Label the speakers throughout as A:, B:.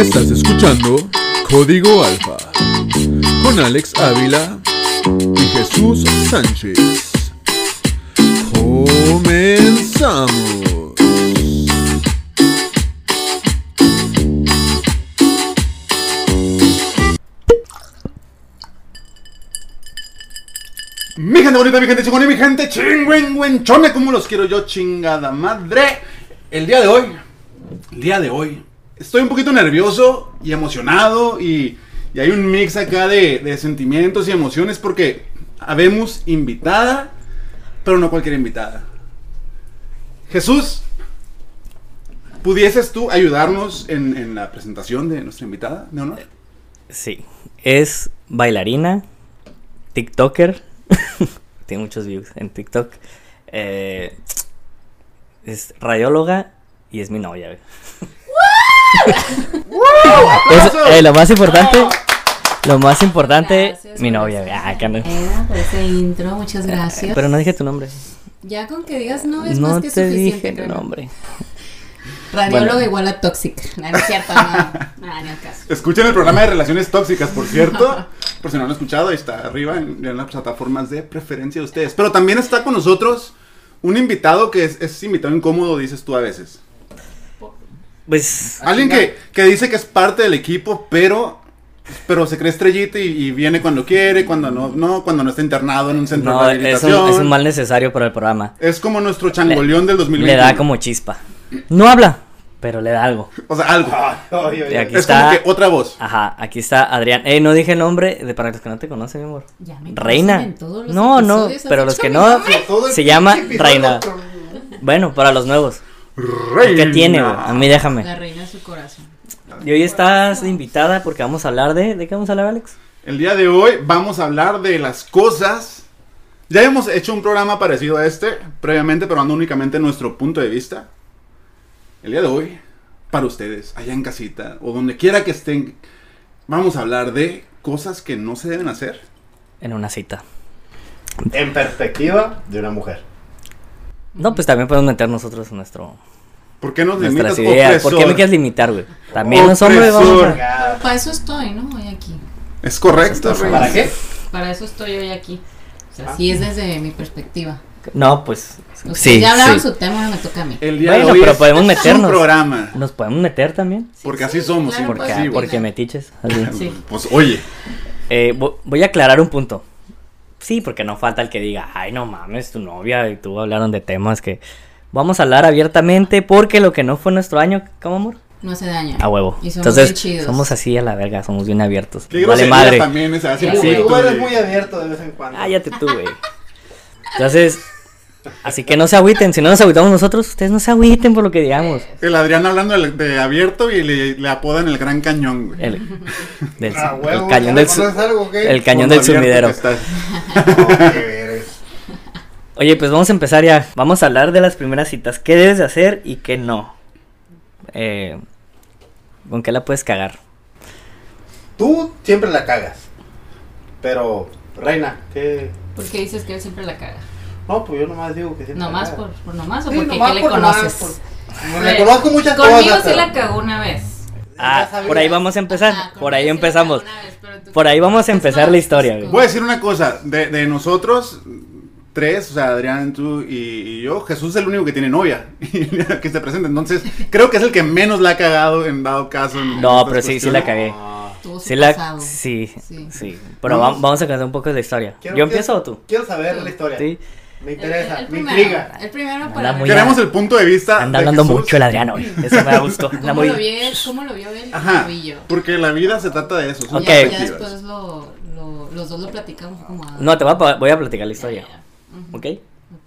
A: Estás escuchando Código Alfa con Alex Ávila y Jesús Sánchez. Comenzamos.
B: Mi gente bonita, mi gente chingona, y mi gente chingüengüenchona, como los quiero yo, chingada madre. El día de hoy, el día de hoy, estoy un poquito nervioso y emocionado y, y hay un mix acá de, de sentimientos y emociones porque habemos invitada, pero no cualquier invitada. Jesús, ¿pudieses tú ayudarnos en, en la presentación de nuestra invitada de honor?
C: Sí, es bailarina, TikToker, tiene muchos views en TikTok, eh, es radióloga y es mi novia. güey. Eso, eh, lo más importante, lo más importante,
D: Gracias
C: mi
D: por
C: novia.
D: ese-
C: güey. Ah, que no.
D: Eh, por ese intro, muchas gracias.
C: Pero no dije tu nombre.
D: Ya con que digas no es
C: no
D: Pues más que
C: te
D: suficiente.
C: dije tu
D: creo.
C: nombre.
D: Radiólogo
C: Bueno.
D: igual a toxic. No, no es cierto, no. No, ni al caso.
B: Escuchen el programa de Relaciones Tóxicas, por cierto. Por si no lo han escuchado, ahí está arriba en, en las plataformas de preferencia de ustedes. Pero también está con nosotros un invitado que es, es invitado incómodo, dices tú a veces.
C: Pues
B: Alguien que, que dice que es parte del equipo, pero, pero se cree estrellita y, y viene cuando quiere, cuando no, no, cuando no está internado en un centro
C: no,
B: de
C: es
B: rehabilitación.
C: un,
B: Es,
C: es un mal necesario para el programa.
B: como nuestro changoleón del 2020.
C: Le da como chispa. No habla, pero le da algo.
B: O sea, algo.
C: Y aquí
B: es
C: está. Ah,
B: como que otra voz.
C: Ajá, aquí está Adrián. Eh, no dije el nombre de para los que no te conocen, mi amor.
D: Ya me
C: Reina.
D: conocen en todos los
C: No, no,
D: episodios, has
C: pero los
D: dicho
C: que
D: mi
C: no
D: nombre.
C: se llama Reina. Bueno, para los nuevos. ¿Qué tiene, güey? A mí
D: La
C: déjame.
D: reina es su corazón.
C: Y hoy estás invitada porque vamos a hablar de ¿de qué vamos a hablar, Alex?
B: El día de hoy vamos a hablar de las cosas. Ya hemos hecho un programa parecido a este previamente, pero dando únicamente nuestro punto de vista. El día de hoy, para ustedes, allá en casita o donde quiera que estén, vamos a hablar de cosas que no se deben hacer.
C: En una cita.
E: En perspectiva de una mujer.
C: No, pues también podemos meter nosotros nuestro
B: ¿Por qué nos limitas,
C: nuestras ideas. ¿Por qué me
B: opresor?
C: quieres limitar, güey? También los hombres vamos
B: Opresor.
C: a...
E: Para
D: Para eso estoy, ¿no? Hoy aquí.
B: Es correcto, Reyes.
E: qué?
D: Para eso estoy hoy aquí. O
E: Ah.
D: sea, sí es desde mi perspectiva.
C: No, pues
D: Ustedes
C: sí,
D: ya hablaron
C: sí.
D: su tema, ahora me toca a mí.
B: El día de
C: Bueno,
B: hoy
C: pero
B: es-
C: podemos
B: es
C: meternos.
B: un programa.
C: Nos podemos meter también.
B: Porque así somos,
D: claro,
B: porque
C: Porque,
B: así,
D: Pues sí,
B: güey.
C: porque metiches. así.
D: Sí.
B: Pues oye,
C: Eh, vo- voy a aclarar un punto. Sí, porque no falta el que diga, ay, no mames, tu novia y tú hablaron de temas que vamos a hablar abiertamente porque lo que no fue nuestro año, ¿cómo amor?
D: No se daña.
C: A huevo.
D: Y somos bien
C: Entonces,
D: chidos.
C: somos así a la verga, somos bien abiertos.
B: qué
C: vale
B: groserías
C: madre.
B: también o sea, así,
C: Sí.
B: güey,
E: Tú
B: tú
E: eres
B: de-
E: muy abierto de vez en cuando.
C: Cállate tú, güey. Entonces, así que no se agüiten, si no nos agüitamos nosotros, ustedes no se agüiten por lo que digamos.
B: El Adrián hablando del- de, abierto y le, le apodan el gran cañón, güey.
C: El, del-
E: Ah, huevo,
C: el
E: ¿ya
C: cañón del, su-
E: reconoces algo, o qué?
C: el cañón
B: Por lo
C: del
B: abierto
C: sumidero.
B: que estás.
E: No, qué verga.
C: Oye, pues vamos a empezar ya. Vamos a hablar de las primeras citas. ¿Qué debes de hacer y qué no? Eh, ¿Con qué la puedes cagar?
E: Tú siempre la cagas. Pero, Reina, ¿qué?
D: Porque dices que él siempre la caga.
E: No, pues yo nomás digo que siempre
D: Nomás
E: la
D: por,
E: cagas.
D: por nomás o
E: Sí,
D: porque
E: nomás
D: ¿qué le
E: por nomás,
D: conoces.
E: por- No, Le conozco muchas
D: Conmigo
E: cosas.
D: sí la
E: pero-
D: cagó una vez.
E: Ya
C: Ah,
E: sabía.
C: por ahí vamos a empezar.
D: Ajá, con
C: por ahí
D: ella Ah, sí la cagó
C: empezamos.
D: una vez, pero tú-
C: Por ahí vamos a empezar la historia, güey.
B: Voy a decir una cosa, de, de nosotros tres, o sea, Adrián, tú y, y yo, Jesús es el único que tiene novia y que se presenta, entonces creo que es el que menos la ha cagado en dado caso. en- en
C: No,
B: estas
C: pero sí, sí la
B: cuestiones.
C: cagué.
E: Ah,
D: Tuvo su
C: Sí, la,
D: pasado.
C: sí,
D: Sí.
C: sí. Pero va- vamos a contar un poco de la historia.
E: Quiero- Ah,
C: ¿Yo empiezo o tú?
E: Quiero saber la historia.
C: Sí.
E: Me
D: El, el
E: interesa, me
D: primero,
E: intriga.
D: el primero para
C: Anda
D: ver
C: muy
B: Queremos el punto de vista
C: Anda
B: de
C: hablando
B: Jesús.
C: mucho el Adrián hoy. Eso me da gusto. Anda
D: cómo
C: muy...
D: lo vi él, cómo lo vio él y cómo
B: Ajá,
D: lo vi yo.
B: porque la vida se trata de eso. son
C: Ok.
D: Ya- Ya,
B: perspectivas.
D: después lo, lo- los dos lo platicamos como ah,
C: No, te voy a, pa- voy a platicar la historia.
D: ya, Eh,
C: ¿Ok?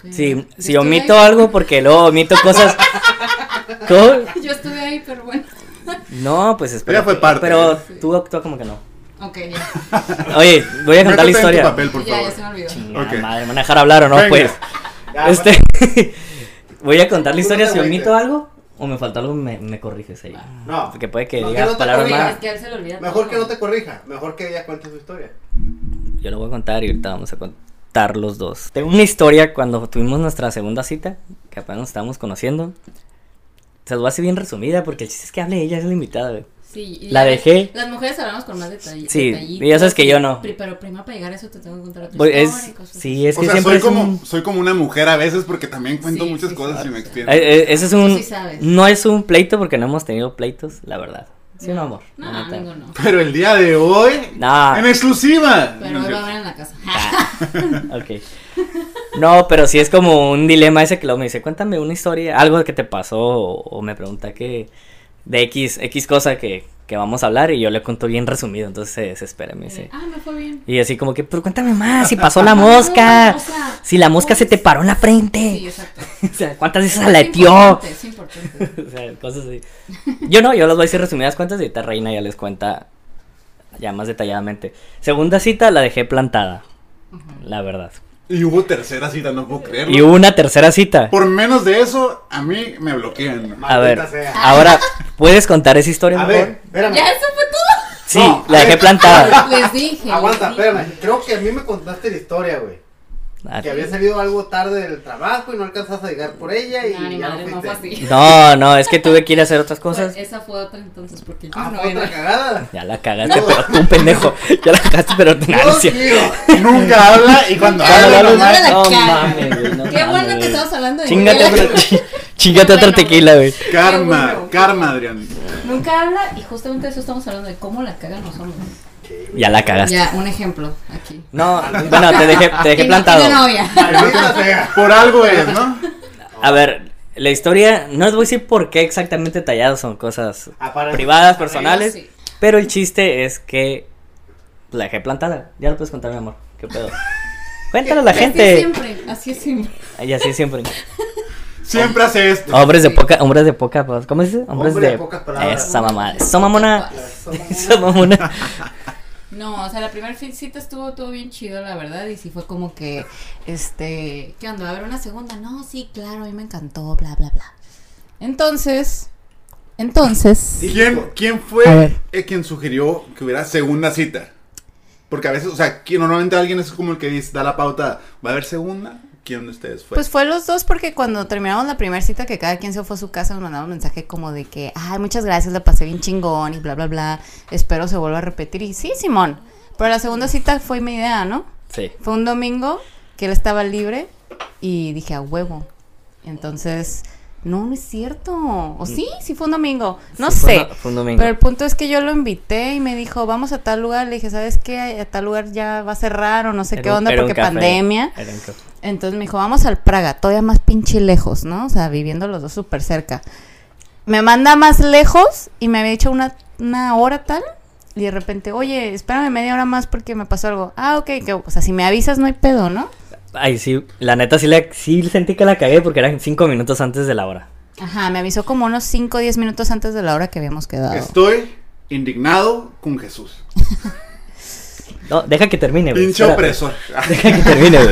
D: ok.
C: Si,
D: Yo
C: si
D: estuve
C: omito
D: ahí,
C: algo, porque luego omito cosas. ¿Cómo?
D: Yo estuve ahí, pero bueno.
C: No, pues espera.
B: Ella fue parte.
C: Pero tú actúa como que no.
D: Ok, ya.
C: Oye, voy a
B: Métete en
C: contar la
B: tu
C: historia.
B: papel, por
D: ya,
B: favor.
D: ya se me olvidó.
C: Chingada
B: Ok.
C: Madre, ¿me van a dejar hablar o no?
B: Venga.
C: Pues.
E: Ya,
C: este. voy a contar la
E: Tú no
C: historia.
E: te
C: Si
E: agüites.
C: omito algo o me falta algo, me, me corriges ahí.
E: pues, No.
C: Porque puede que
E: No,
C: digas
E: que no te
C: palabras
E: corrijas.
C: más.
D: Es que a él se le olvida.
E: Mejor
D: todo.
E: que no te corrija. Mejor que ella cuente su historia.
C: Yo lo voy a contar y ahorita vamos a contar los dos. Tengo una historia cuando tuvimos nuestra segunda cita, que apenas nos estábamos conociendo. Se lo voy a hacer bien resumida porque el chiste es que hable ella, es la invitada, güey.
D: Sí, y
C: La
D: ya-
C: dejé.
D: Las mujeres hablamos con más detalle.
C: Sí,
D: detallitos,
C: y ya sabes que yo no.
D: pri- Pero prima para llegar a eso te tengo que contar otra
C: Voy-
D: historia
C: es,
D: y cosas
C: sí, es
B: o
C: que
B: sea,
C: siempre
B: soy
C: es
B: como,
C: un-
B: soy como una mujer a veces porque también cuento
D: Sí,
B: muchas
D: sí,
B: cosas
D: sí.
B: y me extiendo.
C: Eh, eh, ese es un...
D: Sí sabes.
C: No es un pleito porque no hemos tenido pleitos, la verdad. Sí, no, amor.
D: No,
C: La neta.
D: ninguno.
B: Pero el día de hoy,
D: Ah.
C: No.
B: en exclusiva.
D: Pero
B: No
D: hoy
B: es
D: va
B: cierto.
D: a haber en la casa.
C: Ah, Ok. No, pero sí es como un dilema ese que luego me dice, cuéntame una historia, algo que te pasó o, o me pregunta que de X, X cosa que, que vamos a hablar y yo le cuento bien resumido, entonces se desespera, me dice.
D: Ah, me fue bien. Ah,
C: Y así como que, pero cuéntame más, si pasó la
D: No,
C: mosca,
D: o sea,
C: si la mosca se te paró en la
D: Sí,
C: frente,
D: exacto.
C: o sea, cuántas veces
D: Es
C: aleteó.
D: importante, Es importante.
C: O sea, cosas así. Yo no, yo los voy a decir resumidas cuentas y ahorita Reina ya les cuenta ya más detalladamente. Segunda cita la dejé plantada, la verdad.
B: Y hubo tercera cita, no puedo creerlo.
C: Y hubo una tercera cita.
B: Por menos de eso, a mí me bloquean.
C: A ver,
E: Maldita sea.
C: ahora, ¿puedes contar esa historia,
E: A
C: mejor?
E: ver, espérame.
D: Ya, eso fue todo.
C: Sí,
E: No,
C: la
E: a
C: dejé
E: ver.
C: plantada.
D: Les dije.
E: Aguanta,
D: les dije.
E: espérame. Creo que a mí me contaste la historia, güey.
C: Ah,
E: Que había salido algo tarde del trabajo y no alcanzaste a llegar por ella y
D: No, ni
E: ya
D: madre,
E: no
D: no fue
E: fuiste.
D: así.
C: No, no, es que tuve que ir a hacer otras cosas.
D: Pues, esa fue otra entonces, porque yo
E: Ah,
D: no
E: fue otra
D: era.
E: cagada.
C: Ya la cagaste, pero tú, pendejo. Ya la cagaste, pero tú, Ah, no, no es
E: Dios
C: cierto.
E: mío.
B: Nunca habla y cuando
D: Nunca
B: habla,
D: habla,
B: nomás-
D: habla. la
C: No
D: cara.
C: mames, güey, no
D: Qué
C: mames,
D: bueno que
C: Ah, güey.
D: estamos hablando de
C: Chingate
D: Miguel
C: otra,
D: Ángel.
C: chingate otra
D: Bueno.
C: tequila, güey.
B: Karma,
D: Qué bueno.
B: karma, Adrián.
D: Nunca habla y justamente de eso estamos hablando de cómo la cagan los hombres.
C: Ya la cagaste.
D: Ya, un ejemplo aquí.
C: No, bueno, te dejé, te dejé
D: Y no
C: plantado.
D: tiene novia.
E: Maldita sea.
B: Por algo es, ¿no?
C: A ver, la historia, no les voy a decir por qué exactamente detallado, son cosas
E: Ah, para-
C: privadas, personales.
D: Sí.
C: Pero el chiste es que la dejé plantada. Ya lo puedes contar, mi amor. ¿Qué pedo? Cuéntale a la
D: Así es
C: gente.
D: siempre, así es siempre.
C: Y así siempre.
B: Siempre hace esto.
C: Hombres de
D: Sí.
C: poca, hombres de poca, pues, ¿cómo se dice? Hombres
E: Hombre de
C: de
E: pocas palabras.
C: Esa mamá, esa mamona.
E: Eso, mamá.
C: Esa mamona.
D: No, o sea, la primera cita estuvo todo bien chido, la verdad, y sí fue como que, este, ¿qué onda? ¿Va a haber una segunda? No, sí, claro, a mí me encantó, bla, bla, bla. Entonces, entonces,
B: ¿Quién, quién
D: A
B: fue
D: ver.
B: eh, quien sugirió que hubiera segunda cita? Porque a veces, o sea, que normalmente alguien es como el que dice, da la pauta, ¿va a haber segunda? ¿Quién de ustedes fue?
D: pues fue los dos porque cuando terminamos la primera cita que cada quien se fue a su casa nos mandaba un mensaje como de que, ay, muchas gracias, la pasé bien chingón y bla, bla, bla, espero se vuelva a repetir. Y sí, Simón, pero la segunda cita fue mi idea, ¿no?
C: Sí.
D: Fue un domingo que él estaba libre y dije a huevo. Entonces, no, no es cierto. O sí, sí fue un domingo. No
C: Mm. Sí, fue
D: sé.
C: un- fue un domingo.
D: Pero el punto es que yo lo invité y me dijo, vamos a tal lugar. Le dije, ¿sabes qué? A tal lugar ya va a cerrar o no sé
C: Era
D: qué
C: un-
D: onda
C: era un
D: porque
C: café,
D: pandemia.
C: era un café.
D: Entonces me dijo, vamos al Praga, todavía más pinche lejos, ¿no? O sea, viviendo los dos súper cerca. Me manda más lejos y me había hecho una, una hora tal. Y de repente, oye, espérame media hora más porque me pasó algo. Ah, ok, que, o sea, si me avisas no hay pedo, ¿no?
C: Ay, sí, la neta sí, la, sí sentí que la cagué porque eran cinco minutos antes de la hora.
D: Ajá, me avisó como unos 5 o 10 minutos antes de la hora que habíamos quedado.
B: Estoy indignado con Jesús.
C: No, deja que termine, güey.
B: Pinche
C: espérate.
B: opresor. Ah,
C: Deja que termine, güey.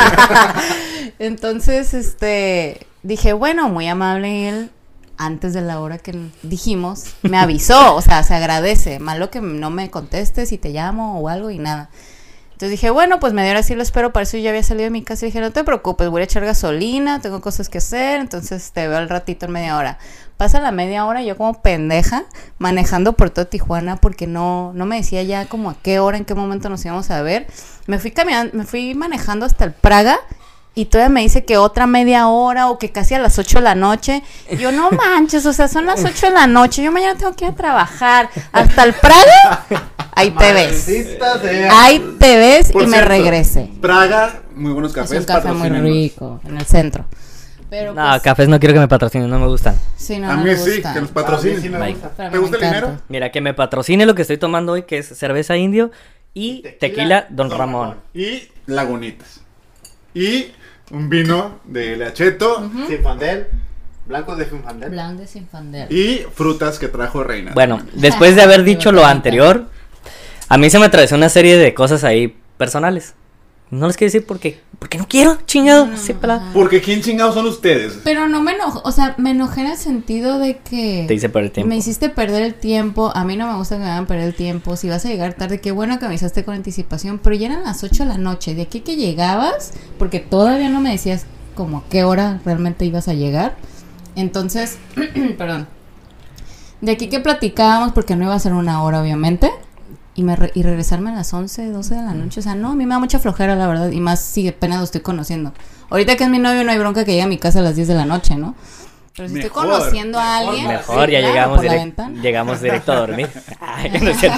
D: Entonces, este, dije, bueno, muy amable él. Antes de la hora que dijimos, me avisó, o sea, se agradece. Malo que no me contestes si te llamo o algo y nada. Entonces dije, bueno, pues media hora sí lo espero, para eso yo ya había salido de mi casa y dije, no te preocupes, voy a echar gasolina, tengo cosas que hacer, entonces te veo al ratito en media hora. Pasa la media hora yo como pendeja manejando por todo Tijuana porque no, no me decía ya como a qué hora, en qué momento nos íbamos a ver. Me fui caminando, me fui manejando hasta el Praga y todavía me dice que otra media hora o que casi a las 8 de la noche. Yo no manches, o sea, son las 8 de la noche, yo mañana tengo que ir a trabajar hasta el Praga. Ahí te ves.
E: Maldita sea.
D: Ahí te ves
B: Por
D: y me
B: cierto,
D: regrese.
B: Praga, muy buenos
D: Es
B: cafés.
D: un café muy
B: patrocínenos.
D: rico en el centro. Pero
C: No,
D: pues,
C: cafés no quiero que me patrocinen, no me gustan.
D: sí, no,
B: A
D: no
B: mí
D: me
B: sí,
D: gusta.
B: que nos
E: A mí sí
B: patrocinen.
E: me
C: Bye.
E: gusta.
D: Pero
B: ¿Te gusta el
D: encanta.
B: dinero?
C: Mira, que me patrocine lo que estoy tomando hoy, que es cerveza indio y tequila, Don Ramón.
B: Y Lagunitas. Y un vino de Leacheto.
E: Sinfandel. Blanco de Sinfandel.
D: Blanc de Sinfandel.
B: Y frutas que trajo Reina.
C: Bueno, después de haber dicho lo anterior, a mí se me atravesó una serie de cosas ahí personales. No les quiero decir por qué. Porque no quiero, chingado.
D: Ah,
C: así pelada.
B: Porque quién chingados son ustedes.
D: Pero no me enojo, o sea, me enojé en el sentido de que
C: Te hice perder el tiempo.
D: me hiciste perder el tiempo, a mí no me gusta que me hagan perder el tiempo, si vas a llegar tarde, qué bueno que me avisaste con anticipación, pero ya eran las 8 de la noche, de aquí que llegabas, porque todavía no me decías como a qué hora realmente ibas a llegar, entonces, perdón, De aquí que platicábamos, porque no iba a ser una hora, obviamente. Y, me re- y regresarme a las 11, 12 de la noche. O sea, no, a mí me da mucha flojera, la verdad. Y más si apenas lo estoy conociendo. Ahorita que es mi novio, no hay bronca que llegue a mi casa a las 10 de la noche, ¿no? Pero si
B: Mejor,
D: estoy conociendo a
E: mejor,
D: alguien.
C: Mejor,
D: sí,
C: ya
D: claro,
C: llegamos,
D: por la
C: direc-
D: ventana.
C: llegamos directo a dormir. Ay, no es cierto.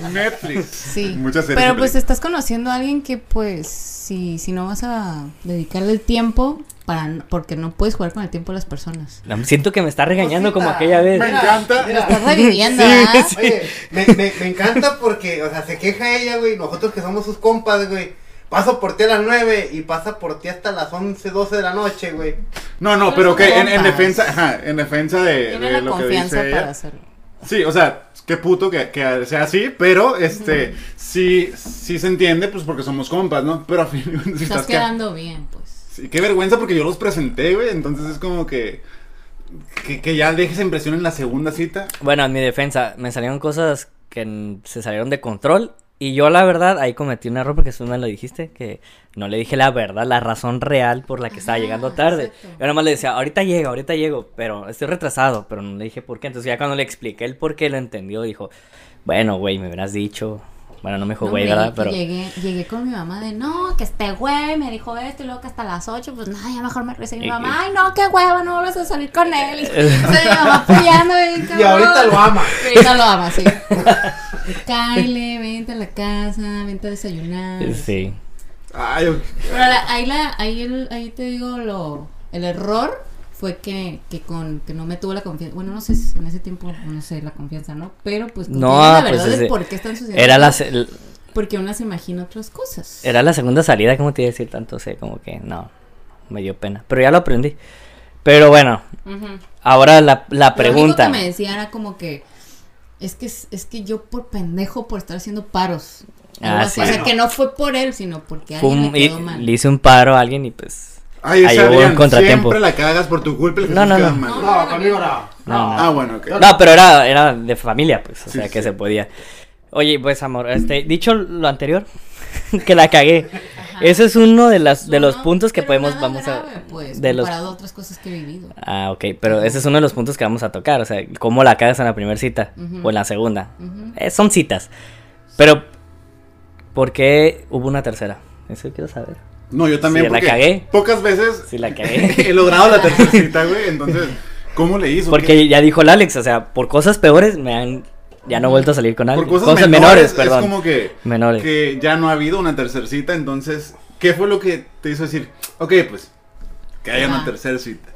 B: Netflix.
D: Sí.
B: Muchas series
D: Pero
B: y
D: pues
B: películas.
D: estás conociendo a alguien que pues si, si no vas a dedicarle el tiempo para porque no puedes jugar con el tiempo de las personas.
C: No, Siento que me está regañando como
E: Cosita.
C: aquella vez.
B: Me encanta.
E: Mira,
D: Estás reviviendo,
C: Sí,
D: ¿verdad?
C: sí.
E: Oye, me, me- me encanta porque, o sea, se queja ella, güey. Nosotros que somos sus compas, güey. Paso por ti a las 9 y pasa por ti hasta las 11, 12 de la noche, güey.
B: No, no,
D: Pero
B: pero
D: son
B: que en, en
D: compas.
B: defensa, ajá, en defensa de,
D: Tiene
B: de
D: la
B: Eh, lo que dice
D: confianza para
B: ella.
D: hacerlo.
B: Sí, o sea, qué puto que, que sea así, pero este, sí, sí se entiende, pues porque somos compas, ¿no? Pero a fin de cuentas, si
D: Estás
B: ca-
D: quedando bien, pues.
B: Sí, qué vergüenza porque yo los presenté, güey. Entonces es como que, que. que ya dejes impresión en la segunda cita.
C: Bueno, en mi defensa, me salieron cosas que n- se salieron de control. Y yo, la verdad, ahí cometí un error porque tú me lo dijiste, que no le dije la verdad, la razón real por la que estaba
D: Ajá,
C: llegando tarde.
D: exacto.
C: Yo nada más le decía, ahorita llego, ahorita llego, pero estoy retrasado, pero no le dije por qué. Entonces ya cuando le expliqué el por qué lo entendió, dijo, bueno, güey, me hubieras dicho. Bueno, no me dijo,
D: No,
C: güey,
D: hombre,
C: ¿verdad?
D: que
C: Pero...
D: llegué, llegué con mi mamá de no, que este güey me dijo esto y luego que hasta las 8, pues nada, ya mejor me regresé. Y mi
C: Y- Eh,
D: mamá, ay no, qué hueva, no vuelvas a salir con él. Y, o sea, mi mamá apoyándome, bien
E: Y ahorita
D: cabrón.
E: lo ama.
D: Y ahorita lo ama, sí. Kyle, vente a la casa, vente a desayunar.
C: Sí.
B: Ay, ok.
D: Pero la- ahí, la, ahí, el- ahí te digo lo, el error fue que, que con que no me tuvo la confianza. Bueno, no sé si en ese tiempo no sé la confianza, ¿no? Pero pues con que
C: No,
D: digan la
C: pues
D: verdad es
C: ese-
D: por qué están sucediendo.
C: Era la, se- l-
D: Porque una se imagina otras cosas.
C: era la segunda salida, como te iba a decir tanto? sé, como que no, me dio pena. Pero ya lo aprendí. Pero bueno,
D: Ujú.
C: ahora la, la
D: Lo
C: pregunta.
D: único que me decía era como que es que es que yo por pendejo por estar haciendo paros. algo
C: Ah,
D: así. O
C: sí.
D: sea, que no fue por él, sino porque
C: Fue
D: alguien
C: un-
D: le quedó
C: y-
D: mal.
C: le hice un paro a alguien y pues.
B: Ay, ese
C: Ahí hubo un
B: Adrián,
C: contratiempo.
B: Siempre la cagas por tu culpa. y el
C: No,
B: Jesús
C: no,
B: queda
C: no.
B: mal.
E: No, conmigo no.
C: No,
B: Ah, bueno, ok.
C: no pero era, era de familia, pues. O
B: Sí,
C: sea, que
B: sí.
C: se podía. Oye, pues, amor, este, dicho lo anterior, que la cagué. Ese es uno de, las, de los
D: No,
C: puntos que
D: pero
C: podemos.
D: nada
C: Vamos
D: grave,
C: a.
D: pues,
C: de los,
D: comparado a otras cosas que he vivido.
C: ah, ok, pero ese es uno de los puntos que vamos a tocar. O sea, cómo la cagas en la primera cita o en la segunda. Eh, son citas. Pero, ¿por qué hubo una tercera? Eso quiero saber.
B: No, yo también.
C: Sí, la
B: porque
C: cagué.
B: Pocas veces
C: Si la cagué.
B: he logrado la tercera cita, güey. Entonces, ¿cómo le hizo?
C: Porque
B: ¿Qué-
C: ya dijo el Alex, o sea, por cosas peores me han. Ya no he vuelto a salir con
B: Por
C: alguien.
B: cosas, menores,
C: perdón.
B: Es como que,
C: Menores.
B: que ya no ha habido una tercera cita. Entonces, ¿qué fue lo que te hizo decir? Ok, pues, que haya una
D: Ajá.
B: tercera cita.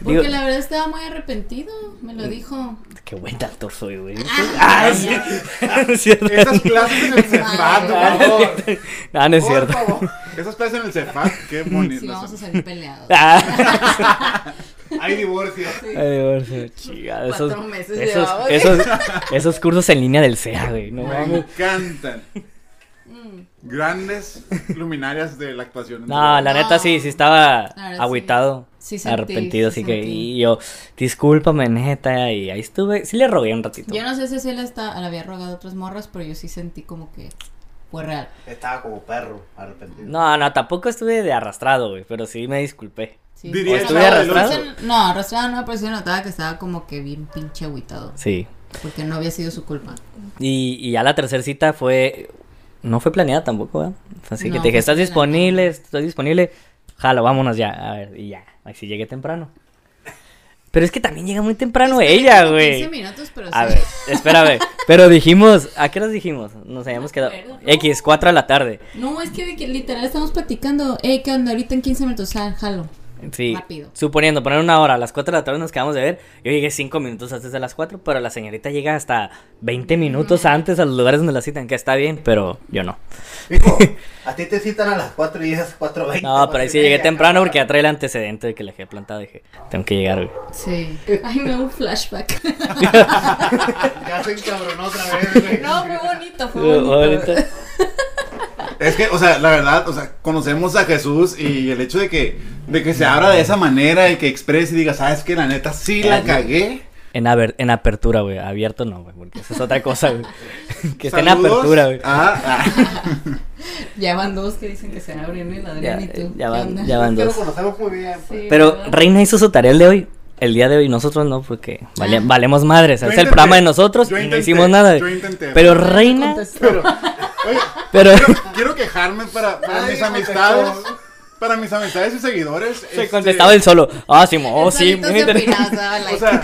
D: Porque
C: Digo,
D: la verdad estaba muy arrepentido, me lo dijo.
C: Qué buen actor soy, güey. Ah, sí. No es cierto.
B: Esas clases en el Cefat,
D: Ay,
B: por
C: Ah, no es
B: favor.
C: cierto. No, no es
E: Por
C: cierto.
E: favor.
B: Esas clases en el Cefat, qué bonito.
D: Si vamos a salir peleados.
C: Ah,
E: Hay divorcio.
C: ay, Dios mío, chingada,
D: Cuatro
C: esos,
D: meses
C: esos,
D: llevaba, güey.
C: esos, esos cursos en línea del CEA, güey. No
B: Me
C: mames.
B: encantan.
D: Mm.
B: Grandes luminarias de la actuación.
C: No, la neta sí, sí estaba
D: La verdad,
C: agüitado,
D: sí. Sí sentí,
C: arrepentido,
D: sí
C: así que
D: sentí.
C: y yo, discúlpame, neta, y ahí estuve. Sí le rogué un ratito.
D: Yo no sé si él hasta le había rogado a otras morras, pero yo sí sentí como que fue real.
E: Estaba como perro, arrepentido.
C: No, no, tampoco estuve de arrastrado, güey, pero sí me disculpé.
D: Sí.
B: Diría
D: O sea,
C: que
D: la-
C: estuviera
B: arrastrado.
D: No, arrastrado no, pero sí notaba que estaba como que bien pinche agüitado.
C: Sí.
D: Porque no había sido su culpa.
C: Y, y ya la tercera cita fue. No fue planeada tampoco, ¿verdad? Fue así que
D: No,
C: te dije,
D: fue
C: estás
D: planeada.
C: disponible, estoy disponible. Jalo, vámonos ya. A ver, y ya. Ahí sí llegué temprano. Pero es que también llega muy temprano ella,
D: Como
C: Ah, güey.
D: 15 minutos, pero
C: A
D: sí.
C: ver, espérame. Pero dijimos, ¿a qué nos dijimos? Nos habíamos
D: me
C: quedado.
D: acuerdo, no.
C: X, 4 de la tarde.
D: No, es que, de que literal estamos platicando. Ey, ¿qué onda? Ahorita en 15 minutos, sal, jalo.
C: Sí.
D: Rápido.
C: Suponiendo, poner una hora, a las 4 de la tarde nos quedamos de ver. Yo llegué 5 minutos antes de las 4, pero la señorita llega hasta 20 minutos antes a los lugares donde la citan, que está bien, pero yo no.
E: Hijo, a ti te citan a las 4 y es 4.20.
C: No, pero ahí sí
E: 4:30,
C: llegué temprano
E: cabrón.
C: porque ya trae el antecedente de que la dejé plantada. Dije, tengo que llegar, güey.
D: Sí. Ay, me da un flashback.
E: Ya se encabronó otra vez, güey.
D: no, fue bonito, fue bonito.
C: Ahorita-
B: Es que, o sea, la verdad, o sea, conocemos a Jesús y el hecho de que, de que se abra de esa manera y que exprese y diga, sabes que la neta sí la cagué.
C: En, aver- en apertura, güey. Abierto no, güey, porque eso es otra cosa, güey. Que esté en
B: Saludos
C: apertura, güey.
D: Ah,
B: a- a-
D: Ya van dos que dicen que se abren el Adrián
C: Ya,
D: y tú.
C: ya
D: ¿Qué
C: van-
D: onda?
C: ya van
E: Es que lo
C: dos.
E: conocemos muy bien. pues.
D: Sí,
C: Pero
D: ¿verdad?
C: Reina hizo su tarea el de hoy el día de hoy nosotros no, porque vale- valemos madres.
B: Ah. Yo
C: Es el
B: intenté,
C: programa de nosotros
B: yo
C: y no
B: intenté,
C: hicimos nada.
B: yo intenté.
C: Pero Reina,
B: Pero, oye,
C: pero
B: quiero, quiero quejarme para, para
E: Ay,
B: mis
E: contestó.
B: amistades. Para mis amistades y seguidores.
C: se
B: este,
C: contestaba él solo. Ah, sí, mo- oh,
D: Él
C: sí.
D: solito se
C: muy inter-
D: opinaba, daba like.
B: O sea,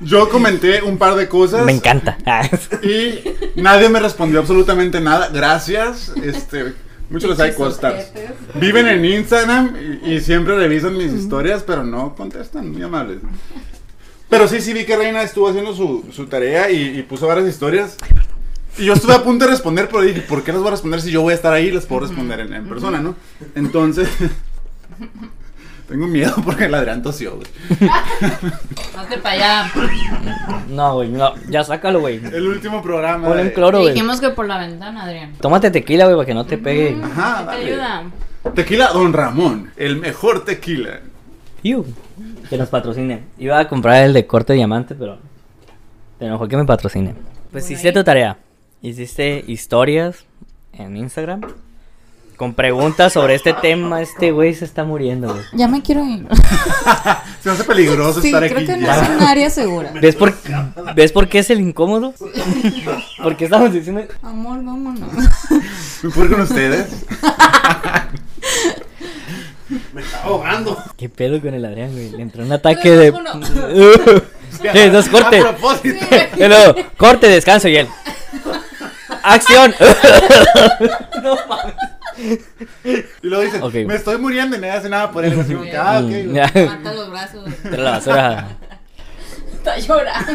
B: yo comenté un par de cosas.
C: Me encanta. Ah,
B: Y nadie me respondió absolutamente nada. Gracias. Este, muchos les hay costas. Viven en Instagram y, y siempre revisan mis historias, pero no contestan. Muy amables. Pero sí, sí vi que Reina estuvo haciendo su, su tarea y, y puso varias historias. Y yo estuve a punto de responder, pero dije, ¿por qué las voy a responder si yo voy a estar ahí y las puedo responder en, en persona, no? Entonces, tengo miedo porque el Adrián tosió, güey.
D: Hazte para allá.
C: no, güey, no. Ya sácalo, güey.
B: El último programa.
C: Ponle un
B: de-
C: cloro,
D: Te
C: güey.
D: dijimos que por la ventana, Adrián.
C: Tómate tequila, güey, para que no te pegue.
B: Ajá,
D: ¿Qué
B: dale.
D: te ayuda?
B: Tequila Don Ramón, el mejor tequila.
C: Iu, que nos patrocine. Iba a comprar el de corte diamante, pero te enojó que me patrocine. Pues
D: Por
C: hiciste
D: ahí.
C: tu tarea. Hiciste historias en Instagram con preguntas sobre este tema. Este güey se está muriendo, güey.
D: Ya me quiero ir.
B: Se me hace peligroso
D: Sí,
B: estar
D: creo
B: aquí.
D: que no
B: ya.
D: es un área segura.
C: ¿Ves por, ¿Ves por qué es el incómodo? Porque estamos diciendo...
D: Amor, vámonos.
B: ¿Me puedo ir con ustedes? me está ahogando.
C: ¿Qué pedo con el Adrián, güey? Le entró un ataque de...
D: Uno.
C: Eh, dos cortes.
B: A propósito.
C: Y luego, corte, descanso y él. ¡Acción! no mames.
B: Y luego dices,
C: Ok.
B: me estoy muriendo y nadie hace nada por él. Así como que, ah, ok.
C: Mm,
B: güey.
C: ya.
D: Mata los brazos.
C: Tira la basura.
D: Está llorando.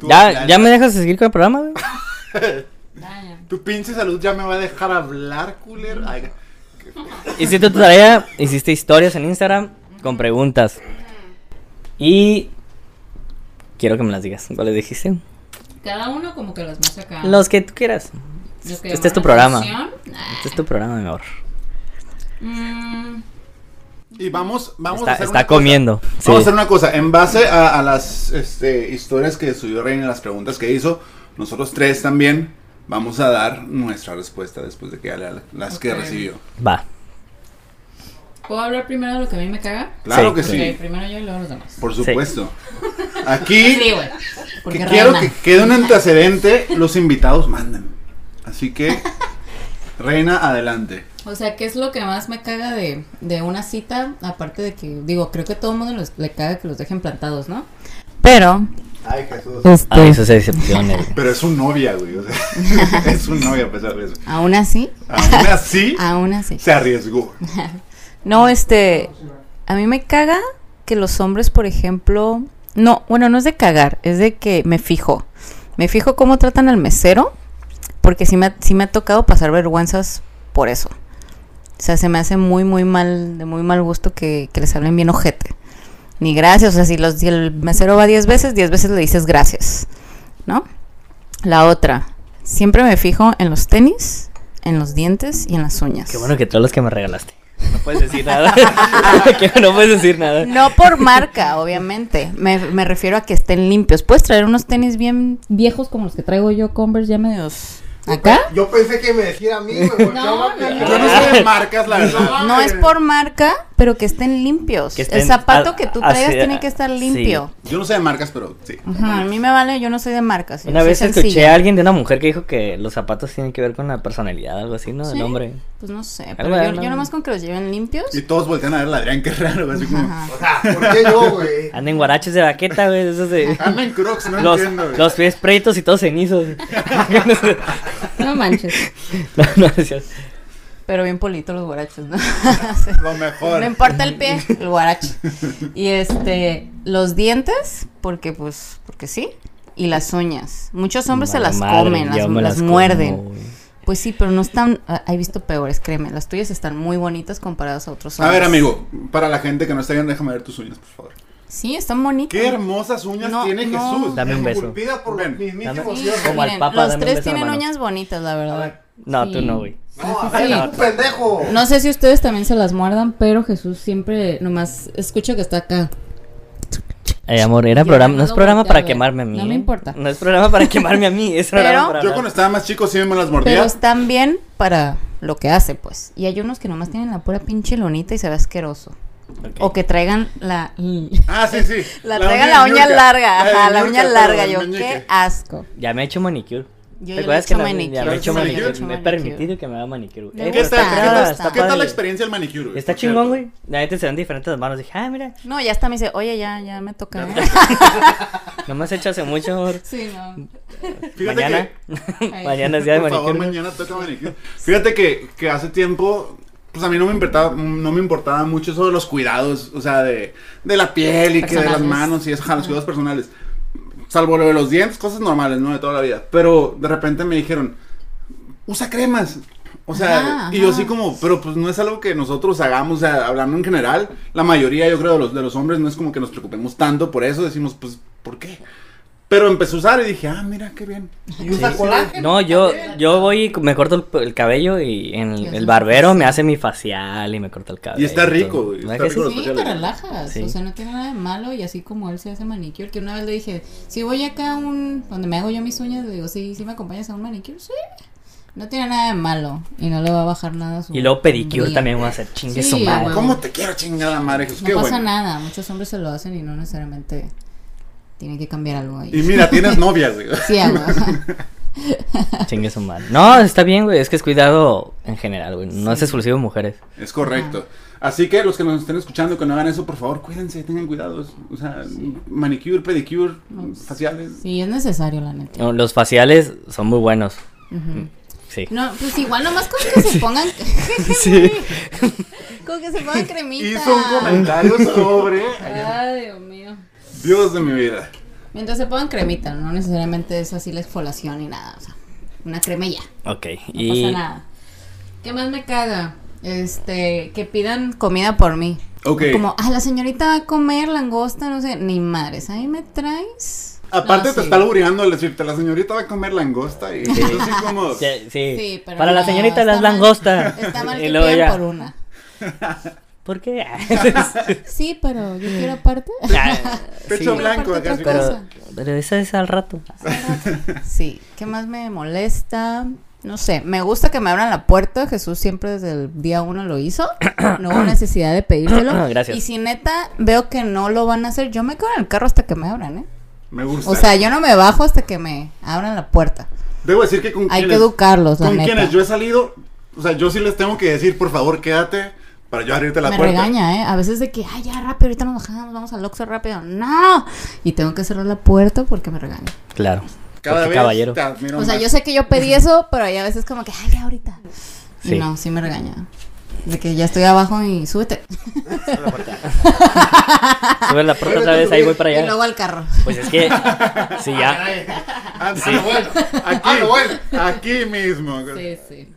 B: Tu-
C: ¿Ya, ¿Ya me dejas seguir con el programa, güey?
B: Tu pinche salud ya me va a dejar hablar, cooler. Ay,
C: Hiciste tu tarea, hiciste historias en Instagram con preguntas. Y quiero que me las digas. ¿Cuáles dijiste?
D: Cada uno como que los más acá.
C: Los que tú quieras.
D: Los que
C: Este es tu
D: llamaron
C: programa.
D: la atención. Ah,
C: Este es tu programa, mi amor.
D: mm,
B: y vamos, vamos a
C: Está,
B: hacer
C: está
B: una
C: comiendo.
B: cosa.
C: Sí.
B: Vamos a hacer una cosa. En base a, a las este, historias que subió Reina, las preguntas que hizo, nosotros tres también vamos a dar nuestra respuesta después de que ya lea las que
D: Ok.
B: recibió.
C: Va.
D: ¿Puedo hablar primero de lo que a mí me caga?
B: Claro
C: Sí.
B: que sí.
D: Ok, primero yo y luego los demás.
B: Por
C: Sí.
B: supuesto. Aquí
D: Sí, güey.
B: que
D: Porque
B: quiero
D: reina.
B: que quede un antecedente, los invitados mandan. Así que, Reina, adelante.
D: O sea, ¿qué es lo que más me caga de, de una cita? Aparte de que, digo, creo que a todo mundo los- le caga que los dejen plantados, ¿no? Pero,
E: Ay, Jesús.
C: Ah,
D: este,
C: eso se decepciona. güey.
B: Pero es su novia, güey. o sea, es su novia pues, a pesar de eso.
D: aún así,
B: Aún así,
D: aún así.
B: se arriesgó.
D: No, este, a mí me caga que los hombres, por ejemplo, no, bueno, no es de cagar, es de que me fijo. Me fijo cómo tratan al mesero, porque sí me, ha- sí me ha tocado pasar vergüenzas por eso. O sea, se me hace muy, muy mal, de muy mal gusto que, que les hablen bien ojete. Ni gracias, o sea, si, los, si el mesero va 10 veces, 10 veces le dices gracias, ¿no? La otra, siempre me fijo en los tenis, en los dientes y en las uñas.
C: Qué bueno que todos los que me regalaste. No puedes decir nada. Qué bueno, no puedes decir nada.
D: No por marca, obviamente. Me, me refiero a que estén limpios. Puedes traer unos tenis bien viejos como los que traigo yo, Converse, ya medios. ¿Acá?
E: Yo pensé que me decía a mí, güey. porque
D: No,
E: yo me-
D: no,
B: Yo no sé de marcas, la verdad.
D: No es por marca, pero que estén limpios.
C: Que estén
D: El zapato
C: a-
D: que tú
C: así, ah,
D: traigas tiene que estar
C: sí.
D: limpio.
B: Yo no sé de marcas, pero sí.
D: Ajá, a mí me vale, yo no soy de marcas. yo
C: Una
D: soy
C: vez escuché
D: sencilla.
C: a alguien de una mujer que dijo que los zapatos tienen que ver con la personalidad, algo así, ¿no?
D: Sí.
C: Del hombre.
D: Pues no sé,
C: Algo de
D: pero yo,
C: alma.
D: yo nomás con que los lleven limpios.
B: Y todos voltean a ver a Adrián, qué raro. Así como,
D: Ajá.
E: O sea, Ah, ¿por qué yo, güey?
C: Anden guaraches de baqueta, güey. Esos de.
B: anda en Crocs, no
C: Los,
B: entiendo. güey.
C: los pies pretos y todos cenizos.
D: No manches.
C: no, no, decías,
D: Pero bien polito los guarachos, ¿no?
B: Lo mejor.
D: No importa el pie, el guarache. Y este, los dientes, porque pues, porque sí. Y las uñas. Muchos hombres se
C: "Mala
D: las
C: madre,
D: comen,
C: yo
D: las,
C: me
D: las
C: como,
D: muerden.
C: güey".
D: Pues sí, pero no están, ah, he visto peores, créeme. Las tuyas están muy bonitas comparadas a otros
B: A
D: hombres.
B: ver, amigo, para la gente que no está viendo, déjame ver tus uñas, por favor.
D: Sí, están bonitas.
B: Qué hermosas uñas
D: No,
B: tiene
D: no.
B: Jesús.
C: Dame un beso.
E: Esculpida por
B: Ven.
E: los mismísimos
C: Dame-
E: dioses.
C: Como al
D: Miren,
C: Papa, dame
D: los
C: un
D: tres
C: beso a la
D: tienen
C: mano.
D: uñas bonitas, la
E: A
D: verdad.
E: ver.
C: No,
D: Sí.
C: tú no, güey.
E: No, a ver, tú, pendejo.
D: No sé si ustedes también se las muerdan, pero Jesús siempre nomás escucho que está acá.
C: Eh, amor, era
D: Yo
C: programa,
D: no
C: no es
D: lo
C: programa
D: volteo a
C: para
D: ver,
C: quemarme a mí.
D: no me
C: ¿eh?
D: importa.
C: No es programa para quemarme a mí, es programa
D: Pero-
C: para
B: Yo
C: hablar.
B: cuando estaba más chico sí me las mordía.
D: Pero están bien para lo que hace, pues. Y hay unos que nomás tienen la pura pinche lonita y se ve asqueroso. O que traigan la.
B: Ah, sí, sí.
D: La traigan la
B: de
D: uña
B: ñuca.
D: larga. Ajá,
B: de
D: la uña
B: ñuca,
D: larga.
B: pero del
D: Yo,
B: meñique.
D: qué asco.
C: Ya me he hecho manicure.
D: Yo ya
C: ¿Te
D: le he
C: acuerdas
D: hecho
C: que la- Ya me
D: manicure,
C: he hecho
B: sí,
C: manicure.
B: yo le he
D: hecho
C: Me he
D: manicure.
C: permitido que me haga manicure.
D: Me
C: Eh,
B: ¿Qué
D: gusta.
B: tal, qué
D: Claro,
B: tal-
D: está
B: qué tal la
C: padre.
B: experiencia del manicure? güey?
C: Está
B: Por
C: chingón,
B: cierto.
C: güey. La gente se dan diferentes manos. Dije, ah, mira,
D: No, ya está me dice, oye, ya, ya me toca. ¿eh?"
C: no me has hecho hace mucho. amor.
D: sí, no.
B: Fíjate
C: Mañana. Mañana es día de
B: Por favor,
C: manicure.
B: mañana toca manicure. Fíjate que, que hace tiempo, pues a mí no me importaba, no me importaba mucho eso de los cuidados, o sea, de, de la piel y que de las
D: Personales.
B: manos y eso, ajá, los cuidados personales. Salvo lo de los dientes, cosas normales, ¿no? De toda la vida. Pero de repente me dijeron, usa cremas. O sea,
D: Ajá,
B: y yo
D: ajá.
B: así como, pero pues no es algo que nosotros hagamos, o sea, hablando en general, la mayoría yo creo de los, de los hombres no es como que nos preocupemos tanto por eso, decimos, pues, ¿por qué? Pero empecé a usar y dije, ah, mira, qué bien.
E: Y usa
C: Sí.
E: colágeno.
C: No, yo, yo voy y me corto el, el cabello y en
D: Y
C: el,
D: hace
C: el
D: un
C: barbero me hace mi facial y me corta el cabello.
B: Y está rico,
C: todo.
B: güey,
C: ¿No es
B: está
C: que
B: rico.
C: sí?
D: Sí, te relajas,
C: Sí.
D: o sea, no tiene nada de malo y así como él se hace manicure, que una vez le dije, si voy acá a un, donde me hago yo mis uñas, le digo, sí, sí me acompañas a un manicure, sí, no tiene nada de malo y no le va a bajar nada a su...
C: Y luego pedicure
D: hombría.
C: también voy a hacer chingue
D: Sí,
C: su
D: Ah,
C: madre.
D: güey.
B: ¿Cómo te quiero chingada madre Jesús?
D: No
B: Pues Qué
D: pasa
B: bueno.
D: nada, muchos hombres se lo hacen y no necesariamente tiene que cambiar algo ahí.
B: Y mira, tienes novias, güey.
D: Sí, algo.
C: Chingue su madre. No, está bien, güey. Es que es cuidado en general, güey. No es exclusivo de mujeres.
B: Es correcto. Así que los que nos estén escuchando, que no hagan eso, por favor, cuídense, tengan cuidados. O sea, manicure, pedicure,
D: Pues,
B: faciales.
D: sí, es necesario, la neta.
C: No, Los faciales son muy buenos.
D: Ujú.
C: Sí.
D: No, pues igual nomás con que se pongan...
C: Sí.
D: con que se pongan cremita.
B: Hizo un comentario sobre.
D: Ay, Dios mío.
B: Dios de mi vida.
D: Mientras se pongan cremita, no necesariamente es así la exfoliación ni nada, o sea, una crema y ya,
C: Ok.
D: no
C: y
D: pasa nada. ¿Qué más me caga? Este, que pidan comida por mí.
B: Ok.
D: Como, ah, la señorita va a comer langosta, no sé, ni madres, ahí me traes.
B: Aparte
D: No,
B: te
D: sí.
B: está albureando al decirte, la señorita va a comer langosta y yo así como...
C: Sí, sí.
D: Sí, pero
C: Para la
D: no,
C: señorita
D: está
C: las
D: mal.
C: langostas.
D: Está mal
C: Y
D: que
C: luego
D: pidan
C: ya,
D: por una.
C: ¿Por qué?
D: Sí, pero yo quiero aparte.
C: Ya,
B: Pecho
C: sí,
B: blanco
D: Aparte
B: acá. así
D: otra
B: como-
D: cosa.
C: Pero, pero eso es al rato.
D: Sí, ¿qué más me molesta? No sé, me gusta que me abran la puerta. Jesús siempre desde el día uno lo hizo. No hubo necesidad de pedírselo.
C: Gracias.
D: Y si neta veo que no lo van a hacer, yo me quedo en el carro hasta que me abran, ¿eh?
B: Me gusta.
D: O sea, yo no me bajo hasta que me abran la puerta.
B: Debo decir que con
D: Hay que
B: quienes-
D: educarlos, la
B: Con
D: neta.
B: quienes yo he salido, o sea, yo sí les tengo que decir, por favor, quédate para yo abrirte la
D: me
B: puerta.
D: regaña, ¿eh? A veces de que, ay, ya rápido, ahorita nos bajamos, vamos al Oxxo rápido. ¡No! Y tengo que cerrar la puerta porque me regaña.
C: Claro.
B: Cada
C: Porque
B: vez
C: caballero.
B: te admiro
D: O sea,
B: más.
D: yo sé que yo pedí eso, pero hay a veces como que, ay, ya ahorita. Y
C: Sí.
D: no, sí me regaña. De que ya estoy abajo y súbete.
C: Sube la puerta otra vez, ahí voy para
D: Y
C: allá.
D: luego al carro.
C: Pues es que. Sí, ya.
E: Caray.
B: Ah,
E: Ah, lo bueno.
B: Aquí,
E: Ah, lo bueno.
B: aquí mismo.
D: Sí, sí.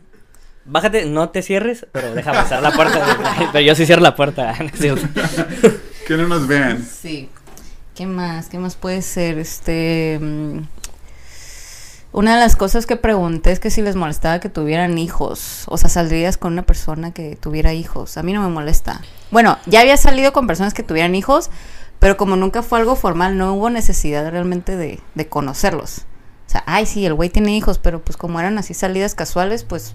C: Bájate, no te cierres, pero deja pasar la puerta. Pero yo sí cierro la puerta. no es cierto.
B: Que no nos vean.
D: Sí. ¿Qué más? ¿Qué más puede ser? Este. mm, Una de las cosas que pregunté es que si les molestaba que tuvieran hijos. O sea, saldrías con una persona que tuviera hijos. A mí no me molesta. Bueno, ya había salido con personas que tuvieran hijos, pero como nunca fue algo formal, no hubo necesidad realmente de, de conocerlos. O sea, ay, sí, el güey tiene hijos, pero pues como eran así salidas casuales, pues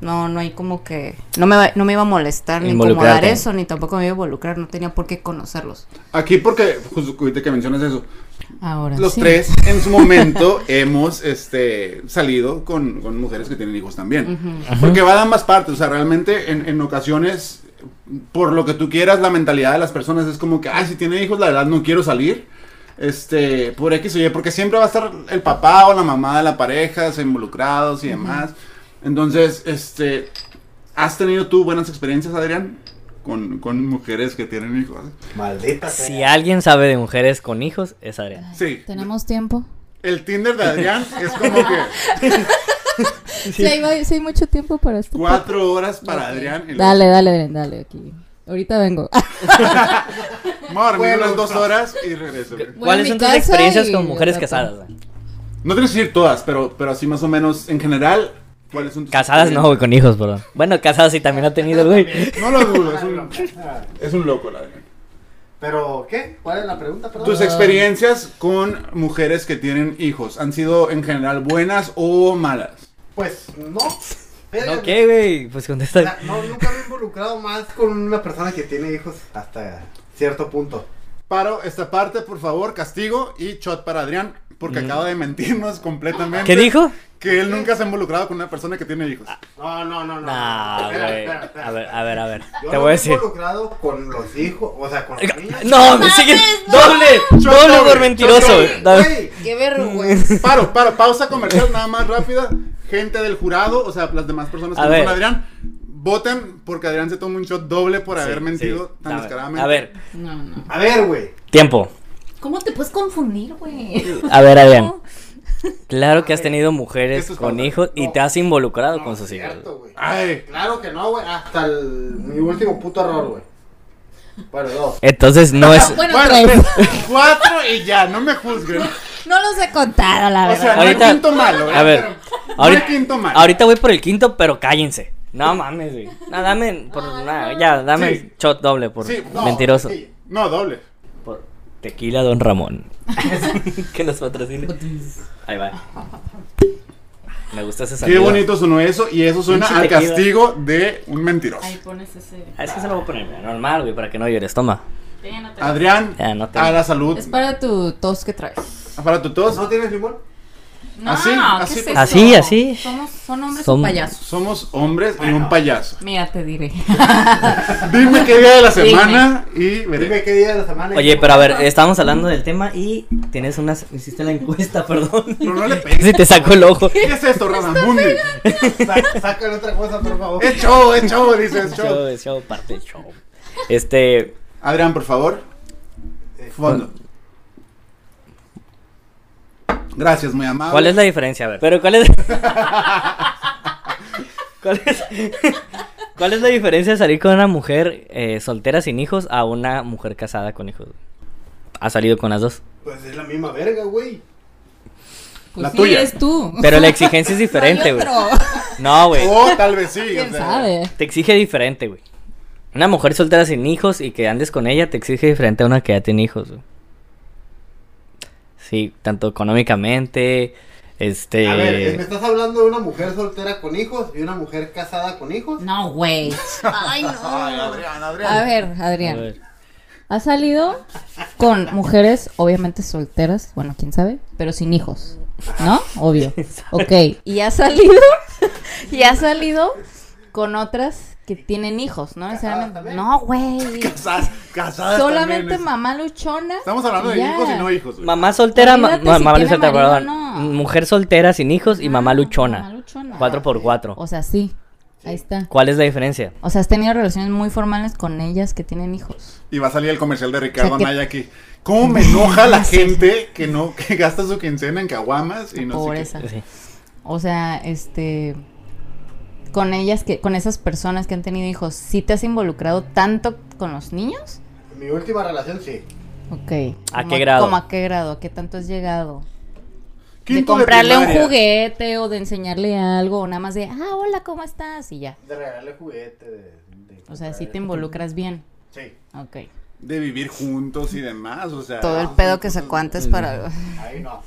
D: no, no hay como que. No me, va- no me iba a molestar ni
C: Involucrarte.
D: incomodar eso, ni tampoco me iba a involucrar, no tenía por qué conocerlos.
B: Aquí porque, justo ahorita que mencionas eso,
D: Ahora
B: los
D: sí.
B: tres en su momento hemos este, salido con, con mujeres que tienen hijos también. Porque va de ambas partes, o sea, realmente en, en ocasiones, por lo que tú quieras, la mentalidad de las personas es como que, ay, si tiene hijos, la verdad no quiero salir. Este, por X o Y, porque siempre va a estar el papá o la mamá de la pareja, se involucrados y demás. Entonces, este, ¿has tenido tú buenas experiencias, Adrián? Con, con mujeres que tienen hijos.
E: Maldita sea.
C: Si alguien sabe de mujeres con hijos, es Adrián.
B: Sí.
D: ¿Tenemos tiempo?
B: El Tinder de Adrián es como que
D: Sí, hay, va- sí hay mucho tiempo para esto.
B: cuatro horas para Adrián. y luego-
D: Dale, dale, Adrián, dale, aquí. Ahorita vengo.
B: Vamos a dormir
E: Bueno,
B: unas dos horas y regreso. güey.
D: Voy a
C: ¿Cuáles
D: mi
C: son tus
D: casa
C: experiencias
D: y
C: con mujeres
D: al rato.
C: casadas? güey?
B: No tienes que decir todas, pero, pero así más o menos en general. ¿Cuáles son tus
C: Casadas no, güey, con hijos, perdón. Bueno, casadas sí también ha tenido, güey.
B: No lo dudo, es un, es un loco, la verdad.
E: Pero, ¿qué? ¿Cuál es la pregunta? perdón?
B: ¿Tus experiencias con mujeres que tienen hijos han sido en general buenas o malas?
E: Pues no. Verga,
C: No, ¿qué, güey? Pues
E: güey.
C: contesta.
E: Na- No, nunca me he involucrado más con una persona que tiene hijos hasta cierto punto.
B: Paro esta parte, por favor, castigo y shot para Adrián, porque acaba de mentirnos completamente.
C: Mm. ¿Qué dijo?
B: Que él nunca se ha involucrado con una persona que tiene hijos.
E: No, no, no, no.
C: Nah,
E: Espera,
C: güey.
E: espera, espera.
C: A ver, a ver, a ver.
E: Yo
C: Te voy
E: no
C: a
E: me he
C: decir.
E: involucrado con los hijos, o sea, con los niños.
C: No, me
D: mames,
C: sigue.
D: no.
C: Doble,
B: Yo
C: doble
B: doble,
C: por
B: yo
C: mentiroso.
B: doble,
C: Doble.
E: Güey,
D: Qué vergüenza.
B: Paro, paro, pausa comercial nada más rápida. Gente del jurado, o sea, las demás personas que
C: A
B: no
C: ver.
B: son Adrián, voten porque Adrián se toma un shot doble por haber
C: Sí,
B: mentido
C: sí.
B: tan
C: A ver,
B: descaradamente.
C: A ver,
D: No, no.
E: A ver, güey.
C: tiempo.
D: ¿Cómo te puedes confundir, güey?
C: A ver, Adrián. Claro que has tenido mujeres
B: Esto es
C: con
B: pausa.
C: hijos y
E: No.
C: te has involucrado
E: No,
C: con sus hijos.
E: cierto, güey.
B: Ay,
E: Claro que no, güey. Hasta el, mi último puto error, güey. Bueno, dos.
C: Entonces no es.
D: Bueno,
B: bueno,
D: tres.
B: tres, cuatro y ya, no me juzguen.
D: No los he contado, la
B: O sea,
D: verdad.
B: no hay
C: Ahorita-
B: quinto malo, ¿eh?
C: A ver,
B: Pero no hay
C: ahorita,
B: quinto malo.
C: ahorita voy por el quinto, pero cállense. No mames, güey. No, dame, por,
D: Ah,
C: nada, ya, dame
B: Sí.
C: shot doble por
B: Sí, no,
C: mentiroso.
B: sí, no, doble.
C: Por tequila Don Ramón. que nos patrocine. Ahí va. Me gusta ese
B: Qué
C: sonido.
B: bonito sonó eso y eso suena
C: Pinche
B: al
C: tequila.
B: castigo de un mentiroso.
F: Ahí pones ese.
C: Ah, Es que se lo voy a poner mira, normal, güey, para que no llores. Toma.
F: Ya no te-
B: Adrián,
C: Ya, no te-
B: a la salud.
D: Es para tu tos que traes.
B: Para tu tos.
E: ¿No tienes limón?
D: No,
B: Así,
D: ¿qué
B: Ah, así. pues.
D: es eso?
C: Así, así.
D: Somos, son hombres
C: Som-
D: o payasos.
B: Somos hombres en un payaso.
D: Mira, te diré.
B: Dime qué día de la
D: Dime.
B: semana y veré.
E: Dime qué día de la semana.
C: Oye, pero a ver, estábamos hablando del tema y tienes unas. Hiciste la encuesta, perdón.
B: Pero no le pegues.
C: Si te sacó el ojo.
B: ¿Qué es esto, Radamundi?
E: Sa- sacan otra cosa, por favor.
B: Es show, es show, dice, es
C: Show,
B: show.
C: es show, parte del show. Este.
B: Adrián, por favor.
E: Este,
B: Fondo. Gracias, muy amable.
C: ¿Cuál es la diferencia? A ver. Pero ¿cuál es. ¿Cuál es, ¿Cuál es la diferencia de salir con una mujer eh, soltera sin hijos a una mujer casada con hijos? ¿Ha salido con las dos?
E: Pues es la misma verga, güey.
D: Pues
B: La
D: sí,
B: tuya.
D: eres tú.
C: Pero la exigencia es diferente, güey. No, güey.
B: O tal vez sí. o
D: ¿Quién
B: sea,
D: sabe?
C: Te exige diferente, güey. Una mujer soltera sin hijos y que andes con ella te exige diferente a una que ya tiene hijos, güey. Sí, tanto económicamente, este...
B: Eh.
E: A ver, ¿me estás hablando de una mujer soltera con hijos y una mujer casada con hijos?
D: No, güey. Ay, no.
B: Ay, Adrián, Adrián.
D: A ver,
C: a
D: Adrián.
C: ver,
D: ¿Has salido con mujeres, obviamente solteras, bueno, quién sabe, pero sin hijos, ¿no? Obvio. Ok. ¿Y has salido? ¿Y has salido con otras que tienen hijos, no necesariamente?
E: también.
D: No, güey.
B: Casadas, Ah, casadas
D: Solamente
B: también, es-
D: mamá luchona.
B: Estamos hablando de
D: Ya.
B: hijos y no hijos. güey.
C: Mamá soltera, ma-
D: Olvídate
C: ma-
D: si
C: mamá
D: tiene
C: soltera,
D: marido,
C: perdón.
D: no.
C: Mujer soltera sin hijos y mamá
D: Ah,
C: luchona.
D: mamá luchona.
C: 4x4.
D: O sea, sí. Ahí está.
C: ¿Cuál es la diferencia?
D: O sea, has tenido relaciones muy formales con ellas que tienen hijos.
B: Y va a salir el comercial de Ricardo
D: O sea, que-
B: Anaya aquí. ¿Cómo me enoja la gente que no que gasta su quincena en caguamas y no
D: Pobreza.
B: sé
C: Sí.
D: O sea, este con ellas que con esas personas que han tenido hijos, ¿sí te has involucrado tanto con los niños?
E: Mi última relación, sí.
D: Ok.
C: ¿A
D: ¿Cómo-
C: qué grado?
D: ¿Cómo a qué grado? ¿A qué tanto has llegado?
B: qué.
D: de
B: Quinto
D: comprarle un
B: primaria.
D: juguete o de enseñarle algo o nada más de, "Ah, hola, ¿cómo estás?" y ya.
E: De regalarle juguete, de... de
D: O sea, sí
E: comprarle-
D: te involucras bien.
E: Sí.
D: Ok.
B: De vivir juntos y demás, o sea.
D: Todo el pedo que sacó antes para
E: Ahí no.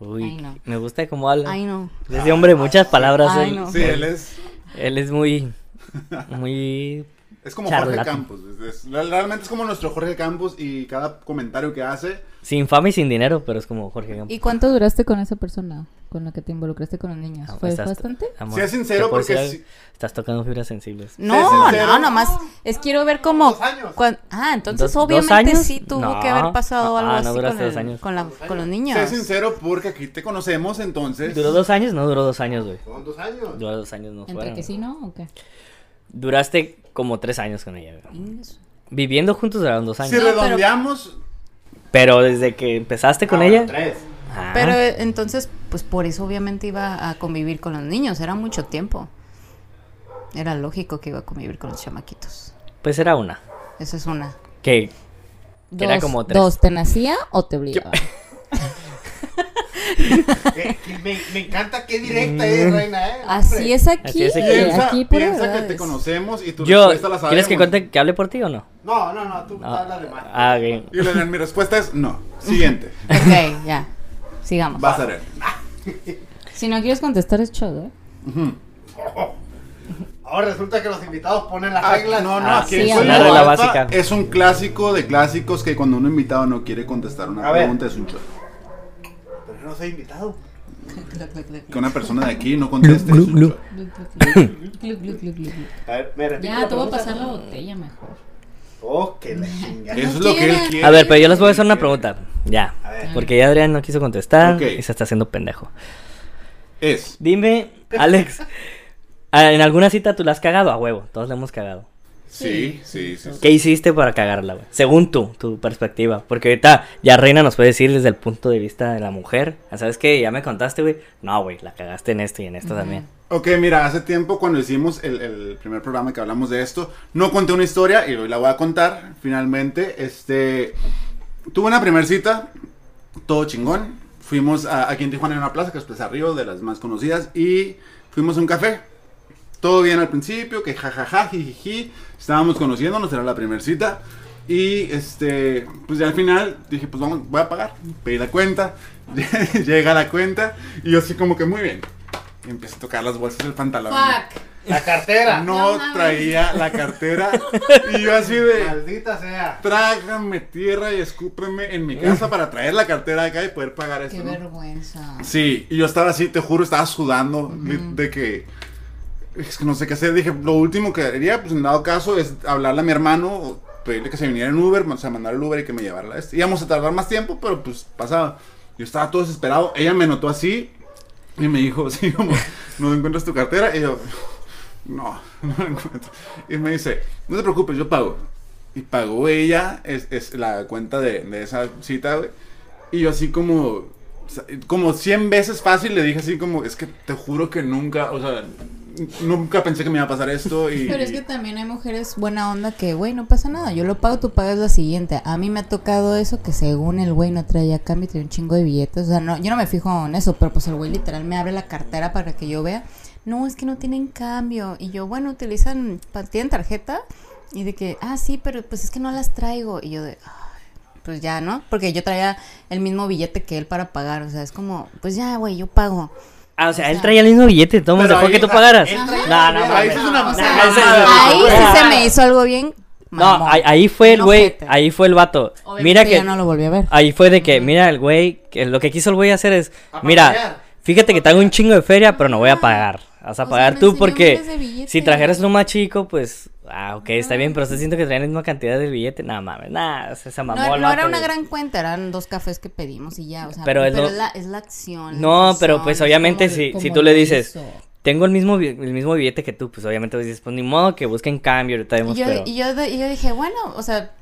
C: Uy,
D: Ay, no.
C: me gusta cómo habla.
D: Ay, no.
C: Es de hombre, muchas palabras.
D: Ay,
C: él,
D: no.
B: Sí, él es.
C: él es muy... Muy...
B: Es como Jorge
C: Charlatán.
B: Campos. es- es- realmente es como nuestro Jorge Campos y cada comentario que hace.
C: Sin fama y sin dinero, pero es como Jorge Campos.
D: ¿Y cuánto duraste con esa persona con la que te involucraste con los niños?
C: Ah,
D: ¿Fue
C: estás-
D: bastante?
C: amor,
B: Sea sincero,
C: te puedo
B: porque
C: decir
B: si-
C: algo, Estás tocando fibras sensibles.
D: No,
B: sincero.
D: no, nomás es quiero ver cómo.
E: Dos años.
D: cuan- ah,
C: ¿Dos-
D: entonces
C: dos
D: obviamente
C: años?
D: sí tuvo
C: No.
D: que haber pasado
C: Ah,
D: algo
C: no
D: así
C: duraste
D: con, el-
C: dos años.
D: con la- con los niños.
B: Sé sincero porque aquí te conocemos, entonces.
C: ¿Duró dos años? No, duró dos años, güey.
E: Son dos años.
C: Duró dos años, no
D: Entre
C: fueron.
D: que sí, ¿no? ¿O qué?
C: Duraste como tres años con ella, güey. Viviendo juntos duraron dos años.
B: Si redondeamos,
C: Pero desde que empezaste con
E: Ah,
C: ella...
E: Tres.
C: Ah,
D: Pero eh, entonces, pues por eso obviamente iba a convivir con los niños, era mucho tiempo. Era lógico que iba a convivir con los chamaquitos.
C: Pues era una.
D: Eso es una.
C: Que Que era
D: Dos-
C: como tres.
D: Dos, ¿te nacía o te obligaba?
E: Eh, que me, me encanta qué
C: Mm.
E: directa es, reina, eh.
D: Así es
C: Así
D: aquí.
C: es aquí.
D: eh,
B: piensa,
D: aquí pura
B: piensa que
D: verdad
B: te
D: es.
B: conocemos y tu
C: yo...
B: respuesta la sabemos.
C: ¿Quieres que cuente que hable por ti o no?
E: No, no, no, tú
C: Ah,
E: hablas de más.
C: ah, ok.
B: Y le dan, mi respuesta es no. Siguiente.
D: Ok, ya. Sigamos.
B: Vas a ver.
D: Si no quieres contestar es chodo, ¿eh?
B: Ujú.
E: Ahora resulta que los invitados ponen las
B: Ah,
E: reglas.
B: No, no,
C: Ah,
B: aquí
D: sí,
B: en
D: es
B: Código
D: una
C: regla
B: Alfa
C: básica.
B: Es un clásico de clásicos que cuando un invitado no quiere contestar una
E: A ver.
B: pregunta es un chorro.
E: Pero yo no soy invitado.
B: Que una persona de aquí no conteste es
C: Glu,
B: un
C: glu,
B: chorro.
E: A ver, me repito
D: Ya, te voy a pasar la botella mejor.
E: Oh, que la chinga.
B: Eso es lo que él
D: quiere.
B: quiere.
C: A ver, pero yo les voy a hacer una pregunta. Ya.
E: A ver.
C: Porque ya Adrián no quiso contestar
B: Ok.
C: y se está haciendo pendejo.
B: Es.
C: Dime, Alex, ¿a- ¿en alguna cita tú la has cagado? A huevo, todos la hemos cagado.
B: Sí, sí, sí. sí.
C: ¿Qué hiciste para cagarla, güey? Según tú, tu perspectiva. Porque ahorita ya Reina nos puede decir desde el punto de vista de la mujer. Ah, ¿Sabes qué? Ya me contaste, güey. No, güey, la cagaste en esto y en esto
D: Ujú.
C: también.
B: Ok, mira, hace tiempo cuando hicimos el, el primer programa que hablamos de esto, no conté una historia y hoy la voy a contar finalmente. Este, tuve una primera cita, todo chingón. Fuimos a- aquí en Tijuana en una plaza que es Plaza Río, de las más conocidas, y fuimos a un café. Todo bien al principio, que jajaja, jijiji, estábamos conociéndonos, era la primera cita. Y este, pues ya al final dije, pues vamos, voy a pagar, pedí la cuenta, llega la cuenta, y yo así como que muy bien. Y empecé a tocar las bolsas del pantalón.
D: Fuck.
E: La cartera.
B: No
D: No mames.
B: traía la cartera. Y yo así de.
E: Maldita sea.
B: Trágame tierra y escúpreme en mi casa para traer la cartera acá y poder pagar esto.
D: Qué
B: ¿no?
D: vergüenza.
B: Sí, y yo estaba así, te juro, estaba sudando de, de que. Es que no sé qué hacer. Dije, lo último que haría, pues en dado caso, es hablarle a mi hermano, o pedirle que se viniera en Uber, o sea, mandar el Uber y que me llevara la este. Íbamos a tardar más tiempo, pero pues pasaba. Yo estaba todo desesperado. Ella me notó así y me dijo, así como, ¿no encuentras tu cartera? Y yo, no, no la encuentro. Y me dice, no te preocupes, yo pago. Y pagó ella, es, es la cuenta de, de esa cita, güey. Y yo así como, como 100 veces fácil le dije así como, es que te juro que nunca, o sea, nunca pensé que me iba a pasar esto. Y,
D: Pero es que también hay mujeres buena onda que, güey, no pasa nada. Yo lo pago, tú pagas la siguiente. A mí me ha tocado eso que según el güey no traía cambio y traía un chingo de billetes. O sea, no, yo no me fijo en eso, pero pues el güey literal me abre la cartera para que yo vea. No, es que no tienen cambio. Y yo, bueno, utilizan, pa- tienen tarjeta. Y de que, ah, sí, pero pues es que no las traigo. Y yo de, "Ay, pues ya, ¿no? Porque yo traía el mismo billete que él para pagar. O sea, es como, pues ya, güey, yo pago.
C: Ah, o sea, él traía el mismo billete, todo
B: Pero
C: dejó
B: ahí-
C: que tú
B: ah,
C: pagaras.
E: él
D: traía-
C: No, no,
B: Ahí
C: mames.
B: sí es una
D: O sea,
B: mamada, güey.
D: ahí sí
C: Ah.
D: se me hizo algo bien.
C: No,
D: mamón.
C: ahí, ahí fue el
D: Bien
C: güey,
D: ojete.
C: ahí fue el vato.
D: Obviamente
C: Mira que
D: ya no lo volví a ver.
C: ahí fue de que, mira, el güey, que lo que quiso el güey hacer es,
E: A pagar.
C: mira, fíjate que tengo un chingo de feria, pero no voy a pagar. Vas
D: O sea,
C: a pagar
D: me
C: tú
D: enseñó
C: porque
D: miles de billetes.
C: si trajeras uno más chico, pues, ah, ok, está bien, pero estás siento que traen la misma cantidad de billete. Nada, mames, nada, se se
D: No,
C: mamó.
D: no
C: el
D: era
C: vato,
D: una
C: güey.
D: gran cuenta, eran dos cafés que pedimos y ya, o sea, pero,
C: Pero es lo-
D: es, la, es la acción. la
C: No, pero
D: emoción,
C: pues
D: es
C: obviamente
D: como de
C: si, si
D: cómo
C: tú le
D: lo
C: dices,
D: hizo.
C: tengo el mismo, bi- el mismo billete que tú, pues obviamente pues, dices, pues ni modo que busquen cambio, ahorita
D: Y
C: vemos,
D: yo,
C: pero...
D: y yo, de- y yo dije, bueno, o sea,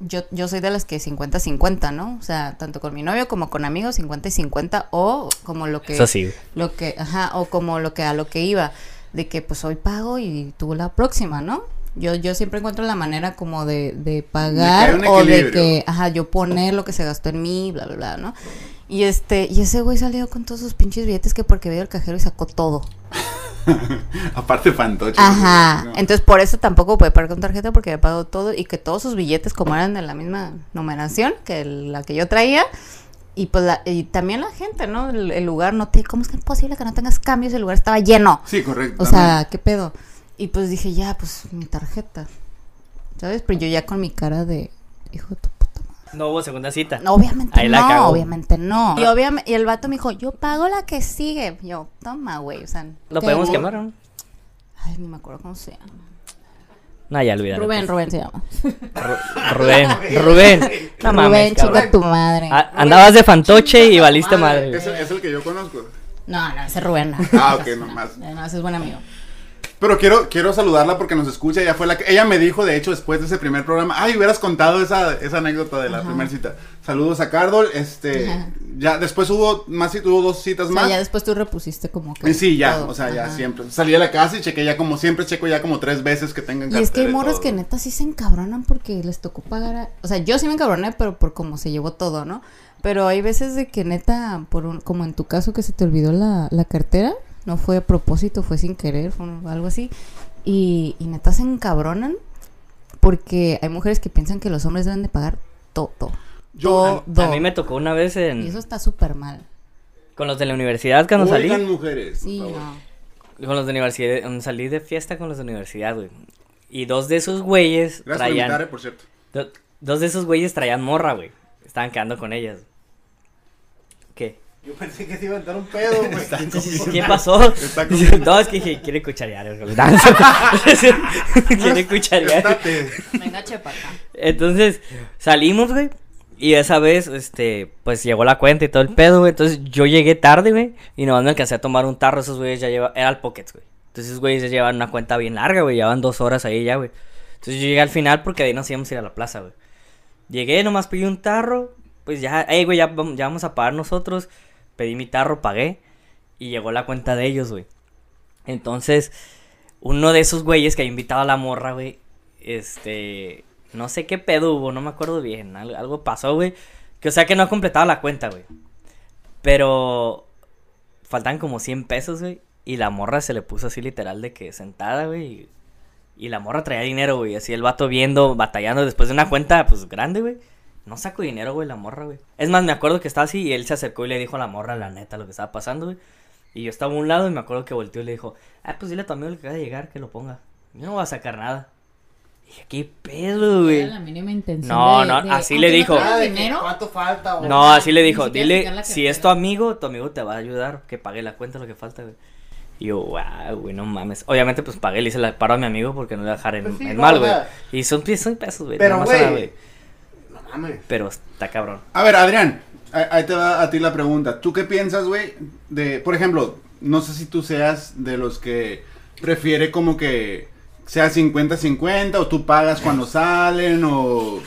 D: yo, yo soy de las que 50-50, ¿no? O sea, tanto con mi novio como con amigos, 50 y 50, o como lo que...
C: Eso sí, güey.
D: Lo que, ajá, o como lo que a lo que iba, de que pues hoy pago y tú la próxima, ¿no? Yo, yo siempre encuentro la manera como de, de
B: haya
D: pagar
B: un
D: o de
B: equilibrio.
D: que, ajá, yo poner lo que se gastó en mí, bla, bla, bla, ¿no? Y este, y ese güey salió con todos sus pinches billetes que porque vio el cajero y sacó todo.
B: Aparte fantoche.
D: Ajá.
B: No.
D: Entonces por eso tampoco puede pagar con tarjeta porque había pagado todo y que todos sus billetes como eran de la misma numeración que el- la que yo traía. Y pues la- y también la gente, ¿no? El, el lugar no te, ¿cómo es que es posible que no tengas cambios? El lugar estaba lleno.
B: Sí, correcto.
D: O sea, ¿qué pedo? Y pues dije, ya, pues mi tarjeta. ¿Sabes? Pero yo ya con mi cara de hijo de tu puta madre.
C: No hubo segunda cita.
D: No, obviamente
C: Ahí la
D: no,
C: cagó.
D: obviamente no. Y obviam- y el vato me dijo, yo pago la que sigue. Yo, toma, güey. O sea,
C: ¿Lo
D: ¿qué
C: podemos
D: hago?
C: quemar o no?
D: Ay, ni me acuerdo cómo se llama.
C: No, ya olvídalo. pues.
D: Rubén, Rubén se llama.
C: Ru- Rubén, Rubén. No mames,
D: Rubén,
C: cabrón.
D: chica tu madre.
C: Ah, andabas de fantoche y valiste madre.
B: Es, el- es el que yo conozco.
D: No, no, ese es Rubén. No.
B: Ah, ok, nomás.
D: Además es buen amigo.
B: Pero quiero, quiero saludarla porque nos escucha. Ella fue la que. Ella me dijo, de hecho, después de ese primer programa. Ay, hubieras contado esa, esa anécdota de la primera cita. Saludos a Cardol. Este.
D: Ajá.
B: Ya, después hubo más citas, hubo dos citas
D: O sea,
B: más.
D: ya después tú repusiste como que.
B: Y sí, ya,
D: todo.
B: o sea, ya
D: Ajá.
B: siempre. Salí de la casa y chequé ya como siempre, checo ya como tres veces que tengan
D: Y es que hay
B: cartera
D: morras
B: todo.
D: que neta sí se encabronan porque les tocó pagar a... O sea, yo sí me encabroné, pero por cómo se llevó todo, ¿no? Pero hay veces de que neta, por un- como en tu caso que se te olvidó la, la cartera, no fue a propósito, fue sin querer, fue un- algo así. Y, y neta se encabronan porque hay mujeres que piensan que los hombres deben de pagar todo.
B: Yo-
D: todo.
C: A mí me tocó una vez en-
D: Y eso está súper mal.
C: con los de la universidad cuando
B: Oigan,
C: salí.
B: mujeres. por
D: Sí,
B: favor.
D: no.
C: Con los de universidad, mm, salí de fiesta con los de universidad, güey. Y dos de esos güeyes
B: Gracias por
C: traían.
B: invitar, eh, por cierto.
C: do- dos de esos güeyes traían morra, güey. Estaban quedando con ellas. ¿Qué?
E: Yo pensé que se iba a entrar un pedo, güey.
C: ¿Qué pasó?
B: Está como-
C: No, es que dije, quiere cucharear. güey. No, no sé. quiere cucharear.
B: Estate.
D: Venga, chepa acá.
C: Entonces, salimos, güey. Y esa vez, este, pues llegó la cuenta y todo el pedo, güey. Entonces yo llegué tarde, güey. Y nomás me alcancé a tomar un tarro. Esos güeyes ya llevaban. Era el Pockets, güey. Entonces esos güeyes ya llevaban una cuenta bien larga, güey. Llevaban dos horas ahí ya, güey. Entonces yo llegué al final porque de ahí nos íbamos a ir a la plaza, güey. Llegué, nomás pedí un tarro. Pues ya, hey, güey, ya, vam- ya vamos a pagar nosotros. Pedí mi tarro, pagué. Y llegó la cuenta de ellos, güey. Entonces, uno de esos güeyes que había invitado a la morra, güey. Este. No sé qué pedo hubo, no me acuerdo bien. al- algo pasó, güey. Que o sea que no ha completado la cuenta, güey. Pero. Faltan como 100 pesos, güey. Y la morra se le puso así literal de que sentada, güey. y- Y la morra traía dinero, güey. Así el vato viendo, batallando después de una cuenta, pues grande, güey. No sacó dinero, güey, la morra, güey. Es más, me acuerdo que estaba así y él se acercó y le dijo a la morra, la neta, lo que estaba pasando, güey. Y yo estaba a un lado y me acuerdo que volteó y le dijo, ah, pues dile a tu amigo el que acaba de llegar que lo ponga. Yo no voy a sacar nada. dije, qué pedo, güey.
F: Era la mínima intención.
C: No,
F: de-
C: no,
F: de-
C: así
F: aunque
C: le
F: no
C: dijo.
F: traigas
E: Ah, de que
F: dinero?
E: ¿Cuánto falta, güey?
C: No, así le
F: Ni
C: dijo,
F: siquiera
C: dile,
F: sacar la
C: si
F: cartera.
C: es tu amigo, tu amigo te va a ayudar, que pague la cuenta, lo que falta, güey. Y yo, wow, güey, no mames. Obviamente, pues pagué, le hice la paro a mi amigo porque no le voy a dejar en,
E: Pues sí,
C: en
E: no,
C: mal,
E: o
C: güey.
E: sea,
C: Y son 10 pesos, güey.
E: pero,
C: no pasa nada,
E: güey.
C: güey.
E: No mames.
C: Pero está cabrón.
B: A ver, Adrián, ahí ahí te va a ti la pregunta. ¿Tú qué piensas, güey? De, por ejemplo, no sé si tú seas de los que prefiere como que sea 50-50 o tú pagas cuando salen o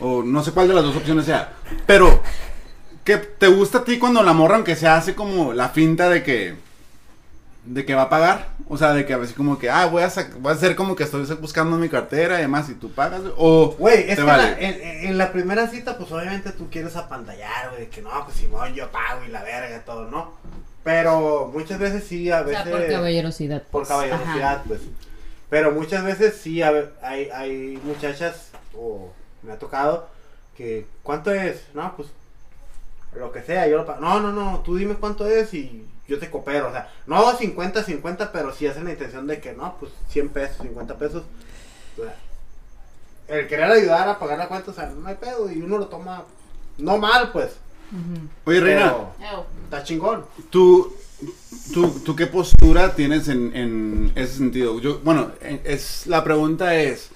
B: o no sé cuál de las dos opciones sea. Pero ¿qué te gusta a ti cuando la morra aunque se hace como la finta de que de que va a pagar? O sea, de que a veces como que, ah, voy a, sac- voy a hacer como que estoy buscando mi cartera y demás, y tú pagas, güey, o
E: Güey, es
B: te
E: que
B: vale.
E: la- eh, en, en- en la primera cita, pues obviamente tú quieres apantallar, güey, de que no, pues Simón, yo pago y la verga, todo, ¿no? Pero muchas veces sí, a
F: O sea,
E: veces.
F: por caballerosidad.
E: por
F: pues.
E: caballerosidad, pues. Pero muchas veces sí, a ver, hay, hay muchachas, o me ha tocado, que ¿cuánto es? No, pues lo que sea, yo lo pago. No, no, no, tú dime cuánto es y yo te coopero. O sea, no 50, 50, pero sí hacen la intención de que no, pues 100 pesos, 50 pesos. O sea, el querer ayudar a pagar la cuenta, o sea, no hay pedo y uno lo toma, no mal, pues.
B: Oye, Reina,
E: Pero está chingón.
B: ¿Tú, tú, tú qué postura tienes en, en ese sentido? Yo, bueno, en- es, la pregunta es,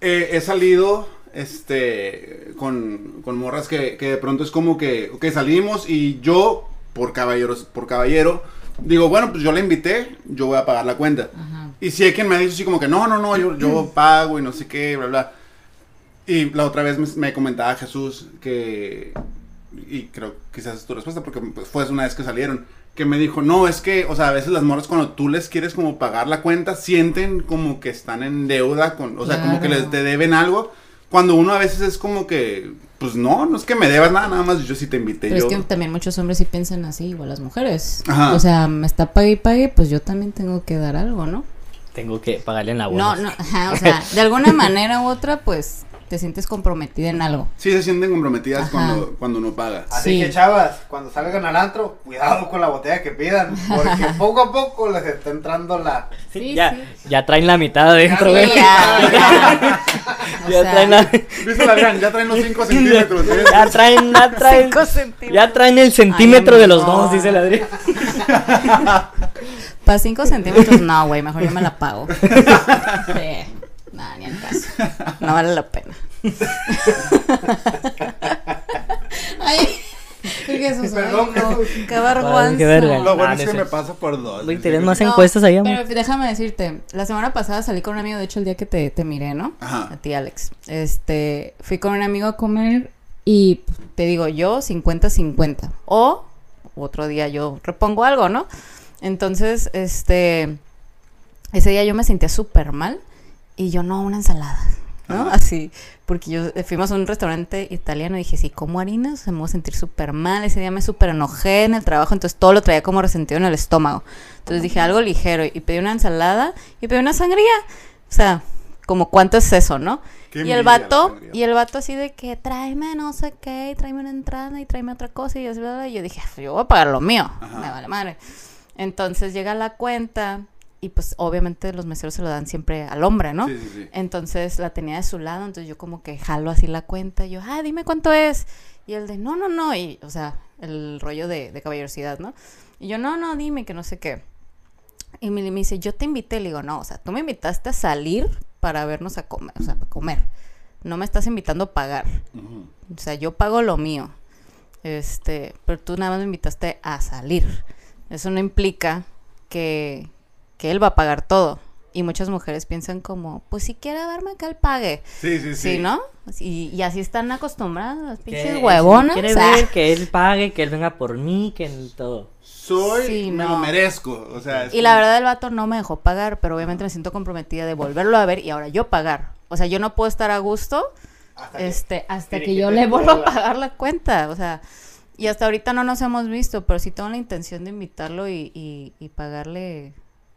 B: eh, he salido este, con, con morras que, que de pronto es como que, ok, salimos y yo, por, caballeros, por caballero, digo, bueno, pues yo la invité, yo voy a pagar la cuenta.
F: Ajá.
B: Y si hay quien me ha dicho así como que no, no, no, yo,
D: Mm.
B: yo pago y no sé qué, bla, bla. Y la otra vez me, me comentaba Jesús que, y creo que quizás es tu respuesta porque pues, fue una vez que salieron, que me dijo, no, es que, o sea, a veces las morras cuando tú les quieres como pagar la cuenta, sienten como que están en deuda, con, o sea, como que
F: Claro.
B: les te deben algo, cuando uno a veces es como que, pues no, no es que me debas nada, nada más yo sí te invité.
D: Pero es
B: yo.
D: que también muchos hombres sí piensan así, igual las mujeres.
B: Ajá.
D: O sea, me está pague y pague, pues yo también tengo que dar algo, ¿no?
C: Tengo que pagarle en la
D: No, no, ajá, o sea, de alguna manera u otra, pues te sientes comprometida en algo.
B: Sí se sienten comprometidas
D: Ajá.
B: cuando, cuando uno paga.
E: Así
D: Sí.
E: que chavas, cuando salgan al antro, cuidado con la botella que pidan, porque poco a poco les está entrando la...
C: Sí,
F: Sí,
C: ya, ya traen la mitad adentro, güey.
D: Ya, ya. O
C: Ya
D: sea,
C: traen la.
B: Dice la gran, ya traen los 5 centímetros. ¿eh?
C: Ya traen, ya traen.
D: Cinco centímetros.
C: Ya traen el centímetro
D: Ay,
C: de los
D: no.
C: dos, dice el Adrián.
D: Para 5 centímetros, no, güey, mejor yo me la pago. Sí. No, ni al caso. No vale la pena. Ay, Jesús,
E: Perdón,
D: ay, no,
E: Jesús.
D: qué
C: Ay, qué
D: vergüenza.
C: verga.
B: Lo bueno
C: Ah,
B: es
C: no
B: que
C: es
B: me
C: cierto.
B: pasa por dos.
C: Güey,
B: Dice
C: tenés
B: que-
C: más
D: No,
C: encuestas allá, amor?
D: Pero déjame decirte, la semana pasada salí con un amigo, de hecho el día que te, te miré, ¿no?
B: Ajá.
D: A ti, Alex. Este, fui con un amigo a comer y te digo yo 50-50. O otro día yo repongo algo, ¿no? Entonces, este, ese día yo me sentía súper mal y yo no, una ensalada. ¿no?
B: Ajá.
D: Así, porque yo eh, fuimos a un restaurante italiano y dije, si como harinas, me voy a sentir súper mal, ese día me súper enojé en el trabajo, entonces todo lo traía como resentido en el estómago. Entonces dije algo ligero y pedí una ensalada y pedí una sangría. O sea, como cuánto es eso, ¿no?
B: Qué
D: Y
B: envidia
D: el
B: la
D: vato,
B: sangría.
D: y el vato así de que tráeme no sé qué, y tráeme una entrada y tráeme otra cosa y yo, así, bla, bla, y yo dije, "Ah, yo voy a pagar lo mío,
B: Ajá.
D: me vale madre. Entonces llega la cuenta y pues obviamente los meseros se lo dan siempre al hombre, ¿no?
B: Sí, sí, sí.
D: Entonces la tenía de su lado, entonces yo como que jalo así la cuenta, y yo, ah, dime cuánto es. Y el de, no, no, no, y, o sea, el rollo de, de caballerosidad, ¿no? Y yo, no, no, dime que no sé qué. Y me, me dice, yo te invité, le digo, no, o sea, tú me invitaste a salir para vernos a comer, o sea, para comer. No me estás invitando a pagar.
B: Ujú.
D: O sea, yo pago lo mío. Este, pero tú nada más me invitaste a salir. Eso no implica que, que él va a pagar todo. Y muchas mujeres piensan como, pues si quiere darme que él pague.
B: Sí, sí, sí.
D: Sí, ¿no? Y, y así están acostumbradas las
C: Que
D: pinches
C: si
D: huevonas.
C: Quiere
D: ah.
C: ver que él pague, que él venga por mí, que él todo.
B: Soy,
D: Sí,
B: me
D: no.
B: lo merezco. O sea, es
D: Y la verdad el vato no me dejó pagar, pero obviamente me siento comprometida de volverlo a ver y ahora yo pagar. O sea, yo no puedo estar a gusto
E: Hasta que-
D: este, hasta que
E: Tiene que
D: yo
E: te
D: le vuelva a
E: cobra.
D: pagar la cuenta, o sea, y hasta ahorita no nos hemos visto, pero sí tengo la intención de invitarlo y, y, y pagarle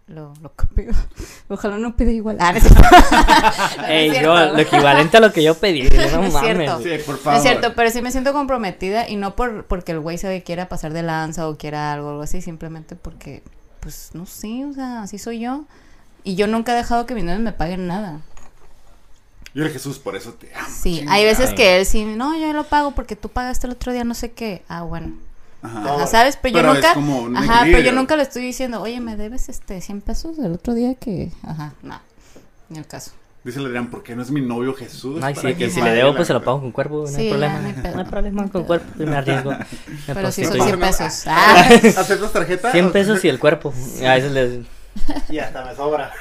D: lo, lo que pido. Ojalá no pida igual. Ah, no es cierto. No, no es
C: Ey,
D: cierto.
C: yo, lo equivalente a lo que yo pedí. No,
D: No es
C: mames.
D: cierto.
B: Sí, por
D: No
B: favor.
D: es cierto, pero sí me siento comprometida y no por porque el güey se quiera pasar de lanza o quiera algo, algo así, simplemente porque, pues, no sé, o sea, así soy yo. Y yo nunca he dejado que mis novios me paguen nada.
B: Yo era Jesús, por eso te amo.
D: Sí, hay veces
C: Ay.
D: que él sí, no, yo lo pago porque tú pagaste el otro día no sé qué. Ah, bueno.
B: Ajá.
D: Ajá, ¿sabes? Pero yo
B: Pero es
D: nunca.
B: como un
D: ajá, pero yo
B: equilibrio.
D: nunca le estoy diciendo, oye, me debes este 100 pesos del otro día que. Ajá, no. Ni el caso.
B: Dice le dirán, ¿por qué no es mi novio Jesús?
C: Ay,
B: ¿Para
C: sí, que
B: qué
C: si
B: madre
C: le debo,
B: la
C: pues se lo
B: neta?
C: pago con cuerpo, no
D: Sí,
C: hay
D: ya,
C: problema.
D: no hay pedo.
C: No hay problema con cuerpo, y me arriesgo. Me
D: Pero sí son
C: prostituyo.
D: 100
B: Pásame-
D: pesos. Ah,
B: ¿Aceptas tarjeta?
C: 100 pesos y el cuerpo. A veces les...
E: Y hasta me sobra.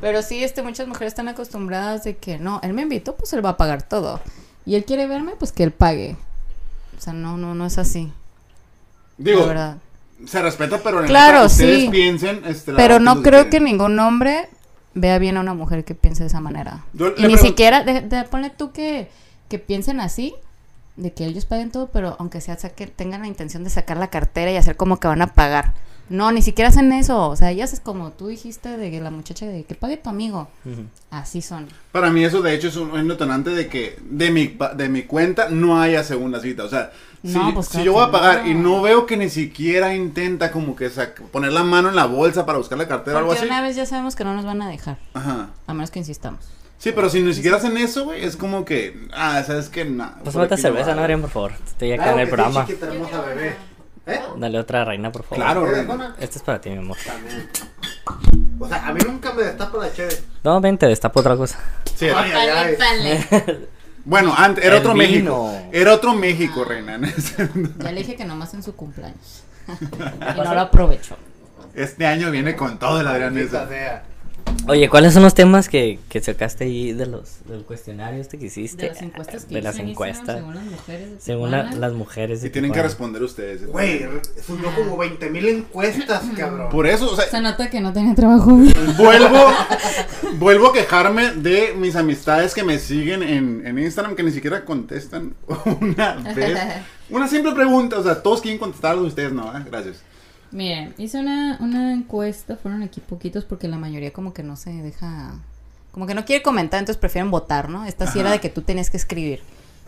D: pero sí, este, muchas mujeres están acostumbradas de que no, él me invitó, pues él va a pagar todo. Y él quiere verme, pues que él pague. O sea, no, no, no es así.
B: Digo,
D: la verdad.
B: se respeta, pero en el
D: Claro,
B: ustedes
D: sí.
B: piensen. este, la
D: Pero
B: verdad
D: no
B: los
D: creo que
B: quieren.
D: ningún hombre vea bien a una mujer que piense de esa manera.
B: Yo le
D: y ni
B: pregun-
D: siquiera, de, de- ponle tú que, que piensen así, de que ellos paguen todo, pero aunque sea saque- tengan la intención de sacar la cartera y hacer como que van a pagar. No, ni siquiera hacen eso. O sea, ellas es como tú dijiste de que la muchacha de que pague tu amigo. Así son.
B: Para mí eso de hecho es un, un detonante de que de mi, pa- de mi cuenta no haya segunda cita. O sea, si,
D: No, pues,
B: si
D: claro
B: yo voy
D: que
B: a pagar
D: no.
B: y no veo que ni siquiera intenta como que sac- poner la mano en la bolsa para buscar la cartera o algo
D: Porque
B: así.
D: una vez ya sabemos que no nos van a dejar,
B: Ajá.
D: a menos que insistamos.
B: Sí, pero si ni siquiera hacen eso, güey, es como que, ah, sabes que nada.
C: Pues falta cerveza, ¿no, Adrián, por favor? Estoy acá
E: Claro
C: en el
E: que Ah, sí,
C: programa.
E: chiquita hermosa bebé. ¿Eh?
C: Dale otra reina, por favor.
B: Claro,
E: ¿Eres
B: güey.
E: buena?
C: Este es para ti, mi amor.
E: También. O sea, a mí nunca me destapa la chévere.
C: No, ven, te destapo otra cosa.
B: Sí, era-
E: Ay, ay, ay.
B: Bueno, antes, era
C: El
B: otro
C: vino.
B: México. Era otro México, reina.
D: Ya le dije que nomás en su cumpleaños. y no lo aprovechó.
B: Este año viene con todo el Adrián.
E: Maldita
B: Esa.
E: sea.
C: Oye, ¿cuáles son los temas que, que sacaste ahí de los, del cuestionario este que hiciste?
D: De las encuestas que
C: De
D: hice
C: las
D: en Instagram,
C: encuestas.
D: según las mujeres de
C: Según la-
D: Tijuana.
C: las mujeres. de
B: Y tienen que
C: Tijuana.
B: responder ustedes.
E: Güey, subió como 20 mil encuestas, cabrón.
B: Por eso, o sea,
D: Se nota que no tenía trabajo.
B: Vuelvo, vuelvo a quejarme de mis amistades que me siguen en, en Instagram que ni siquiera contestan una vez. Una simple pregunta, o sea, todos quieren contestarlos, ustedes no, ¿eh? Gracias.
D: Miren, hice una, una encuesta, fueron aquí poquitos porque la mayoría como que no se deja, como que no quiere comentar, entonces prefieren votar, ¿no? Esta sí era
B: Ajá.
D: de que tú tenías que escribir.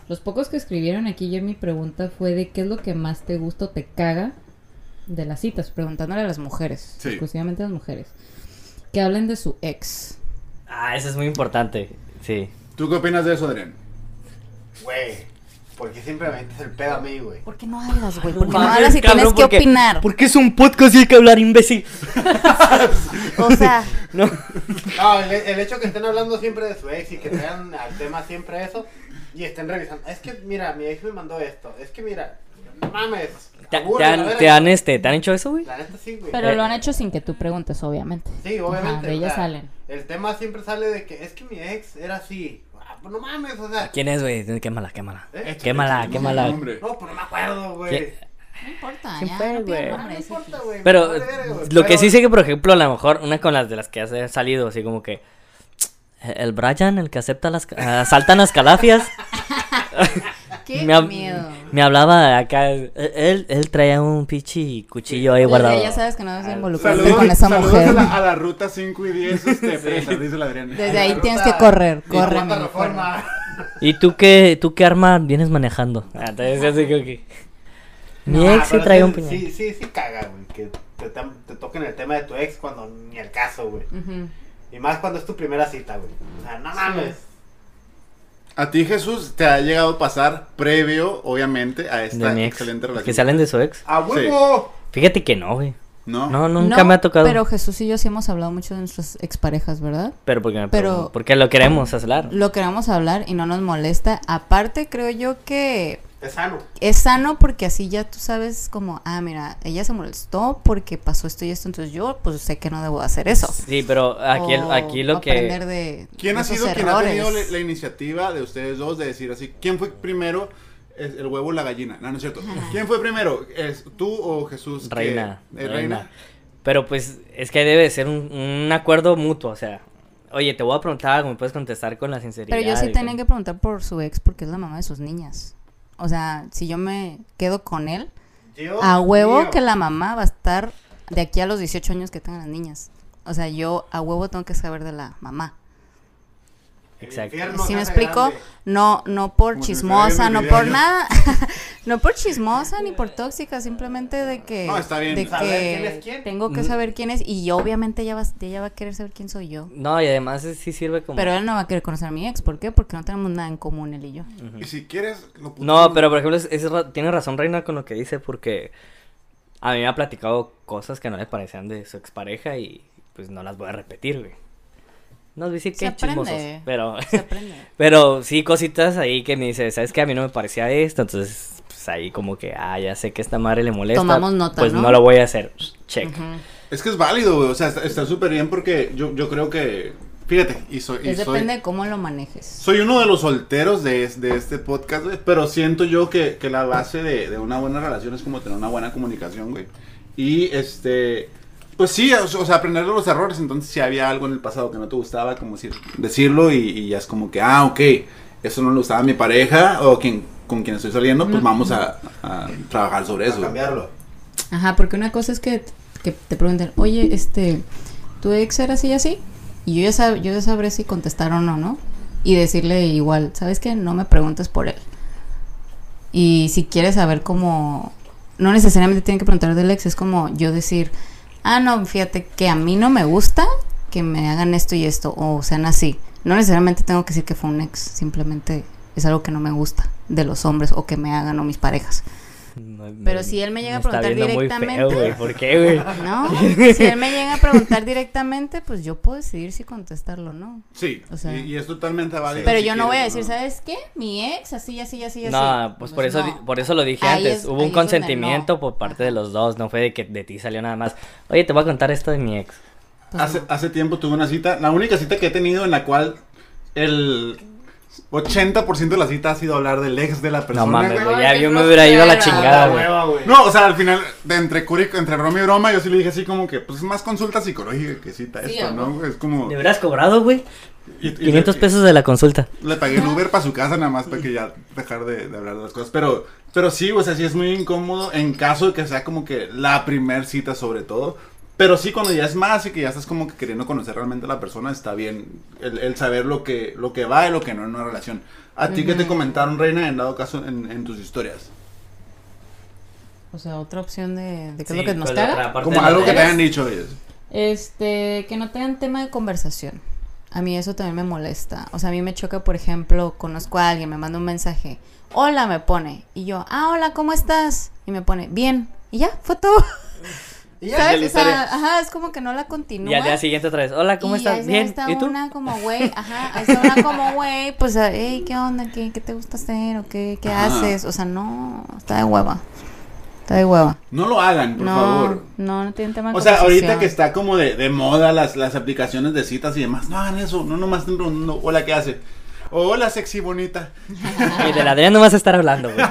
D: Los pocos que escribieron aquí, yo mi pregunta fue de qué es lo que más te gusta o te caga de las citas, preguntándole a las mujeres,
B: Sí.
D: exclusivamente a las mujeres, que hablen de su ex.
C: Ah, eso es muy importante. Sí.
B: ¿Tú qué opinas de eso, Adrián?
E: Güey, ¿por qué siempre me metes el pedo a mí, güey?
D: ¿Por qué no hablas,
C: Ah,
D: güey? ¿Por qué no hablas y tienes que opinar?
C: Porque es un podcast y hay que hablar, imbécil.
D: O sea,
C: No.
E: No, el, el hecho que estén hablando siempre de su ex y que traigan al tema siempre eso y estén revisando. Es que, mira, mi ex me mandó esto. Es que, mira, no mames.
C: ¿Te, te
E: aburre, la
C: han,
E: verga.
C: te han, este, ¿te han hecho eso, güey?
E: La neta sí, güey.
D: pero
C: Eh.
D: lo han hecho sin que tú preguntes, obviamente.
E: Sí,
D: Ajá,
E: obviamente.
D: de
E: o
D: ellas
E: sea,
D: salen.
E: El tema siempre sale de que es que mi ex era así. Ah, pues no mames, o sea.
C: ¿Quién es, güey? Quémala, quémala.
E: ¿eh?
C: Quémala, quémala.
B: Hombre.
E: No, pues no me acuerdo, güey. Ah,
C: ¿Quién?
D: No importa,
C: Sin
D: ya,
C: pedo,
D: no pido
C: güey.
E: No
D: nombres,
E: importa,
D: X.
E: güey.
C: Pero
E: vale verga, güey,
C: lo que
E: pero-
C: sí sé que, por ejemplo, a lo mejor una con las de las que has eh, salido, así como que "Eh, el Brian, el que acepta las ca- asaltan las calafias,
D: Qué
C: Me hab-
D: miedo.
C: me hablaba acá, eh, él, él traía un pichi cuchillo ahí guardado.
D: Desde ya sabes que no debes involucrarte
B: Saludos,
D: con esa
B: saludos a,
D: mujer.
B: la, a la ruta 5 y 10 este, presa, dice el Adrián.
D: Desde ahí
E: La
D: tienes
E: ruta
D: que correr,
E: de
D: corre,
E: cuarta
D: amigo,
E: reforma.
C: ¿Y tú qué, tú qué arma vienes manejando? Ah, Entonces así como que mi
E: Ah,
C: ex sí
E: pero
C: traía
E: sí-
C: un puñal.
E: Sí, sí, sí caga, güey. que te, tem- te toquen el tema de tu ex cuando ni el caso, güey.
D: Ujú.
E: Y más cuando es tu primera cita, güey. O sea, no mames.
B: A ti, Jesús, te ha llegado a pasar previo, obviamente, a
C: de
B: esta
C: mi ex.
B: excelente relación.
C: Que salen de su ex.
E: ¡A huevo!
C: Fíjate que no, güey.
B: ¿No?
C: No, nunca
D: No,
C: me ha tocado.
D: Pero Jesús y yo sí hemos hablado mucho de nuestras exparejas, ¿verdad?
C: Pero porque, me
D: pero-
C: preguntan, porque lo queremos hablar.
D: Lo queremos hablar y no nos molesta. Aparte, creo yo que
E: Es sano.
D: es sano porque así ya tú sabes como, ah, mira, ella se molestó porque pasó esto y esto, entonces yo pues sé que no debo hacer eso.
C: Sí, pero aquí, el-
D: O
C: aquí lo
D: aprender
C: que...
D: de-
B: ¿Quién
D: de
B: ha
D: esos
B: sido quien ha tenido la,
D: errores.
B: la iniciativa de ustedes dos de decir así? ¿Quién fue primero? Es el huevo o la gallina. No, no es cierto. ¿Quién fue primero? ¿Es ¿Tú o Jesús? que-
C: Reina,
B: eh,
C: reina.
B: reina.
C: Pero pues es que debe de ser un, un acuerdo mutuo, o sea... Oye, te voy a preguntar algo, me puedes contestar con la sinceridad.
D: Pero yo sí
C: y
D: tenía
C: con-
D: que preguntar por su ex porque es la mamá de sus niñas. O sea, si yo me quedo con él,
E: Dios
D: a huevo
E: mío.
D: que la mamá va a estar de aquí a los 18 años que tengan las niñas. O sea, yo a huevo tengo que saber de la mamá.
E: El
C: Exacto.
E: infierno
D: si me
E: se hace
D: explico,
E: grande.
D: no no por
B: Como si estuviera
D: chismosa,
B: viendo
D: no
B: el
D: por
B: video.
D: nada, no por chismosa ni por tóxica, simplemente de que,
B: No, está bien.
D: de
E: Saber
D: que
E: quién es quién.
D: tengo que
C: Mm.
D: saber quién es y obviamente ella va, ella va a querer saber quién soy yo.
C: No, y además es- sí sirve como...
D: Pero él no va a querer conocer a mi ex, ¿por qué? Porque no tenemos nada en común él y yo.
B: Y si quieres, lo
C: No, pero por ejemplo, es, es ra- tiene razón Reina con lo que dice, porque a mí me ha platicado cosas que no le parecían de su expareja y pues no las voy a repetir, güey. No es decir
D: Se
C: que
D: aprende.
C: chismosos, pero,
D: Se aprende.
C: pero sí cositas ahí que me dice, ¿sabes qué? A mí no me parecía esto, entonces pues ahí como que, ah, ya sé que esta madre le molesta.
D: Tomamos nota,
C: Pues
D: ¿no?
C: no, lo voy a hacer, check.
D: Ujú.
B: Es que es válido, güey. O sea, está- está súper bien porque yo, yo creo que. Fíjate, y soy. y
D: Es
B: soy-
D: depende de cómo lo manejes.
B: Soy uno de los solteros de, es- de este podcast, güey, pero siento yo que, que la base de, de una buena relación es como tener una buena comunicación, güey. Y este, pues sí, o, o sea, aprender de los errores. Entonces, si había algo en el pasado que no te gustaba, como decir, decirlo y, y ya es como que, ah, ok, eso no le gustaba a mi pareja o quien, con quien estoy saliendo, pues vamos a, a trabajar sobre
E: A
B: eso. güey.
E: cambiarlo.
D: Ajá, porque una cosa es que, que te pregunten, oye, este, ¿tu ex era así y así? Y yo ya, sab- yo ya sabré si contestar o no, ¿no? Y decirle igual, ¿sabes qué? No me preguntes por él. Y si quieres saber cómo... No necesariamente tienen que preguntar del ex, es como yo decir, ah, no, fíjate que a mí no me gusta que me hagan esto y esto, o sean así. No necesariamente tengo que decir que fue un ex, simplemente es algo que no me gusta de los hombres o que me hagan o mis parejas.
C: No,
D: Pero
C: me-
D: si él me llega a
C: está
D: preguntar
C: viendo muy
D: directamente-
C: feo, güey, ¿Por qué, güey?
D: No, si él me llega a preguntar directamente, pues yo puedo decidir si contestarlo o no.
B: Sí,
D: O sea,
B: y, y es totalmente válido.
D: Pero
B: si
D: yo no voy a
B: quieres,
D: decir, ¿sabes qué? Mi ex, así, así, así, así.
C: No, pues por eso,
D: no.
C: di- por eso lo dije
D: Ahí
C: antes.
D: es-
C: Hubo
D: ahí
C: un
D: es donde
C: consentimiento
D: no.
C: por parte de los dos. No fue de que de ti salió nada más. Oye, te voy a contar esto de mi ex.
D: Pues
B: Hace,
D: no.
B: hace tiempo tuve una cita, la única cita que he tenido en la cual el 80% de la cita ha sido hablar del ex de la persona.
C: No mames,
B: güey.
C: güey.
D: Ay,
C: Ya
D: qué
C: yo me hubiera ido a la
D: flojera.
C: chingada, güey.
E: hueva, güey.
B: No, o sea, al final, de entre curi- entre broma y broma, yo sí le dije así como que, pues es más consulta psicológica que cita
D: Sí,
B: esto,
D: a
B: ¿no? Es como...
C: ¿De veras cobrado, güey?
B: y- y-
C: 500
B: y-
C: pesos de la consulta.
B: Le pagué el Uber para su casa nada más para que ya dejar de, de hablar de las cosas. Pero, pero sí, o sea, sí es muy incómodo en caso de que sea como que la primer cita sobre todo. Pero sí, cuando ya es más y que ya estás como que queriendo conocer realmente a la persona, está bien el, el saber lo que, lo que va y lo que no en una relación. ¿A ti qué te comentaron, Reina, en dado caso, en, en tus historias?
D: O sea, otra opción de, de qué
C: Sí,
D: es lo que nos
C: con la
D: caga.
C: otra parte
B: Como
C: de la
B: algo que te
C: regla.
B: hayan dicho ellos.
D: Este, que no tengan tema de conversación. A mí eso también me molesta. O sea, a mí me choca, por ejemplo, conozco a alguien, me manda un mensaje. Hola, me pone. Y yo, ah, hola, ¿cómo estás? Y me pone, bien. Y ya, fue todo.
E: Y ya,
D: ¿Sabes?
E: ya
D: O
E: la historia.
D: sea, ajá, es como que no la continúa.
C: Y al día siguiente otra vez. Hola, ¿cómo
D: Y
C: estás?
D: ahí
C: Bien.
D: Está
C: ¿Y tú?
D: una como güey, ajá, ahí está una como güey, pues, hey, ¿qué onda? ¿Qué, qué te gusta hacer? ¿O qué, qué
B: Ajá.
D: haces? O sea, no, está de hueva. Está de hueva.
B: No lo hagan, por
D: no,
B: favor.
D: no, no tienen tema de
B: O sea, ahorita
D: conversación.
B: que está como de, de moda las, las aplicaciones de citas y demás, no hagan eso, no nomás estén preguntando, hola, ¿qué hace? O, hola, sexy bonita.
C: Y del Adrián no vas a estar hablando, güey.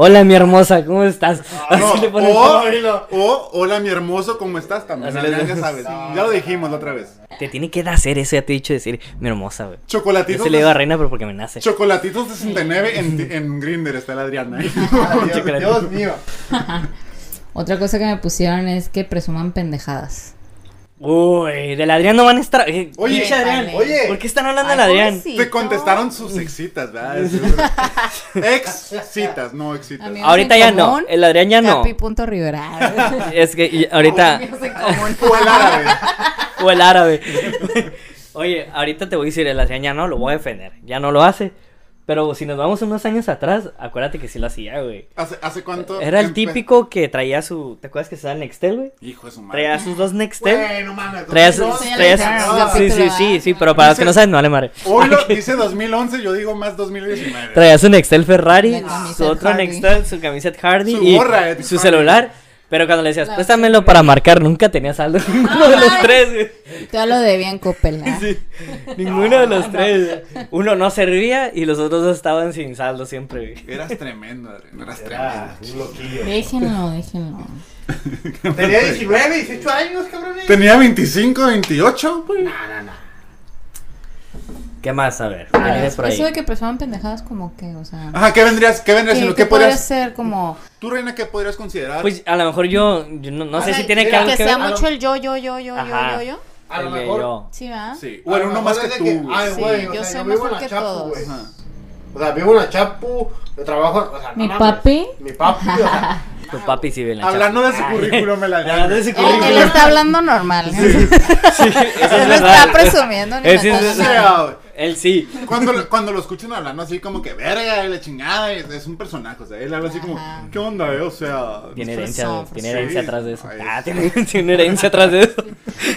C: Hola, mi hermosa, ¿cómo estás?
B: Ah, No,
C: Así le pones-
B: o, o, hola, mi hermoso, ¿cómo estás? También,
C: Así le
B: ya, ya
C: dices.
B: sabes, ya lo dijimos la otra vez.
C: Te tiene que hacer eso, ya te he dicho decir, mi hermosa, güey. Yo
B: Chocolatitos,
C: se le digo a Reina, pero porque me nace.
B: chocolatitos 69 en, en Grinder está la Adriana.
E: Dios, Dios mío.
D: Otra cosa que me pusieron es que presuman pendejadas.
C: Uy, del Adrián no van a estar. eh,
B: Oye,
C: pinche Adrián.
E: oye.
C: ¿Por qué están hablando
D: Ay,
C: del Adrián?
D: pobrecito.
B: Te contestaron sus exitas, ¿verdad? Seguro. Ex citas, no exitas.
D: Amigos
C: Ahorita
D: en
C: ya no,
D: común,
C: el Adrián ya no.
D: Capi Oh, punto Rivera.
C: Es que y- ahorita.
D: Amigos en común.
B: Tú el árabe.
C: O el árabe. Oye, ahorita te voy a decir, el Adrián ya no lo voy a defender. Ya no lo hace. Pero si nos vamos unos años atrás, acuérdate que sí lo hacía, güey.
B: ¿Hace, hace cuánto?
C: Era el
B: empe-
C: típico que traía su. ¿Te acuerdas que se da el Nextel, güey?
B: Hijo de su madre.
C: Traía sus dos
B: ¿Eh?
C: Nextel.
E: Güey, no mames.
C: Traía sus.
E: 2012,
D: ya
C: traía
D: le
C: sus-
D: entraron
B: los
C: sí, sí,
D: capítulos,
C: sí,
D: ¿verdad?
C: sí, pero para los que no saben, no vale madre.
B: Hoy lo dice 2011, yo digo más 2019.
C: Traía su Nextel Ferrari, su
D: La camiseta
C: otro
D: Hardy.
C: Nextel, su camiseta Hardy
B: Su
C: y
B: gorra, eh,
C: su
B: Hardy.
C: celular. Pero cuando le decías,
D: La- Ah.
C: préstamelo para marcar, nunca tenía saldo. Ninguno de los
D: mames.
C: tres, güey.
D: Todo lo debían Coppel. ¿eh? ¿verdad?
C: Sí, ninguno de los tres. Uno no servía y los otros dos estaban sin saldo siempre. güey.
B: Eras tremendo, Adrián. Eras tremendo.
E: Era un loquillo.
D: Déjenlo, déjenlo.
E: Tenía 19, 18 años, cabrones.
B: Tenía 25, 28. güey.
E: No, no, no.
C: ¿Qué más? A ver, ¿qué tienes por ahí?
D: Ah, Eso de que pensaban pendejadas como que, o sea...
B: Ajá, ¿qué vendrías? ¿Qué vendrías?
D: ¿Qué,
B: siendo?
D: qué
B: ¿Qué
D: podría
B: podrías?
D: ser como...
B: ¿Tú, Reina, qué podrías considerar?
C: Pues a lo mejor yo, yo no, no sé
E: Ajá,
C: si tiene que
E: mira,
C: algo que
D: sea
C: ver-
D: mucho el yo, yo, yo, yo,
C: Ajá.
D: yo, yo, yo.
E: A lo
C: el de
E: mejor-
C: yo.
D: Sí, ¿verdad?
B: Sí. O era
E: A lo
B: uno
E: mejor
B: más que
E: es de
B: tú. güey.
E: Ay,
D: Sí,
E: güey, o
D: yo
E: sea,
D: soy
E: vivo
D: mejor
E: en la
D: que
E: Chapu,
D: todos.
E: güey.
B: Ajá.
E: O sea, vivo en la Chapu, yo trabajo. O sea, no
D: ¿Mi
E: mames.
D: papi?
E: Mi papi, o sea.
C: Tu papi sí ve la
B: Hablando de su
E: Ay.
B: currículum, me la
C: Hablando de su
D: Él,
C: currículum.
D: él está hablando normal.
C: Eso es
D: Él no
C: verdad.
D: está presumiendo ni
C: Eso es
D: matando
B: O
D: nada.
B: sea, güey,
C: Él sí.
B: cuando, lo- cuando lo escuchan hablando así como que verga y la chingada, es, es un personaje, o sea, él habla así como,
D: Ajá.
B: ¿qué onda, eh? O sea,
C: Tiene
D: Frisón,
C: herencia, güey, tiene
D: frisón.
C: herencia atrás de eso.
B: Ay.
C: Ah, tiene, tiene herencia atrás de eso.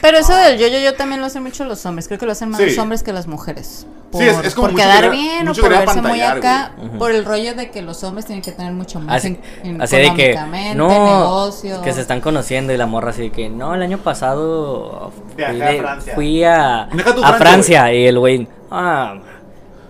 D: Pero eso del yo, yo, yo también lo hacen mucho los hombres. Creo que lo hacen más
B: Sí.
D: los hombres que las mujeres. Por,
B: Sí, es- es como
D: por
B: mucho
D: quedar
B: querer-
D: bien o
B: mucho
D: por
B: querer
D: verse muy
B: apantallar,
D: acá. Por el rollo de que los hombres tienen que tener mucho más
C: Así,
D: en- en-
C: así de que
D: económicamente,
C: no
D: negocios.
C: que se están conociendo y la morra así de que no el año pasado fui,
E: Viajé
C: de-
E: a Francia".
C: fui a,
B: Deja tú
C: a
B: Francia,
C: Francia y el güey ah,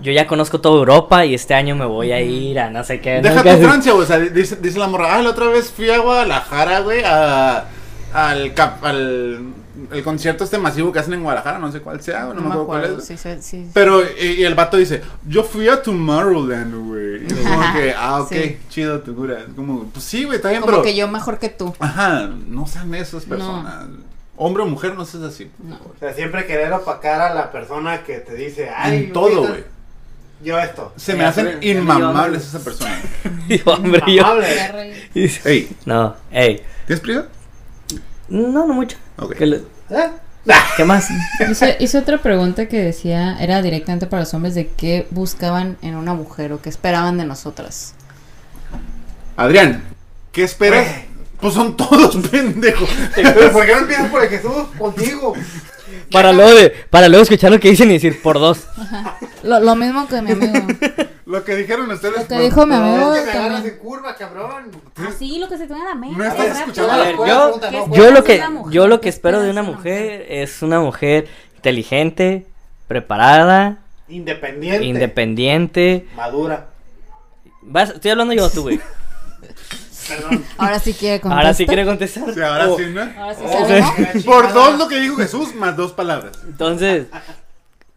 C: yo ya conozco toda Europa y este año me voy a ir a no sé qué
B: Deja
C: ¿no?
B: tu
C: Que-
B: Francia, güey, o sea, dice, dice la morra, ah, la otra vez fui a Guadalajara, güey, a, al, cap- al el concierto este masivo que hacen en Guadalajara, no sé cuál sea, güey, no, me acuerdo cuál es.
D: sí, sí, sí.
B: Pero, y, y el vato dice, yo fui a Tomorrowland, güey. Y es como que, ah, ok,
D: Sí.
B: chido, tu cura. Es como, pues sí, güey, está bien,
D: Como
B: pero.
D: que yo mejor que tú.
B: Ajá, no sean esas personas. Hombre o mujer, no seas así.
D: No.
E: O sea, siempre querer opacar a la persona que te dice, ay,
B: en todo,
E: ahorita
B: güey.
E: Yo esto.
B: Se me hacen inmamables esas personas.
C: Y, hombre yo
E: Inmamable.
C: y-
B: Ey,
C: no hey
B: ¿tienes prisa?
C: no no mucho
B: Ok.
C: ¿Qué, le-
E: ¿Eh?
C: qué más
D: Hice, hice otra pregunta que decía, era directamente para los hombres, de qué buscaban en una mujer o qué esperaban de nosotras.
B: Adrián, ¿qué esperas?
E: Güey.
B: Pues son todos pendejos.
E: Pero ¿por qué no empiezas por el Jesús contigo?
C: para luego de- para luego escuchar lo que dicen y decir por dos
D: Lo, lo mismo que mi amigo.
B: Lo que dijeron ustedes.
D: Lo que dijo mi amigo
E: Es que me agarras
D: también.
E: en curva, cabrón.
D: Así, lo que se te da la mente.
B: No estás
D: rápido.
B: escuchando
E: A
B: la
E: ver,
C: yo-
E: pregunta,
D: yo
E: no,
C: Yo
E: güey.
C: lo
D: Pues,
C: que
D: una mujer,
C: yo lo
D: ¿qué
C: que espero de
D: esperas
C: una
D: de una
C: mujer es una mujer inteligente, preparada,
E: Independiente.
C: independiente.
E: Madura.
C: Vas- estoy hablando yo o tú, güey.
E: Perdón.
D: Ahora sí quiere contar.
C: Ahora sí quiere contestar.
B: Sí, ahora
C: Oh,
B: sí, ¿no?
D: Ahora sí
E: Oh,
D: se armó.
E: qué
B: Por
E: chingada.
B: dos lo que dijo Jesús, más dos palabras.
C: Entonces,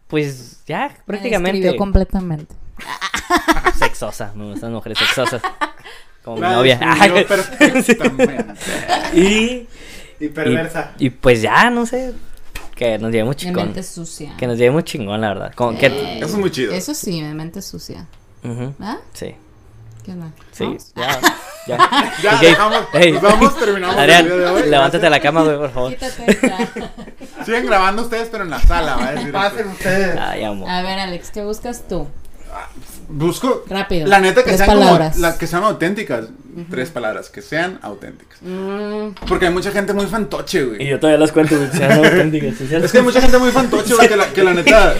C: pues ya prácticamente
D: Describió completamente.
C: sexosa, me gustan las mujeres sexosas. Como Oh, mi
B: La
C: novia.
B: describió perfectamente.
C: y,
E: Y perversa.
C: y- y pues ya, no sé, que nos llevemos
D: De
C: chingón.
D: mente sucia.
C: Que nos llevemos chingón, la verdad. Como que
B: Eso es muy chido.
D: Eso sí, de mente sucia.
C: Ujú,
D: ¿Ah?
C: Sí.
D: ¿Qué onda?
C: Sí,
D: ¿Vamos?
C: ya, ya.
B: Ya,
C: Ok,
B: dejamos,
C: ey.
B: nos vamos, terminamos el
C: Adrián,
B: video de hoy.
C: levántate de la cama, güey, por favor.
D: Quítate. ya.
B: Siguen grabando ustedes, pero en la sala, va a decir.
E: Pasen ustedes.
C: Ay, amor.
D: A ver, Alex, ¿qué buscas tú?
B: Busco.
D: Rápido.
B: La neta que
D: Tres
B: sean, como-
D: palabras.
B: la- que sean auténticas. Tres palabras, que sean auténticas.
D: Mm,
B: Porque hay mucha gente muy fantoche,
C: Y
B: güey.
C: yo todavía las cuento, güey. sean auténticas, sí, sean
B: Es que hay mucha gente muy fantoche, güey, que la, que la neta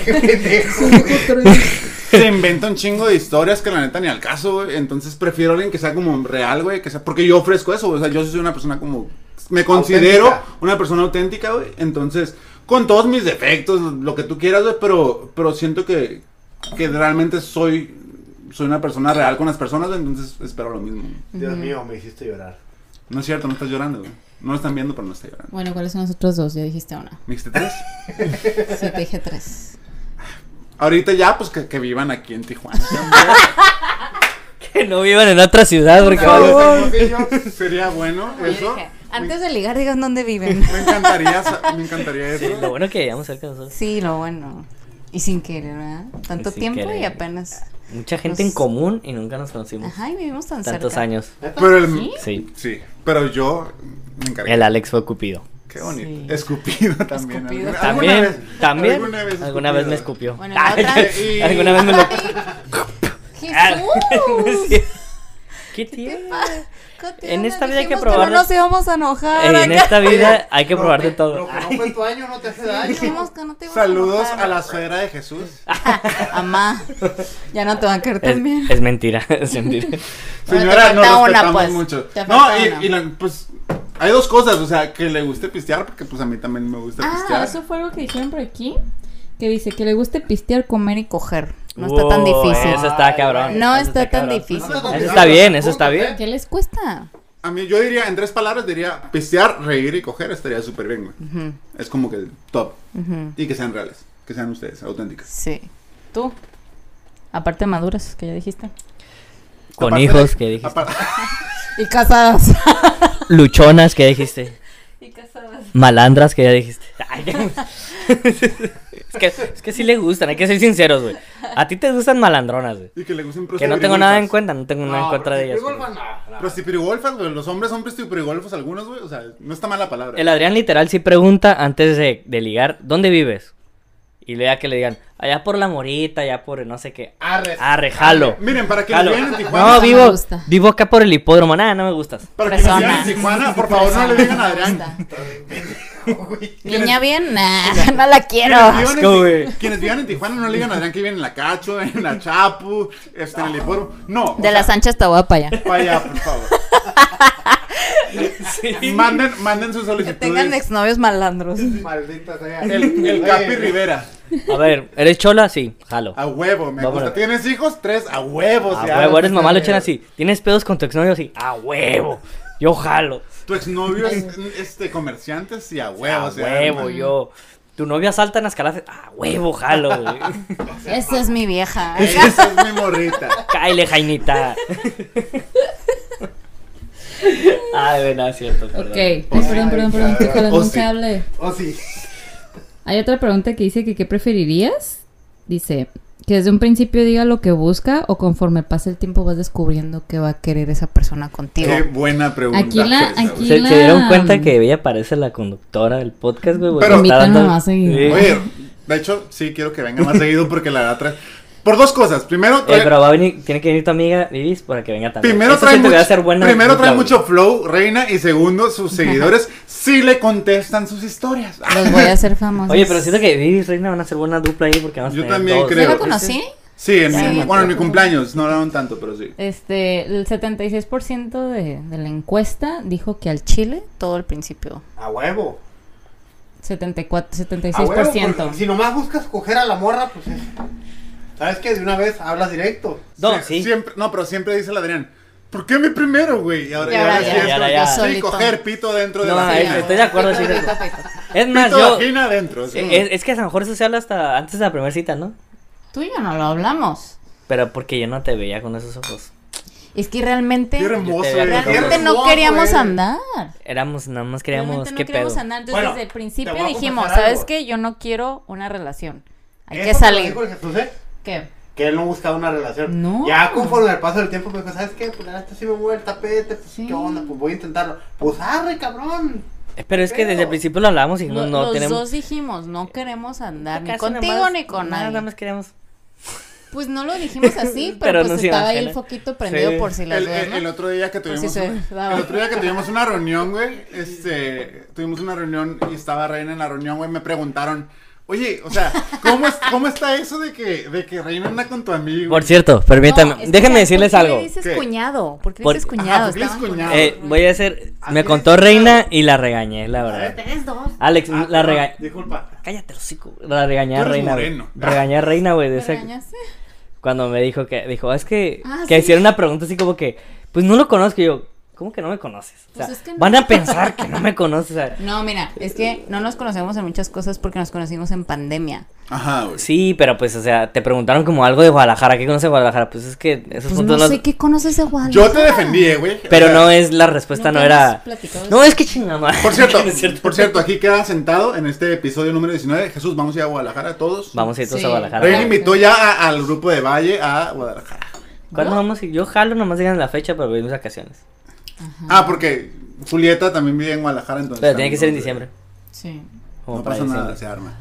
B: se inventa un chingo de historias que la neta ni al caso, güey. Entonces prefiero a alguien que sea como real, güey. Que sea, porque yo ofrezco eso, güey. O sea, yo soy una persona como. Me considero
E: Auténtica.
B: una persona auténtica, güey. Entonces, con todos mis defectos, lo que tú quieras, güey. Pero, pero siento que, que realmente soy. Soy una persona real con las personas, güey, entonces espero lo mismo. güey.
E: Dios mío, me hiciste llorar.
B: No es cierto, no estás llorando, güey. No lo están viendo, pero no está llorando.
D: Bueno, ¿cuáles son los otros dos? Ya dijiste una.
B: ¿Me dijiste tres?
D: Sí, te dije tres.
B: Ahorita ya, pues que, que vivan aquí en Tijuana.
C: Que no vivan en otra ciudad, porque
B: No,
C: vale.
B: sería bueno
D: Yo
B: eso.
D: dije, Antes de ligar, digan dónde viven.
B: Me encantaría, sa- me encantaría eso.
C: Lo bueno que llegamos cerca de nosotros.
D: Sí, lo bueno. Y sin querer, ¿verdad? Tanto
C: sin
D: tiempo
C: querer.
D: y apenas.
C: Mucha gente
D: Nos-
C: en común y nunca nos conocimos.
D: Ajá, y vivimos tan
C: Tantos
D: cerca.
C: años.
B: Pero el- ¿Sí?
C: Sí.
B: pero yo me encargué.
C: El Alex fue Cupido.
B: Qué bonito.
D: Sí.
B: Escupido también.
D: Escupido.
B: ¿Alguna
C: También,
B: vez-
C: también.
B: Alguna vez,
C: vez me
B: escupido?
C: escupió.
D: Bueno, la otra-
B: Y-
C: alguna vez me lo. Ah,
D: ¡Jesús!
C: ¿Qué tiene?
D: Contigo
C: En
D: nos
C: esta vida hay que
D: dijimos
C: probar-
D: no nos íbamos a enojar.
C: Ey, en
D: acá.
C: esta vida hay que probar de
E: Lo
C: todo.
E: que no fue tu año no te hace daño.
D: Dijimos que no te íbamos
B: Saludos
D: enojar.
B: a la suegra de Jesús.
C: Ah,
D: Amá, ya no te van a querer
C: Es,
D: también.
C: es mentira, es mentira.
D: Bueno, te
B: Señora, no
D: falta una,
B: respetamos
D: pues.
B: mucho.
D: Te
B: No,
D: falta
B: y,
D: una.
B: y la- pues hay dos cosas, o sea, que le guste pistear, porque pues a mí también me gusta
D: Ah,
B: pistear.
D: eso fue algo que dijeron por aquí. Que dice que le guste pistear, comer y coger. No está
C: Wow,
D: tan difícil.
C: Eso está cabrón.
D: No
C: eso
D: está tan
C: cabrón.
D: difícil.
C: Eso está bien, eso está bien.
D: ¿Qué les cuesta?
B: A mí yo diría, en tres palabras, diría pistear, reír y coger, estaría súper bien, güey.
D: Ujú,
B: Es como que el top.
D: ujú,
B: Y que sean reales, que sean ustedes, auténticas.
D: Sí. ¿Tú? Aparte maduras, que ya dijiste.
C: Con
B: Aparte
C: hijos,
B: de-
C: que dijiste.
B: aparte-
D: Y casadas.
C: Luchonas, que dijiste.
D: y casadas.
C: Malandras, que ya dijiste. Ay, es, que, es que sí le gustan, hay que ser sinceros, güey. A ti te gustan malandronas, güey.
B: y que le gusten
C: Que no tengo nada en
B: prostitutas.
C: cuenta, no tengo nada en contra de ellas. güey.
B: Prostituirigolfas, güey. Los hombres son prostituirigolfos algunos, güey. O sea, no está mala palabra.
C: El Adrián literal sí pregunta antes de, de ligar, ¿dónde vives? Y le da que le digan, allá por la morita, allá por el no sé qué. Ah,
E: Arre.
C: Arre, jalo.
B: Miren, para que
C: Jalo.
B: vivan en Tijuana.
C: No,
D: me
C: vivo,
D: gusta.
C: vivo acá por el hipódromo. Nada, no me gustas.
B: Para que nos
D: Persona.
B: vean en Tijuana, por favor, no le digan a Adrián.
D: Niña bien, nah, no la quiero.
B: Quienes vivan en
C: asco,
B: Ti-
C: güey.
B: Quienes vivan en Tijuana no le digan a Adrián que viven en la Cacho, en la Chapu, este, en el Hipódromo. No. o
D: De las
B: sea,
D: anchas Tahuapa ya.
B: Para allá, por favor. Manden, manden sus
D: Que
B: solicitudes.
D: tengan exnovios malandros.
E: Maldita sea.
B: El, el
E: Oye,
B: Capi Rivera.
C: A ver, ¿eres chola? Sí, jalo.
B: A huevo, me
C: Vámonos.
B: gusta. ¿Tienes hijos? Tres, a huevo.
C: A
B: si
C: huevo,
B: hablas
C: eres
B: de
C: mamá
B: esa
C: luchona
B: manera.
C: así. ¿Tienes pedos con tu exnovio? Sí, a huevo. Yo jalo.
B: Tu exnovio es este, comerciante, sí, a huevo.
C: A
B: si hablas de
C: Ah, huevo, yo. Tu novia salta en las calafes. A huevo, jalo, güey.
D: Esa es mi vieja.
B: Esa es mi morrita.
C: Cáele, Jainita. Ay, bueno, no es Ah, cierto, perdón.
F: Ok, Ay, perdón, perdón, perdón, que Nicolás
B: O
F: nunca
B: sí.
F: hable.
E: O oh, sí.
F: Hay otra pregunta que dice que ¿qué preferirías? Dice, que desde un principio diga lo que busca o conforme pasa el tiempo vas descubriendo que va a querer esa persona contigo.
B: Qué buena pregunta. Pues,
F: Aquí la-
B: esa,
F: aquí-
B: güey.
C: ¿Se,
F: Y
C: se dieron
F: la-
C: cuenta que ella parece la conductora del podcast, güey?
B: Pero-
C: Está
F: Invítanos más seguido.
C: Sí.
B: pues,
C: Eh,
B: Oye, de hecho, sí quiero que venga más seguido porque la verdad trae. Por dos cosas. Primero,
C: Eh,
B: trae,
C: pero va a venir, tiene que venir tu amiga Vivis para que venga también.
B: primero
C: Eso
B: trae,
C: siento que
B: mucho,
C: va a ser buena
B: primero trae
C: dupla,
B: mucho flow, reina. Y segundo, sus seguidores sí le contestan sus historias. Ah,
D: Los voy a hacer famosos.
C: güey. Oye, pero siento que Vivis Reina van a ser buena dupla ahí porque vamos a
B: Yo
C: tener
B: también
C: dos.
D: Pues ¿Yo
B: creo.
D: la
E: Este
D: conocí?
B: Sí, en mi-
D: Sí.
B: bueno, en mi cumpleaños. No hablaron tanto, pero sí.
D: Este, el 76% de, de la encuesta dijo que al Chile todo el principio.
E: A huevo.
D: 74,
E: A huevo, porque
D: 76%.
E: Si nomás buscas coger a la morra, pues es. ¿Sabes qué? De una vez hablas directo.
C: No,
B: Sie-
C: sí.
B: Siempre, no, pero siempre dice el Adrián. ¿Por qué mi primero, güey? Y ahora,
D: Y ahora
B: sí
D: ya,
B: es
C: y ahora
B: como
C: ya.
B: que sí,
D: Solito.
B: coger pito dentro de
C: No,
B: la
C: eh,
B: vagina.
C: estoy de acuerdo. sí,
D: Pito,
C: sí.
D: pito, pito.
C: Es más,
B: Pito
C: yo.
B: vagina adentro. sí.
C: Es, es que a lo mejor eso se habla hasta antes de la primera cita, ¿no?
D: Tú y yo no lo hablamos.
C: Pero porque yo no te veía con esos ojos.
D: Es que realmente,
B: Qué hermoso.
C: Yo te-
B: güey.
D: realmente no
E: Hermoso,
D: queríamos
E: eh.
D: andar.
C: Éramos, nada más queríamos.
D: Realmente no
C: ¿Qué pedo?
D: queríamos andar. Entonces,
E: Bueno,
D: desde el
E: te
D: principio
E: voy a
D: dijimos,
E: confesar
D: ¿sabes
E: algo.
D: qué? Yo no quiero una relación. Hay que
E: Eso te lo
D: salir.
E: dijo el Jesús, ¿eh?
D: ¿Qué?
E: Que él no buscaba una relación.
D: No.
E: Ya conforme al paso del tiempo, pues ¿sabes qué? Pues la neta sí me mueve el tapete, pues
D: Sí.
E: qué onda, pues voy a intentarlo. Pues arre, cabrón.
C: Pero es que desde el
E: Pero-
C: principio lo hablábamos y no,
D: Lo-
C: no
D: los
C: tenemos.
D: dos dijimos, no queremos andar ni
C: Casi
D: contigo
C: nada más-
D: ni con
C: nada,
D: nadie.
C: Nada más queríamos.
D: Pues no lo dijimos así, pero,
C: Pero
D: pues
C: no se
D: estaba ahí el
C: imagina.
D: foquito prendido
C: Sí.
D: por si las
B: el,
D: dudas,
B: el-
D: ¿no? Pues
B: el otro día que tuvimos
D: se
B: un-
D: daba.
B: el otro día que tuvimos una reunión güey este tuvimos una reunión y estaba Reina en la reunión güey me preguntaron oye o sea cómo es- cómo está eso de que de que Reina anda con tu amigo Eh,
C: Por cierto, permítanme.
D: No, es que
C: déjenme
D: ¿sabes por
C: decirles
D: qué
C: algo.
D: Le dices Ah,
B: ¿Qué?
D: cuñado, porque
C: Por-
D: dices
C: Ajá,
D: cuñado.
B: ¿por qué le
D: Estaban
B: dices cuñado?
D: con-
C: Eh, voy a hacer. Me
E: Así
C: contó
E: es,
C: Reina
E: claro.
C: y la regañé, la verdad.
D: Ustedes
B: pues.
D: dos.
C: Alex,
E: Ah,
C: la
E: perdón,
C: regañé.
E: Disculpa.
C: Cállate, hocico. La regañé
B: Tú
C: a
B: eres
C: Reina. güey.
B: moreno. Ah.
C: Regañé a Reina, güey. de
D: ¿Me
C: esa-
D: regañaste?
C: Cuando me dijo que. Dijo, es que.
D: Ah,
C: que
D: sí.
C: hicieron una pregunta así como que. Pues no lo conozco. Y yo. ¿Cómo que no me conoces? O sea,
D: Pues es que no.
C: Van a pensar que no me conoces. o sea,
D: No, mira, es que no nos conocemos en muchas cosas porque nos conocimos en pandemia.
B: Ajá, güey.
C: Sí, pero pues, o sea, te preguntaron como algo de Guadalajara. ¿Qué conoces de Guadalajara? Pues es que esos
D: Pues
C: puntos
D: no
C: no.
D: sé qué conoces de Guadalajara.
B: Yo te defendí, eh, güey.
C: Pero
B: O sea,
C: no es la respuesta, Pues no
F: Nunca
C: era.
F: hemos platicado
C: No,
F: eso.
C: es que chingada.
B: Por cierto,
C: No es cierto.
B: por cierto, aquí queda sentado en este episodio número 19. Jesús, vamos a ir a Guadalajara todos.
C: Vamos a ir todos
F: Sí.
C: a
B: Rey
C: Guadalajara.
F: Ven.
B: invitó ya a- al grupo de Valle a Guadalajara.
C: ¿Cuándo vamos? Yo jalo, nomás digan la fecha para mis vacaciones.
B: Ah, porque Julieta también vive en Guadalajara, entonces.
C: Pero tiene que ser en
B: también,
C: diciembre.
D: Sí.
C: como
B: No
C: para
B: pasa nada,
C: diciembre.
B: se arma.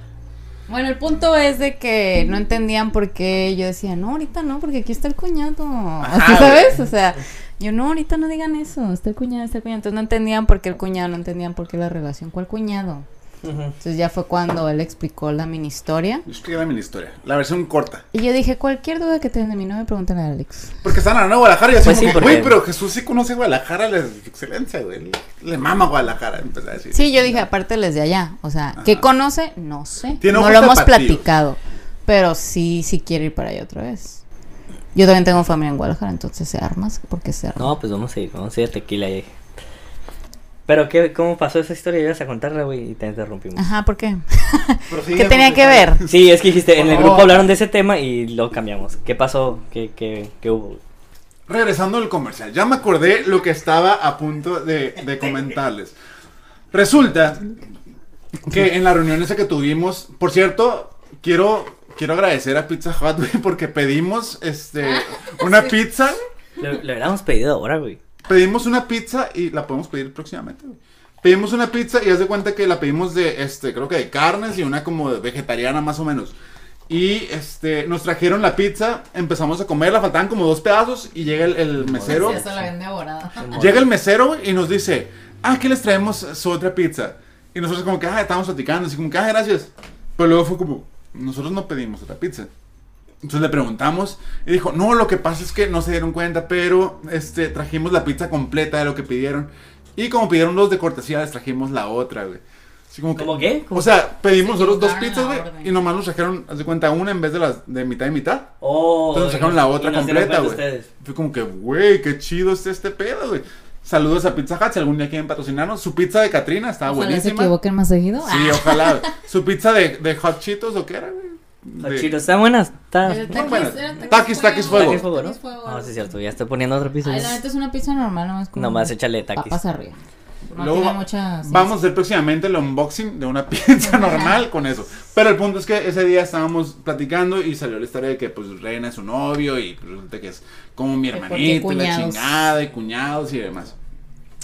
D: Bueno, el punto es de que no entendían por qué yo decía, no, ahorita no, porque aquí está el cuñado.
B: Ajá,
D: ¿Sabes? O sea, yo no, ahorita no digan eso, está el cuñado, está el cuñado. Entonces no entendían por qué el cuñado, no entendían por qué la relación, ¿cuál cuñado?
C: Ujú.
D: Entonces ya fue cuando él explicó la mini historia.
B: Yo estoy dame la historia. La versión corta.
D: Y yo dije, cualquier duda que tengan de mí, no me pregunten a Alex.
B: Porque están hablando de Guadalajara y yo así
C: Pues
B: como
C: sí,
B: que,
C: porque-
B: güey, pero Jesús sí conoce Guadalajara, la excelencia, güey. Le mama Guadalajara, empecé a decir.
D: Sí, yo dije, aparte les de allá. O sea, ¿qué
B: Ajá.
D: conoce? No sé.
B: Tiene
D: No
B: ojos
D: lo hemos
B: tapatíos.
D: platicado. Pero sí, sí quiero ir para allá otra vez. Yo también tengo familia en Guadalajara, entonces se armas porque se arma.
C: No, pues vamos a ir, vamos a ir a tequila ahí. Pero qué, ¿cómo pasó esa historia? Ibas a contarla, güey, y te interrumpimos.
D: Ajá, ¿por qué?
B: Pues
E: Prosigue,
D: ¿Qué tenía
E: porque
D: que
E: está-
D: ver?
C: Sí, es que dijiste, en el
E: Por
C: grupo
E: favor.
C: hablaron de ese tema y lo cambiamos. ¿Qué pasó? ¿Qué, qué, qué hubo?
B: Regresando al comercial, ya me acordé lo que estaba a punto de, de comentarles. Resulta que en la reunión esa que tuvimos, por cierto, quiero, quiero agradecer a Pizza Hut, güey, porque pedimos este, una pizza,
C: Lo, lo hubiéramos pedido ahora, güey.
B: pedimos una pizza y la podemos pedir próximamente, güey. Pedimos una pizza y haz de cuenta que la pedimos de, este, creo que de carnes y una como de vegetariana más o menos. Y este, nos trajeron la pizza, empezamos a comerla, faltaban como dos pedazos y llega el, el mesero.
D: la habían devorado.
B: Llega el mesero y nos dice, ah, aquí les traemos su otra pizza. Y nosotros como que, ah, estábamos platicando, así como que, ah, gracias. Pero luego fue como, nosotros no pedimos otra pizza. Entonces le preguntamos y dijo, no, lo que pasa es que no se dieron cuenta, pero este, trajimos la pizza completa de lo que pidieron. Y como pidieron dos de cortesía, les trajimos la otra, güey. Así como que,
C: ¿Cómo qué? ¿Cómo-
B: O sea, pedimos nosotros dos
D: equivocaron
B: pizzas,
D: la
B: güey,
D: orden.
B: y nomás nos trajeron, haz de cuenta, una en vez de las de mitad y mitad.
C: Oh,
B: Entonces
C: y-
B: sacaron la otra
C: y nos dieron
B: completa,
C: cuenta
B: güey.
C: ustedes.
B: Fue como que, güey, qué chido está este pedo, güey. Saludos a Pizza Hut, si algún día quieren patrocinarnos. Su pizza de Catrina estaba
F: Ojalá se Ah.
B: buenísima.
F: equivoquen más seguido.
B: sí, ojalá. güey. Su pizza de, de Hot Cheetos, ¿o qué era, güey?
C: Está
B: De-
C: chido, está buena. Está...
B: Taquis, eran taquis Taquis, taquis, fuego.
C: Taquis fuego, ¿no? No, sí es cierto, ya estoy poniendo otro piso.
F: Ay, la neta es una pizza normal, nomás con
C: Nomás échale taquis.
F: papas arriba. No
B: Luego
F: tiene
B: va-
F: mucha...
B: Vamos a hacer próximamente el unboxing de una pizza normal con eso. Pero el punto es que ese día estábamos platicando y salió la historia de que pues Reina es su novio y pues, resulta que es como mi
F: Que porque
B: hermanito, y la
F: cuñados.
B: chingada y cuñados y demás.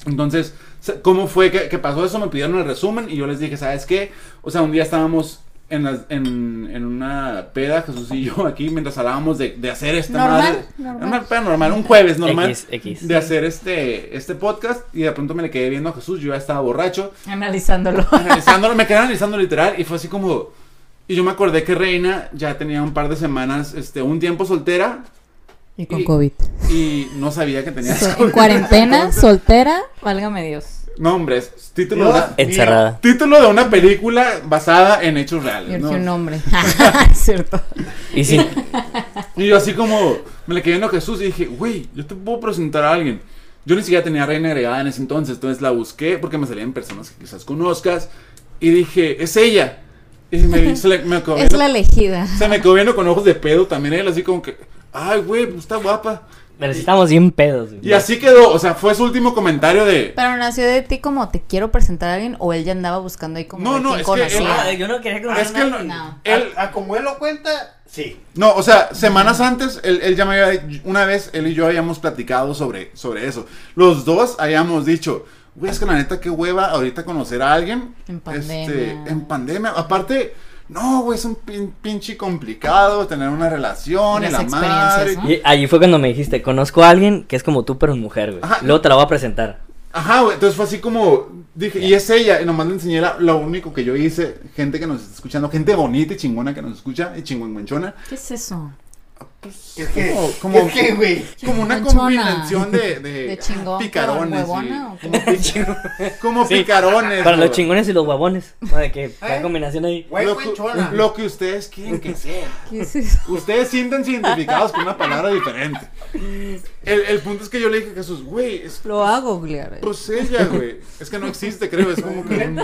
B: Entonces, sa- ¿cómo fue que, que pasó eso? Me pidieron el resumen y yo les dije, ¿sabes qué? O sea, un día estábamos en, las- en, en una peda, Jesús y yo aquí, mientras hablábamos de, de hacer esta
D: Normal,
B: madre.
D: normal.
B: Una peda normal, un jueves normal.
C: X, X.
B: De hacer este, este podcast y de pronto me le quedé viendo a Jesús, yo ya estaba borracho
D: Analizándolo.
B: analizándolo, me quedé analizando literal y fue así como... Y yo me acordé que Reina ya tenía un par de semanas, este, un tiempo soltera
F: Y
B: con
F: con
B: Y-
F: COVID.
B: y no sabía que tenía...
F: En cuarentena, soltera.
D: Válgame Dios.
B: No, hombre, es título, de una,
C: Encerrada.
B: título de una película basada en hechos
D: Y
B: reales.
D: urgió
B: ¿no?
D: un nombre. es cierto.
C: Y sin,
B: Y yo así como me le quedé viendo a Jesús y dije, güey, yo te puedo presentar a alguien. Yo ni siquiera tenía reina agregada en ese entonces, entonces la busqué porque me salían personas que quizás conozcas y dije, es ella. Y me, se le- me acabó
D: Es
B: viendo-
D: la elegida.
B: Se me quedó viendo con ojos de pedo también él, así como que, ay, güey, pues está guapa.
C: pero sí estamos bien pedos, güey.
B: Y así quedó, o sea, fue su último comentario de...
D: Pero nació de ti como te quiero presentar a alguien o él ya andaba buscando ahí como
B: No,
D: de
B: no,
D: quién
B: es que él-
D: conocía.
C: Ah, yo no quería conocer
B: Es que él,
D: No.
B: él-
E: A, a como él lo cuenta, sí.
B: no, o sea, semanas antes, él, él ya me había, una vez él y yo habíamos platicado sobre, sobre eso. Los dos habíamos dicho, güey, es que la neta, qué hueva ahorita conocer a alguien.
D: En pandemia.
B: Este, en pandemia, aparte... No, güey, es un pin- pinche complicado tener una relación y
D: Las
B: la
D: experiencias,
B: madre.
D: ¿no?
C: Y allí fue cuando me dijiste, conozco a alguien que es como tú, pero mujer, güey.
B: Ajá.
C: Luego te la voy a presentar.
B: Ajá, güey, entonces fue así como dije, y es ella, y nomás le enseñé la- lo único que yo hice, gente que nos está escuchando, gente bonita y chingona que nos escucha, y chingüengüenchona,
D: ¿Qué es eso?
E: Pues, Es que,
B: Como- como-
E: es que, güey.
B: Como una
D: Manchona.
B: combinación de, de,
D: De chingón con
B: picarones.
D: huevona,
B: y-
D: ¿o qué?
B: como pi- como
C: Sí.
B: picarones.
C: Para los
B: güey.
C: chingones y los guabones. ¿no? De que la combinación ahí.
E: Güey,
B: Lo
E: güey,
B: que-
E: chona.
B: lo que ustedes quieren que sea.
D: ¿Qué es eso?
B: Ustedes siéntanse identificados con una palabra diferente. El, el punto es que yo le dije a Jesús, güey, es
D: Lo hago, googlear.
B: pues ella, güey. Es que no existe, creo. Es como que. un-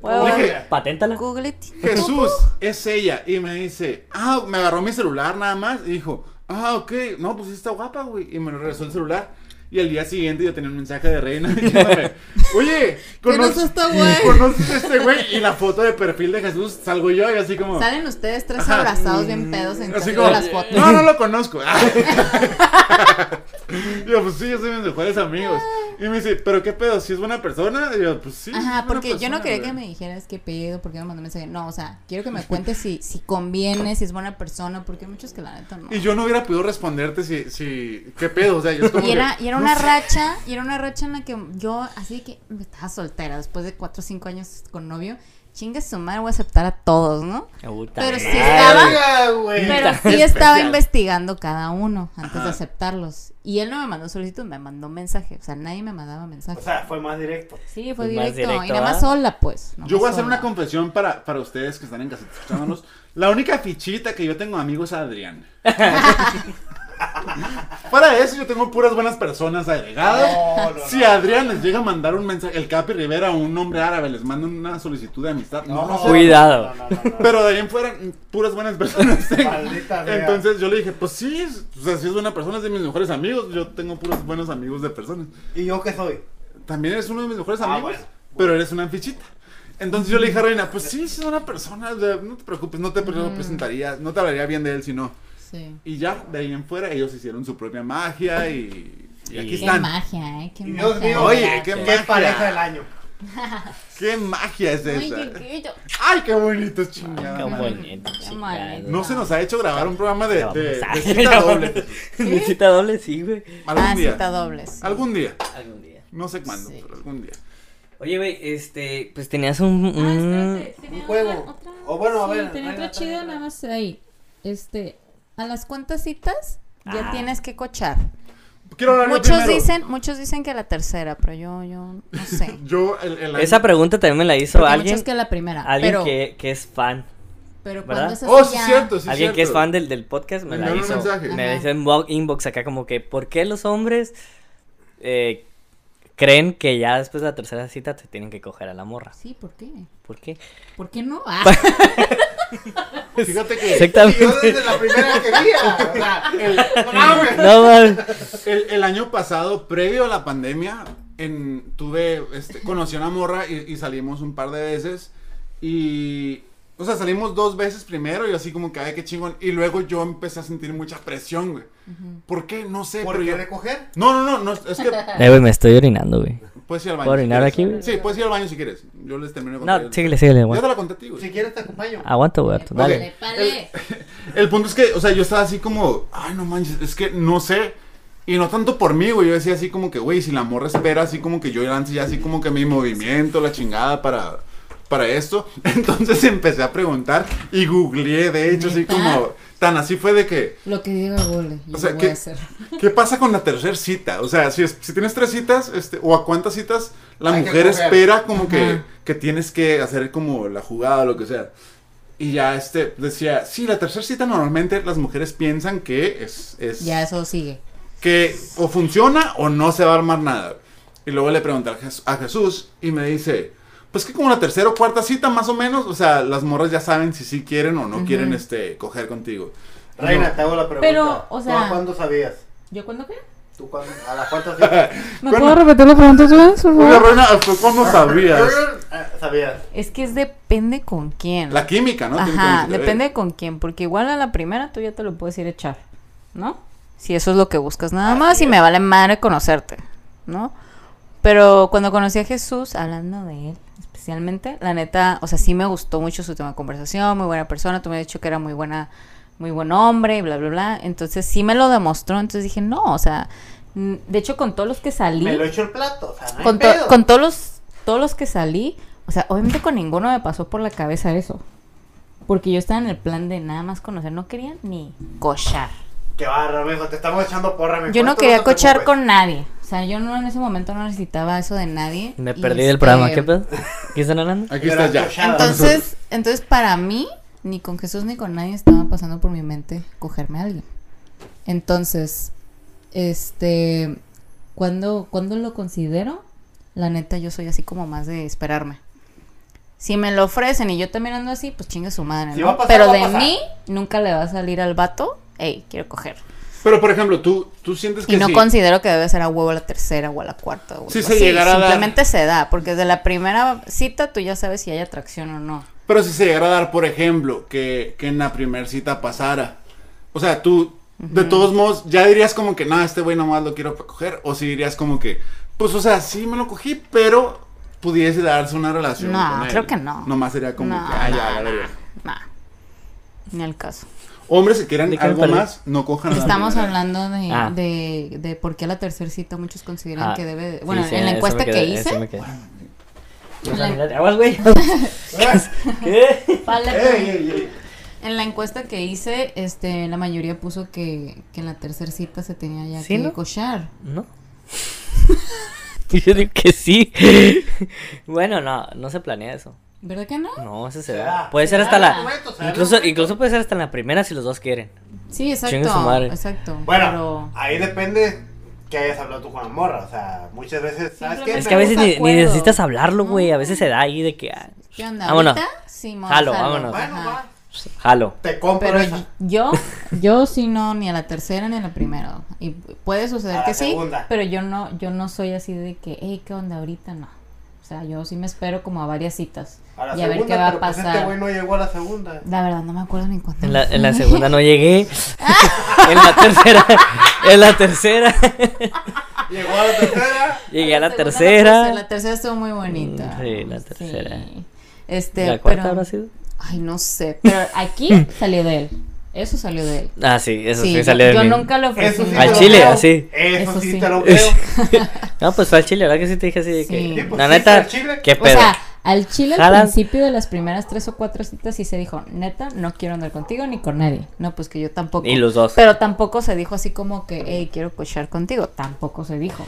D: Puedo
B: Dije,
D: hacer-
C: Paténtala.
D: Google it.
B: Jesús, es ella. Y me dice, ah, me agarró mi celular nada más. Y dijo, ah, ok, no, pues sí está guapa, güey. Y me lo regresó el celular. Y al día siguiente yo tenía un mensaje de reina diciéndome, oye,
D: nos
B: ¿conoces,
D: asusta, güey?
B: ¿conoces a este güey? Y la foto de perfil de Jesús salgo yo y así como.
D: Salen ustedes tres
B: Ajá.
D: abrazados bien pedos en
B: Así
D: casi
B: como,
D: todas las fotos.
B: No, no lo conozco. yo, pues sí, yo soy mis mejores amigos. Y me dice, ¿pero qué pedo? ¿Si es buena persona? Y yo, pues sí. es
D: Ajá,
B: buena
D: porque yo no
B: persona,
D: quería
B: güey".
D: que me dijeras qué pedo, por qué me mandó mensaje. No, o sea, quiero que me cuentes si, si conviene, si es buena persona, porque hay muchos que la neta no.
B: Y yo no hubiera podido responderte si, si, ¿qué pedo? O sea, yo es como
D: Y era,
B: que,
D: y era
B: no
D: una
B: sé.
D: racha, y era una racha en la que yo, así de que me estaba soltera después de 4 o 5 años con novio. Chinga su madre, voy a aceptar a todos, ¿no?
C: Puta
D: Pero sí
C: madre.
D: estaba-
E: Verga, güey.
D: Pero
C: Está
D: sí estaba
B: especial.
D: investigando cada uno antes
B: Ajá.
D: de aceptarlos. Y él no me mandó solicitud, me mandó mensaje. O sea, nadie me mandaba mensaje.
E: O sea, fue más directo.
D: sí, fue
C: pues más
D: directo. Y
C: directo,
D: nada más
C: ¿ah?
D: sola, pues. nada
B: Yo
D: más
B: voy a hacer
D: sola.
B: una confesión para, para ustedes que están en casa escuchándonos. La única fichita que yo tengo amigo es Adrián. para eso yo tengo puras buenas personas agregadas.
E: No, no, no.
B: Si Adrián les llega a mandar un mensaje, el Capi Rivera o un hombre árabe les manda una solicitud de amistad, no, no sé.
C: Cuidado.
E: No, no, no, no.
B: Pero de ahí en fuera, mm, puras buenas personas. tengo.
E: Maldita sea.
B: Entonces yo le dije, pues sí, es- o sea, si es buena persona, es de mis mejores amigos. Yo tengo puros buenos amigos de personas.
E: ¿Y yo qué soy?
B: También eres uno de mis mejores
E: Ah,
B: amigos,
E: bueno.
B: pero eres una fichita. Entonces yo le dije a Reina, pues sí, sí es una persona, o sea, no te preocupes, no te
D: Mm.
B: lo presentaría, no te hablaría bien de él, sino...
D: Sí.
B: Y ya, de ahí en fuera, ellos hicieron su propia magia y, y aquí
C: Y-
D: Qué
B: están.
D: magia, ¿eh? Qué
E: Y
D: magia.
E: Dios mío.
B: Oye, qué
E: ¿Qué
B: magia.
E: pareja del año?
B: ¿Qué magia es
D: Ay,
B: esa?
D: qué bello.
B: Ay, qué bonito,
C: Ah, Qué
B: chingada. madre.
C: bonito,
D: Qué
C: chingado.
D: bonito.
B: No se nos ha hecho grabar un programa de,
C: Vamos
B: de,
C: a-
B: de cita doble.
C: De cita doble, sí, güey.
B: Algún
D: ah,
B: día.
D: cita dobles.
B: Algún día.
C: Algún día.
B: No sé cuándo,
D: Sí.
B: pero algún día.
C: Oye, güey, este, pues tenías un...
D: Ah,
C: un-
E: Un juego. O bueno, a
F: sí,
E: ver.
F: tenía
E: ahí
F: otra
E: la-
F: chida nada más ahí. Este,
D: A las cuantas citas ya
C: Ah.
D: tienes que cochar.
B: Quiero hablar yo
D: Muchos
B: primero.
D: dicen, muchos dicen que la tercera, pero yo, yo no sé.
B: Yo, el, el año-
C: Esa pregunta también me la hizo
D: Porque
C: alguien,
D: muchos que la primera.
C: alguien
D: pero,
C: que, que es fan.
D: pero
C: ¿verdad?
D: cuando es así
B: Oh, sí,
D: ya-
B: cierto, sí,
C: Alguien que es
B: cierto.
C: fan del, del podcast
B: Me
C: me la
B: mandó un
C: hizo.
B: mensaje.
D: Ajá.
C: Me hizo en bo- inbox acá como que, ¿por qué los hombres eh, creen que ya después de la tercera cita te tienen que coger a la morra?
D: Sí, ¿por qué?
C: ¿Por qué?
D: ¿Por qué no? Ah,
B: Fíjate que
E: Y Yo
C: Exactamente.
E: desde la primera quería. o sea, el- no
B: Ah,
E: mames.
C: No, mames.
B: El, el año pasado, previo a la pandemia, en, tuve, este, conocí a una morra y, y salimos un par de veces. Y, o sea, salimos dos veces primero y así como que, ay, qué chingón. Y luego yo empecé a sentir mucha presión, güey. ¿Por qué? No sé,
E: ¿Por
B: pero
E: qué
B: yo...
E: recoger?
B: No, no, no, no, es que
C: Eh, güey, me estoy orinando, güey.
B: puedes ir al baño.
C: ¿Puedo
B: si
C: orinar
B: quieres.
C: aquí, güey?
B: Sí, puedes ir al baño si quieres. Yo les termino de contar.
C: No, síguele, síguele,
B: Yo
C: güey.
B: te la conté a ti, güey.
E: Si quieres te acompaño.
B: Ah,
C: Aguanta, güey, dale.
B: Ok. El punto es que, o sea, yo estaba así como, ay, no manches, es que no sé. Y no tanto por mí, güey. Yo decía así como que, güey, si la morra espera, así como que yo lance ya así como que mi movimiento, la chingada para, para esto. Entonces empecé a preguntar y googleé, de hecho, así
D: ¿Neta?
B: como, tan así fue de que,
D: Lo que diga Gole, yo
B: O sea,
D: lo voy
B: ¿qué-
D: a hacer.
B: ¿qué pasa con la tercera cita? O sea, si, es- si tienes tres citas, este, o a cuántas citas la
E: Hay que
B: mujer
E: coger.
B: espera como que,
D: Ajá.
B: que tienes que hacer como la jugada o lo que sea. Y ya este decía, sí, la tercera cita normalmente las mujeres piensan que es, es
D: Ya eso sigue.
B: que o funciona o no se va a armar nada. Y luego le pregunté a Jes- a Jesús y me dice, pues que como la tercera o cuarta cita más o menos, o sea, las morras ya saben si sí quieren o no quieren este coger contigo.
E: Reina, te hago la pregunta.
F: Pero, o
E: ¿Tú
F: sea-
E: a cuándo sabías?
F: ¿yo cuándo qué?
E: ¿Tú cuándo? ¿A las cuántas citas?
F: ¿Me
B: Bueno.
F: puedo repetir la pregunta otra vez, por
B: Oye,
F: favor?
B: Reina, ¿tú ¿cómo sabías?
E: Ah, Sabías.
D: Es que es depende con quién.
B: La química, ¿no? Tiene que
D: Ajá,
B: ver si te
D: depende
B: ve.
D: de con quién, porque igual a la primera tú ya te lo puedes ir a echar, ¿no? Si eso es lo que buscas nada más y me vale madre conocerte, ¿no? Pero cuando conocí a Jesús, hablando de él especialmente, la neta, o sea, sí me gustó mucho su tema de conversación, muy buena persona, tú me has dicho que era muy buena, muy buen hombre, y bla, bla, bla. Entonces sí me lo demostró, entonces dije, no, o sea, mm, de hecho con todos los que salí
E: Me lo echo el plato. O sea, no hay
D: con, to-
E: pedo.
D: con todos los todos los que salí, o sea, obviamente con ninguno me pasó por la cabeza eso. Porque yo estaba en el plan de nada más conocer, no quería ni cochar.
E: Qué barra, mijo, te estamos echando porra, mijo.
D: Yo no
E: Tú
D: quería
E: te
D: cochar
E: preocupes.
D: con nadie. O sea, yo no en ese momento no necesitaba eso de nadie.
C: Me
D: Y,
C: perdí
D: este,
C: del programa, ¿qué pedo? ¿Qué están hablando?
B: Aquí estás ya.
E: Entonces-
D: Entonces, entonces para mí, ni con Jesús ni con nadie estaba pasando por mi mente cogerme a alguien. Entonces, este, cuando, cuando lo considero, la neta yo soy así como más de esperarme. Si me lo ofrecen y yo también ando así, pues chinga su madre,
E: Si
D: ¿no?
E: va a pasar,
D: Pero
E: va a
D: de
E: pasar.
D: mí nunca le va a salir al vato, hey, quiero coger.
B: Pero por ejemplo, tú, tú sientes que
D: Y no
B: sí.
D: considero que debe ser a huevo a la tercera o a la cuarta. O
B: Sí
D: algo
B: se
D: así.
B: llegara a dar.
D: Simplemente se da, porque desde la primera cita tú ya sabes si hay atracción o no.
B: Pero si se llegara a dar, por ejemplo, que, que en la primer cita pasara. O sea, tú, de todos modos, ya dirías como que, nada, este güey nomás lo quiero pa' coger. O si dirías como que, pues, o sea, sí me lo cogí, pero pudiese darse una relación.
D: No,
B: con él.
D: creo que no.
B: Nomás sería como
D: No,
B: que, ah, ya,
D: no,
B: la
D: no.
B: verga.
D: Nah, ni al caso.
B: Hombres que quieran
C: ¿De qué me
B: algo
C: perdí?
B: más, no cojan a la
D: Estamos
B: primera.
D: hablando de,
C: Ah.
D: de, de por qué la tercera cita muchos consideran
C: Ah,
D: que debe... de-
C: sí,
D: bueno,
C: sí,
D: en la
C: eso
D: encuesta
C: me
D: que
C: quedé, eso
D: hice...
C: me quedé. Pues, Aguas, güey. ¿Qué?
D: Vale,
E: Ey, ey, ey.
D: En la encuesta que hice, este, la mayoría puso que, que en la tercera cita se tenía ya
C: ¿Sí,
D: que
C: no?
D: cochar.
C: ¿No? Yo digo que sí. Bueno, no, no se planea eso.
D: ¿Verdad que no?
C: No, eso se
E: Se
C: da.
E: da.
C: Puede
E: Se
C: ser
E: da
C: hasta
E: en
C: la.
E: el momento, se da en el
C: Incluso,
E: momento.
C: incluso puede ser hasta en la primera si los dos quieren.
D: Sí,
C: Chingue
D: exacto.
C: su madre.
D: Exacto.
E: Bueno,
D: pero-
E: ahí depende que hayas hablado tú con la morra. O sea, muchas veces, ¿sabes qué?
D: Simplemente-
C: Es que a veces ni, ni
D: acuerdo.
C: necesitas hablarlo, güey. A veces se da ahí de que. ah,
D: ¿Qué onda?
C: Vámonos.
D: ¿Ahorita? Sí, mo-
C: Jalo,
D: jalo.
C: vámonos.
E: Bueno,
D: Ajá.
E: va,
C: Jalo.
E: te compro
D: Pero
E: esa.
D: yo, yo sí no, ni a la tercera ni a la primera. Y puede
E: A
D: suceder
E: la
D: que sí,
E: segunda.
D: pero yo no, yo no soy así de que, hey, ¿qué onda ahorita? No. O sea, yo sí me espero como a varias citas.
E: A
D: y
E: la
D: a
E: segunda,
D: ver qué va a
E: pero pues este
D: pasar.
E: güey no llegó a la segunda.
D: La verdad, no me acuerdo ni cuándo.
C: En la, en la segunda no llegué. en la tercera. En la tercera.
E: Llegó a la tercera.
C: Llegué a la
D: segunda no
C: tercera.
D: puse, la tercera estuvo muy bonita.
C: Mm, sí, la tercera.
D: Sí. Este,
C: ¿La cuarta
D: pero-
C: habrá sido?
D: Ay, no sé. Pero aquí salió de él. Eso salió de él.
C: Ah, sí, eso sí,
D: yo-
C: salió de
D: yo
C: mí.
D: nunca lo ofrecí.
E: Eso sí
C: Al
E: te lo
C: chile,
E: creo.
C: así.
E: Eso,
D: Eso
E: sí,
D: sí.
E: te lo creo.
C: No, pues fue al chile, ¿verdad que sí te dije así de
D: Sí.
C: que.
D: Sí,
E: pues
C: La
E: sí, fue
C: neta,
E: al chile.
C: qué
D: O
C: pedo.
D: sea, al chile al
C: Jalas.
D: principio de las primeras tres o cuatro citas sí se dijo, neta, no quiero andar contigo ni con nadie. No, pues que yo tampoco.
C: Y los dos.
D: Pero tampoco se dijo así como que, hey, quiero cochar contigo. Tampoco se dijo.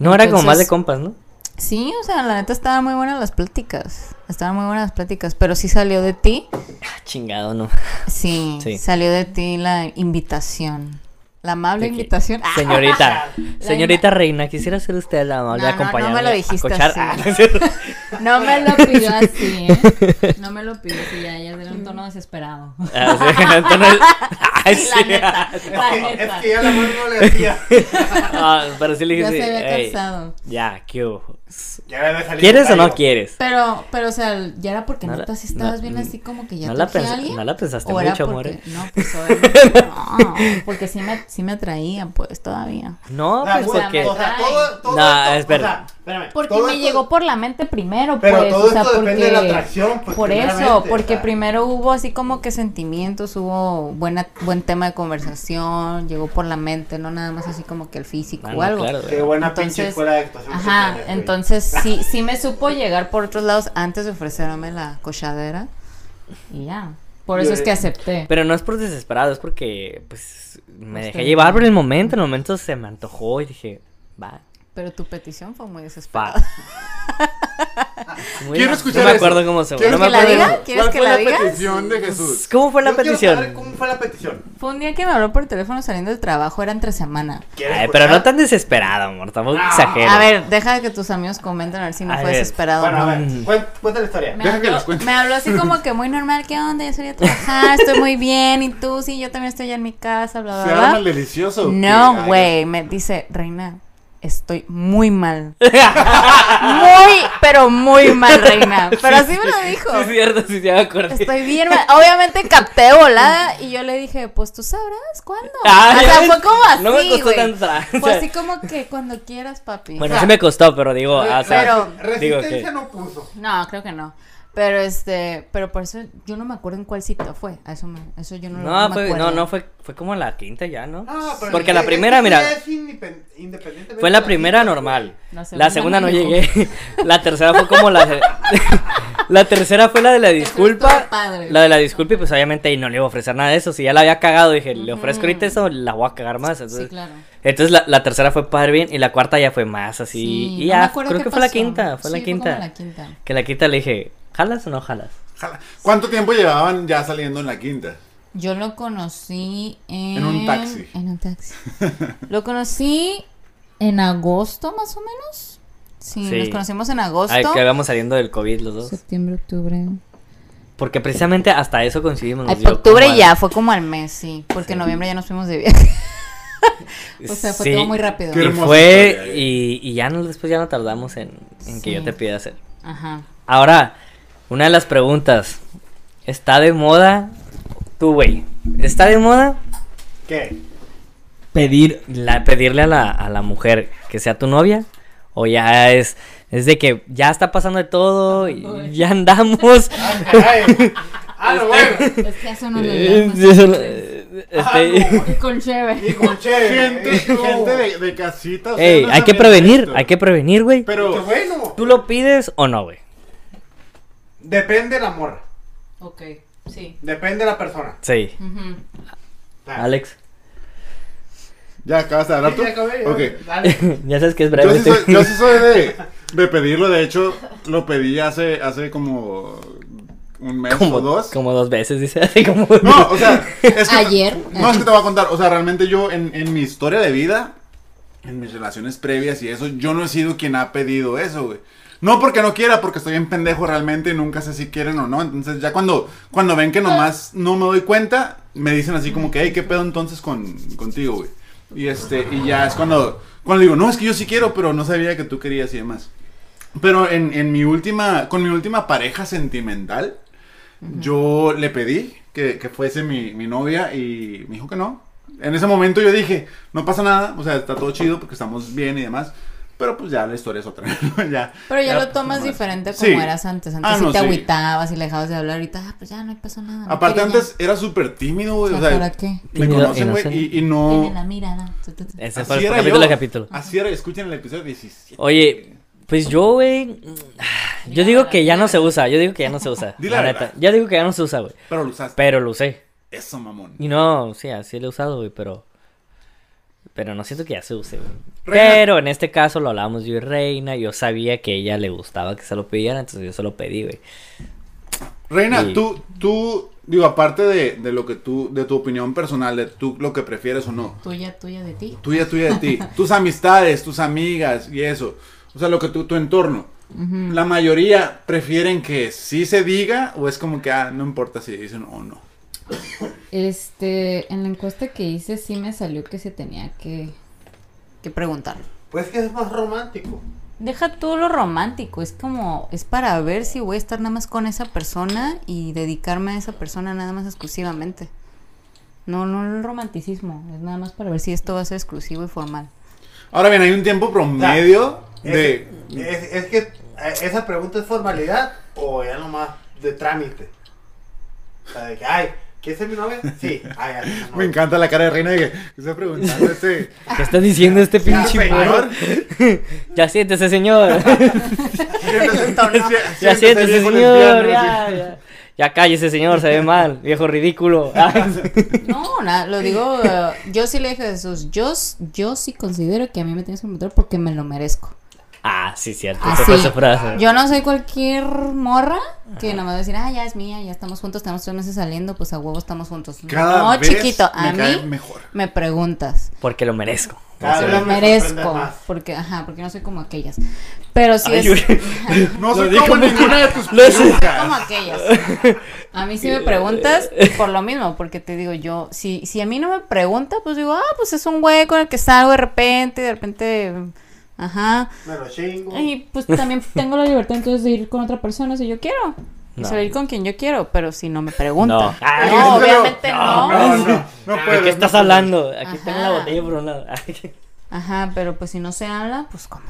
C: no era como más de
D: entonces-
C: compas, ¿no?
D: Sí, o sea, la neta estaban muy buenas las pláticas. Estaban muy buenas las pláticas, pero sí salió de ti.
C: Ah, chingado, no.
D: Sí,
C: Sí.
D: salió de ti la invitación. La amable
C: De que,
D: invitación. ¡Ah!
C: Señorita,
D: La
C: señorita reina, quisiera ser usted la amable
D: No, no, no
C: acompañante. Ah,
D: me lo dijiste así. No me lo pidió así, ¿eh? No me lo pidió así, ya, ya era un tono desesperado.
C: Ah, Entonces, ay,
D: Sí,
C: sí.
D: la neta, la
E: Es
D: neta.
E: que ya la morra no le hacía.
C: Ah, pero sí le dije,
D: Ya se
C: sí,
D: había
C: "Ey,
D: cansado.
C: Ya, ¿qué hubo?
E: Ya le había salido
C: ¿Quieres o
E: tallo.
C: no quieres?
D: Pero, pero, o sea, ya era porque
C: No
D: no,
C: la-
D: estás, estabas
C: no,
D: bien
C: mm,
D: así como que ya
C: no la
D: toqué a
C: pens-
D: alguien,
C: no la pensaste
D: o era
C: mucho, amor,
D: porque-
C: ¿eh?
D: No, pues obviamente no, porque sí me, sí me atraía, pues, todavía.
C: No,
E: La
C: pues
E: morra,
C: porque.
E: O sea, todo, todo
C: No,
E: esto,
C: espera.
E: o sea, espérame,
D: eh. Porque
E: todo
D: me
E: esto-
D: llegó por la mente primero,
E: Pero
D: pues,
E: todo
D: o sea,
E: esto depende
D: porque...
E: de la atracción, pues,
D: por eso,
E: primeramente,
D: porque
E: o sea.
D: primero hubo así como que sentimientos, hubo buena, buen tema de conversación, llegó por la mente, no nada más así como que el físico
C: Ah,
D: o
C: no,
D: algo.
C: claro,
E: Qué
C: güey.
E: buena pinche
D: Entonces-
E: escuela de actuación. que
D: Ajá,
E: tienes, güey.
D: entonces sí, sí me supo llegar por otros lados antes de ofrecerme la cochadera. Y ya. Por eso
E: Yo-
D: es
B: eh,
D: que acepté.
C: Pero no es por desesperado, es porque pues me
D: Pues,
C: dejé
D: te-
C: llevar por el momento, en el momento se me antojó y dije, va,
D: Pero tu petición fue muy
C: va.
D: desesperada.
B: Quiero
C: Muy bien.
B: escuchar
C: No me
B: eso.
C: acuerdo cómo se
B: ¿Quieres
C: no me
D: que la
C: acuerdo
D: diga?
C: cómo-
D: ¿Quieres
B: ¿Cuál
D: que
B: fue
D: la
B: la
D: diga?
B: petición de Jesús?
C: ¿Cómo fue la
E: Yo quiero saber
C: petición?
E: ¿Cómo fue la petición?
D: Fue un día que me habló por teléfono saliendo del trabajo, era entre semana.
E: ¿Quieres
C: Ay, pero
E: escuchar?
C: no tan desesperado, amor, tampoco
E: Ah.
C: exagero.
D: A ver, deja que tus amigos comenten a ver si no
C: A
D: fue
C: ver,
D: desesperado o
E: Bueno,
D: no.
E: a ver,
C: Mm.
E: cuen- cuenta la historia.
D: Me
B: Deja que
D: habló-
B: les cuente.
D: Me habló así como que muy normal, ¿qué onda? Yo salí a trabajar, estoy muy bien, y tú, sí, yo también estoy ya en mi casa, bla,
B: ¿Se arma
D: bla,
B: el
D: bla.
B: delicioso? o qué?
D: No,
B: Ay,
D: güey, me dice, Reina, estoy muy mal. Muy, pero muy mal, Reina. Pero así me lo dijo.
C: Sí, es cierto, sí, ya me acordé.
D: Estoy bien mal. Obviamente capté volada y yo le dije, pues tú sabrás cuándo.
C: Ah,
D: o
C: ya
D: sea,
C: ves,
D: fue como así,
C: no me costó
D: güey.
C: tanto trabajo, o
D: Fue
C: sea.
D: así como que cuando quieras, papi.
C: Bueno, sí me costó, pero digo,
E: Re-
C: ah, o sea,
D: pero-
C: digo
E: Resistencia
C: que
E: no puso.
D: No, creo que no. Pero este, pero por eso yo no me acuerdo en cuál cita fue. A eso, me, eso yo no, lo-
C: no,
D: me
C: fue,
D: acuerdo.
C: no, no fue, fue como la quinta ya, ¿no?
E: No, pero
C: Porque la
E: es-
C: primera,
E: es-
C: mira,
E: es indepen- independientemente
C: fue
E: de
C: la primera
E: cita,
C: normal.
D: La
C: La
D: segunda
C: segunda no
D: no
C: llegué. La tercera fue como la La tercera fue la de la disculpa.
D: estuvo padre.
C: La de la disculpa, y pues obviamente ahí no le iba a ofrecer nada de eso. Si ya la había cagado, dije, le ofrezco ahorita eso, la voy a cagar más. Entonces,
D: Sí, claro.
C: entonces la, la tercera fue padre bien y la cuarta ya fue más así.
D: Sí,
C: y
D: no
C: ya,
D: me
C: creo
D: acuerdo
C: que
D: qué
C: fue la
D: pasó.
C: quinta. Fue la
D: Sí,
C: quinta.
D: como la quinta.
C: Que la quinta le dije, ¿jalas o no jalas?
B: Jala. ¿Cuánto tiempo llevaban ya saliendo en la quinta?
D: Yo lo conocí en...
B: En un taxi.
D: En un taxi. lo conocí en agosto, más o menos. Sí,
C: Sí.
D: nos conocimos en agosto.
C: Ay, que vamos saliendo del COVID los dos.
F: Septiembre, octubre.
C: Porque precisamente hasta eso coincidimos. nos
D: Ay,
C: dio
D: octubre
C: como al-
D: ya, fue como al mes, sí. Porque en noviembre ya nos fuimos de viaje. o sea, fue
C: Sí,
D: todo muy rápido.
B: Qué
C: Y
B: hermosa
C: fue,
B: historia, eh.
C: y, y ya no- después ya no tardamos en, en que yo
D: Sí.
C: te pida hacer.
D: Ajá.
C: Ahora, una de las preguntas. ¿Está de moda? Tú, güey. ¿Está de moda
E: ¿Qué?
C: pedir, la, pedirle a la, a la mujer que sea tu novia? ¿O ya es, es de que ya está pasando de todo, y ya andamos?
E: Ay, ah, no, bueno.
F: Es que eso no lo
C: Eh,
D: pues,
B: Ah,
E: Ah,
C: Este,
F: Con
E: Y
F: cheve.
E: con
B: Gente,
E: chévere. eh,
B: gente de, de casita. o sea,
C: ey,
B: no
C: hay que
B: sabían
C: prevenir,
B: esto.
C: hay que prevenir, güey.
E: Qué
B: Pero,
E: bueno.
C: ¿Tú lo pides o no, güey?
E: Depende de la morra.
D: Ok, sí.
E: Depende de la persona. Ah,
C: Sí.
D: Ujú.
B: Ah.
C: Alex.
B: ¿ya acabas de hablar tú?
E: Sí, ya acabé, ya.
B: Ok.
E: Dale.
C: ya sabes que es
B: Yo
C: breve.
B: sí
C: este-
B: soy, yo sí soy de, de pedirlo, de hecho, lo pedí hace, hace como un mes
C: como
B: o dos.
C: Como dos veces, dice. Así como...
B: No, o sea, es que,
D: Ayer.
B: No, es que te voy a contar, o sea, realmente yo en, en mi historia de vida, en mis relaciones previas y eso, yo no he sido quien ha pedido eso, güey. No porque no quiera, porque estoy en pendejo realmente y nunca sé si quieren o no. Entonces ya cuando, cuando ven que nomás no me doy cuenta, me dicen así como que, hey, ¿qué pedo entonces con, contigo, güey? Y este, y ya es cuando, cuando digo, no, es que yo sí quiero, pero no sabía que tú querías y demás. Pero en, en mi última, con mi última pareja sentimental, yo le pedí que, que fuese mi, mi novia y me dijo que no. En ese momento yo dije, no pasa nada, o sea, está todo chido porque estamos bien y demás. Pero pues ya la historia es otra. ¿no? ya,
D: Pero ya, lo
B: pues,
D: tomas
B: no,
D: diferente como
B: sí.
D: eras antes. Antes
B: Ah,
D: sí
B: no,
D: te
B: sí.
D: agüitabas y le dejabas de hablar. Ahorita, ah, pues ya no pasó nada. no
B: Aparte
D: quería.
B: antes era súper tímido, güey.
D: O
B: O
D: sea,
B: sea,
D: ¿para qué?
B: me
C: Tímido,
B: conocen, güey,
C: inocente.
B: y, y
D: Tiene
B: no...
D: la mirada.
C: Ese
B: Así
C: fue el
B: era
C: capítulo
B: yo.
C: a capítulo.
B: Así era, escuchen el episodio 17.
C: Oye, pues yo, güey. Yo digo que ya no se usa. Yo digo que ya no se usa.
B: Di
C: la
B: la
C: neta.
B: verdad.
C: Yo digo que ya no se usa, güey.
B: Pero lo usaste.
C: Pero lo usé.
B: Eso, mamón.
C: Y no, sí, así lo he usado, güey, pero. Pero no siento que ya se use, güey.
B: Reina.
C: Pero en este caso lo hablábamos yo y Reina. Yo sabía que a ella le gustaba que se lo pidieran, entonces yo se lo pedí, güey.
B: Reina,
C: Y-
B: tú, tú, digo, aparte de, de lo que tú, de tu opinión personal, de tú lo que prefieres o no,
D: Tuya, tuya de ti.
B: tuya, tuya de ti, tus amistades, tus amigas y eso, o sea, lo que tú, tu entorno, la mayoría prefieren que sí se diga o es como que, ah, no importa si dicen o no.
F: Este, en la encuesta que hice sí me salió que se tenía que...
D: Que preguntar.
E: Pues que es más romántico.
D: Deja tú lo romántico. Es como, es para ver si voy a estar nada más con esa persona y dedicarme a esa persona nada más exclusivamente. No, no el romanticismo. Es nada más para ver si esto va a ser exclusivo y formal.
B: Ahora bien, hay un tiempo promedio de...
E: Es, es- es que eh, esa pregunta es formalidad o ya nomás de trámite. O sea, de que, ay, ¿quieres ser mi novia? Sí, ay, ya, no.
B: Me encanta la cara de Reina de que, que está preguntando este...
C: ¿Qué estás diciendo este pinche
B: señor.
C: güey? ya siéntese, señor. ya
B: Ya
C: siéntese, señor. Ya, ya. Ya cállese, señor, se ve mal. Viejo ridículo. Ah,
D: No, nada, lo digo, eh, yo sí le dije a Jesús, yo, s- yo sí considero que a mí me tienes que preguntar porque me lo merezco.
C: ah, sí, cierto. esa
D: Así.
C: fue su frase.
D: Yo no soy cualquier morra que nada más decir, ah, ya es mía, ya estamos juntos, tenemos tres meses saliendo, pues a huevo estamos juntos.
B: Cada
D: no,
B: vez
D: chiquito, a
B: me cae
D: mí
B: mejor.
D: me preguntas.
C: Porque lo merezco.
E: Cada
C: Así,
E: vez
D: Lo
E: me sorprende
D: merezco,
E: más.
D: porque, ajá, porque no soy como aquellas. Pero sí
C: Ay,
D: es
C: yo-
B: No soy
C: dijo
B: como
C: muy-
B: ninguna de tus
C: Lo sé.
B: pelucas.
D: como aquellas. A mí sí me preguntas por lo mismo, porque te digo yo, si, si a mí no me pregunta, pues digo, ah, pues es un güey con el que salgo de repente, y de repente, ajá.
E: Me lo chingo.
D: Y pues también tengo la libertad entonces de ir con otra persona si yo quiero. Y
C: No.
D: salir con quien yo quiero, pero si no me pregunta.
C: No. Ah,
D: No,
B: díselo.
D: obviamente no.
B: No, no, no
C: ¿De
B: puedes,
C: qué
B: no
C: estás
B: puedes.
C: hablando? Aquí tengo la
D: Ajá.
C: botella Ah, por un lado.
D: Ajá, pero pues si no se habla, pues cómo.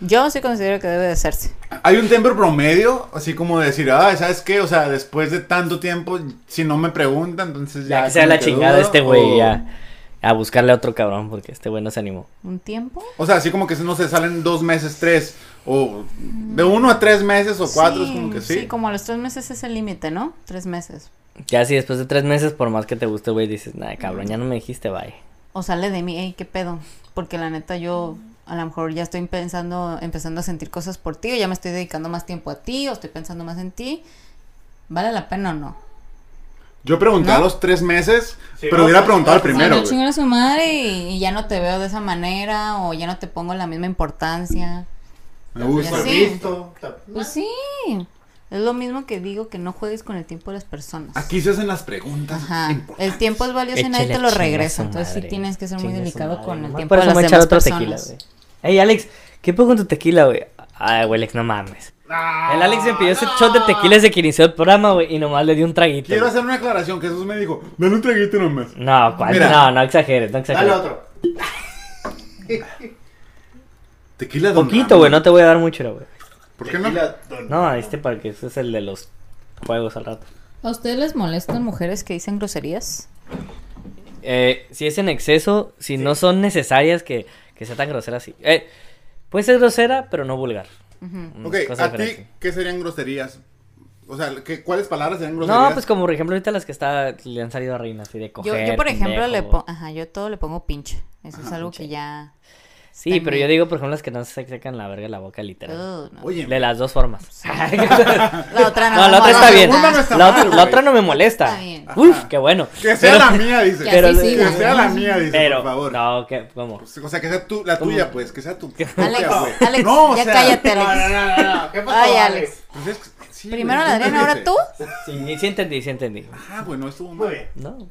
D: Yo sí considero que debe de hacerse.
B: pues, Hay un tiempo promedio, así como decir, ah, ¿sabes qué? O sea, después de tanto tiempo, si no me preguntan, entonces ya.
C: Ya que sea
B: como
C: la chingada
B: dudo,
C: este güey,
B: o-
C: ya. a buscarle a otro cabrón porque este güey no se animó.
D: ¿Un tiempo?
B: O sea, así como que no se salen dos meses, tres, o de uno a tres meses o cuatro, es como que sí.
D: como a los tres meses es el límite, ¿no? Tres meses.
C: Ya si después de tres meses, por más que te guste, güey, dices, nada, cabrón, ya no me dijiste, bye.
D: O sale de mí, hey, ¿qué pedo? Porque la neta yo a lo mejor ya estoy pensando, empezando a sentir cosas por ti, o ya me estoy dedicando más tiempo a ti, o estoy pensando más en ti. ¿Vale la pena o no?
B: Yo pregunté a
D: ¿No?
B: los tres meses,
E: Sí,
B: pero
E: no,
B: hubiera
E: pues,
B: preguntado al
E: pues,
B: primero,
D: Ay, no,
B: güey.
D: chinguen a su madre y, y ya no te veo de esa manera, o ya no te pongo la misma importancia.
B: Me gusta.
D: Sí.
E: visto. o sea,
D: Pues sí, es lo mismo que digo, que no juegues con el tiempo de las personas.
B: Aquí se hacen las preguntas.
D: Ajá,
B: importantes.
D: el tiempo es valioso y nadie
C: Échale
D: te lo
C: chinga
D: regresa,
C: su
D: entonces sí
C: madre,
D: tienes que ser muy
C: chinga su
D: delicado
C: madre,
D: con el
C: nomás
D: tiempo
C: por
D: de
C: eso
D: las
C: me voy a echar
D: demás
C: otro
D: personas.
C: tequila, güey. Ey, Alex, ¿qué pedo con tu tequila, güey? Ay, güey, Alex, no mames. el Alex me pidió ese shot de tequila desde que inició el programa, güey, y nomás le di un traguito.
B: Quiero
C: güey.
B: hacer una aclaración, Jesús me dijo, dale un traguito nomás.
C: No, ¿cuál?
B: Mira.
C: No, no exageres, no exageres.
E: Dale otro.
B: Tequila de Don
C: Poquito, güey, no te voy a dar mucho, güey.
B: ¿Por qué no?
E: Tequila, don-
C: No, este porque ese es el de los juegos al rato.
F: ¿A ustedes les molestan mujeres?
D: ¿Mujeres que dicen groserías?
C: Eh, si es en exceso, si no son necesarias, que, que sea tan grosera así. Eh, puede ser grosera, pero no vulgar. Una
B: Ok,
C: Mm, cosa
B: ¿a ti
C: diferente.
B: qué serían groserías? O sea, ¿qué, ¿cuáles palabras serían groserías?
C: No, pues como por ejemplo ahorita las que está, le han salido a Reina, así de
D: Yo,
C: coger.
D: yo, por ejemplo, le
C: pendejo. Ah,
D: pongo, ajá, yo todo le pongo pinche. Eso es algo que ya...
C: Sí,
D: Está
C: pero
D: bien.
C: yo digo, por ejemplo, las que no se sacan la verga de la boca, literal.
D: Ugh, no.
B: Oye,
C: De las dos formas.
D: La otra Ah, no.
C: no, la otra está
B: la
C: bien.
B: segunda no está
C: La otra,
B: mal,
C: la
B: güey.
C: otra no me molesta.
D: Está bien.
C: Uf, qué bueno.
B: que sea
C: Pero-
B: la mía, dice.
F: Que
C: Pero-
F: así
C: le-
B: que
F: siga, güey.
B: sea la mía, dice,
C: Pero,
B: por favor.
C: no, que, ¿cómo?
B: Pues, O sea, que sea tu, la
C: ¿Cómo?
B: tuya, pues, que sea tu.
D: Alex,
B: propia, güey.
D: Alex,
B: No, o
D: ya
B: sea,
D: cállate, Alex.
E: No, no, no, no, no. ¿Qué pasó,
D: Ay,
E: Alex?
B: pues es- sí,
D: Primero
B: güey,
D: la Adriana, ahora tú.
B: entendiste.
C: Sí, sí entendí, sí entendí.
B: Ah, bueno, estuvo
E: Muy
B: mal.
E: bien.
C: No.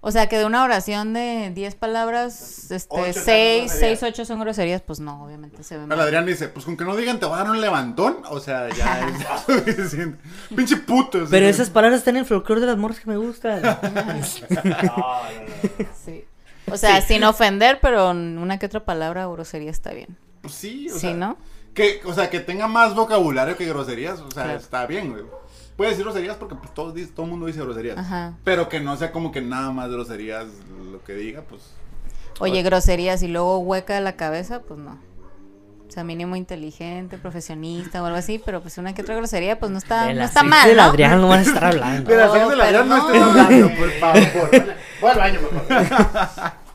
D: O sea, que de una oración de 10 palabras, este,
E: Ocho
D: 6,
E: son
D: 6, 8 son groserías, pues no, obviamente se ve
B: Pero
D: mal.
B: Adrián dice, pues con que no digan te voy a dar un levantón, o sea, ya es suficiente. Pinche puto.
C: Pero esas palabras están en el folclore de las morras que me gustan.
E: No, no, no.
D: Sí. O sea, sin ofender, pero una que otra palabra o grosería está bien.
B: Pues sí, o
D: Sí,
B: sea,
D: ¿no?
B: Que, o sea, que tenga más vocabulario que groserías, o sea,
D: Claro.
B: está bien, güey. Puedes decir groserías porque pues, todo, todo el mundo dice groserías.
D: Ajá.
B: Pero que no sea como que nada más groserías lo que diga, pues.
D: Oye, groserías y luego hueca de la cabeza, pues no. O sea, mínimo inteligente, profesionista o algo así, pero pues una que otra grosería, pues no está,
C: De
D: no
C: las
D: está
C: seis
D: mal,
C: del
D: ¿no?
C: Adrián no van a estar hablando.
B: De las
D: No,
B: seis de la
D: pero
B: mañana no
D: no.
B: estés hablando, por favor.
E: Por favor. Voy al baño mejor.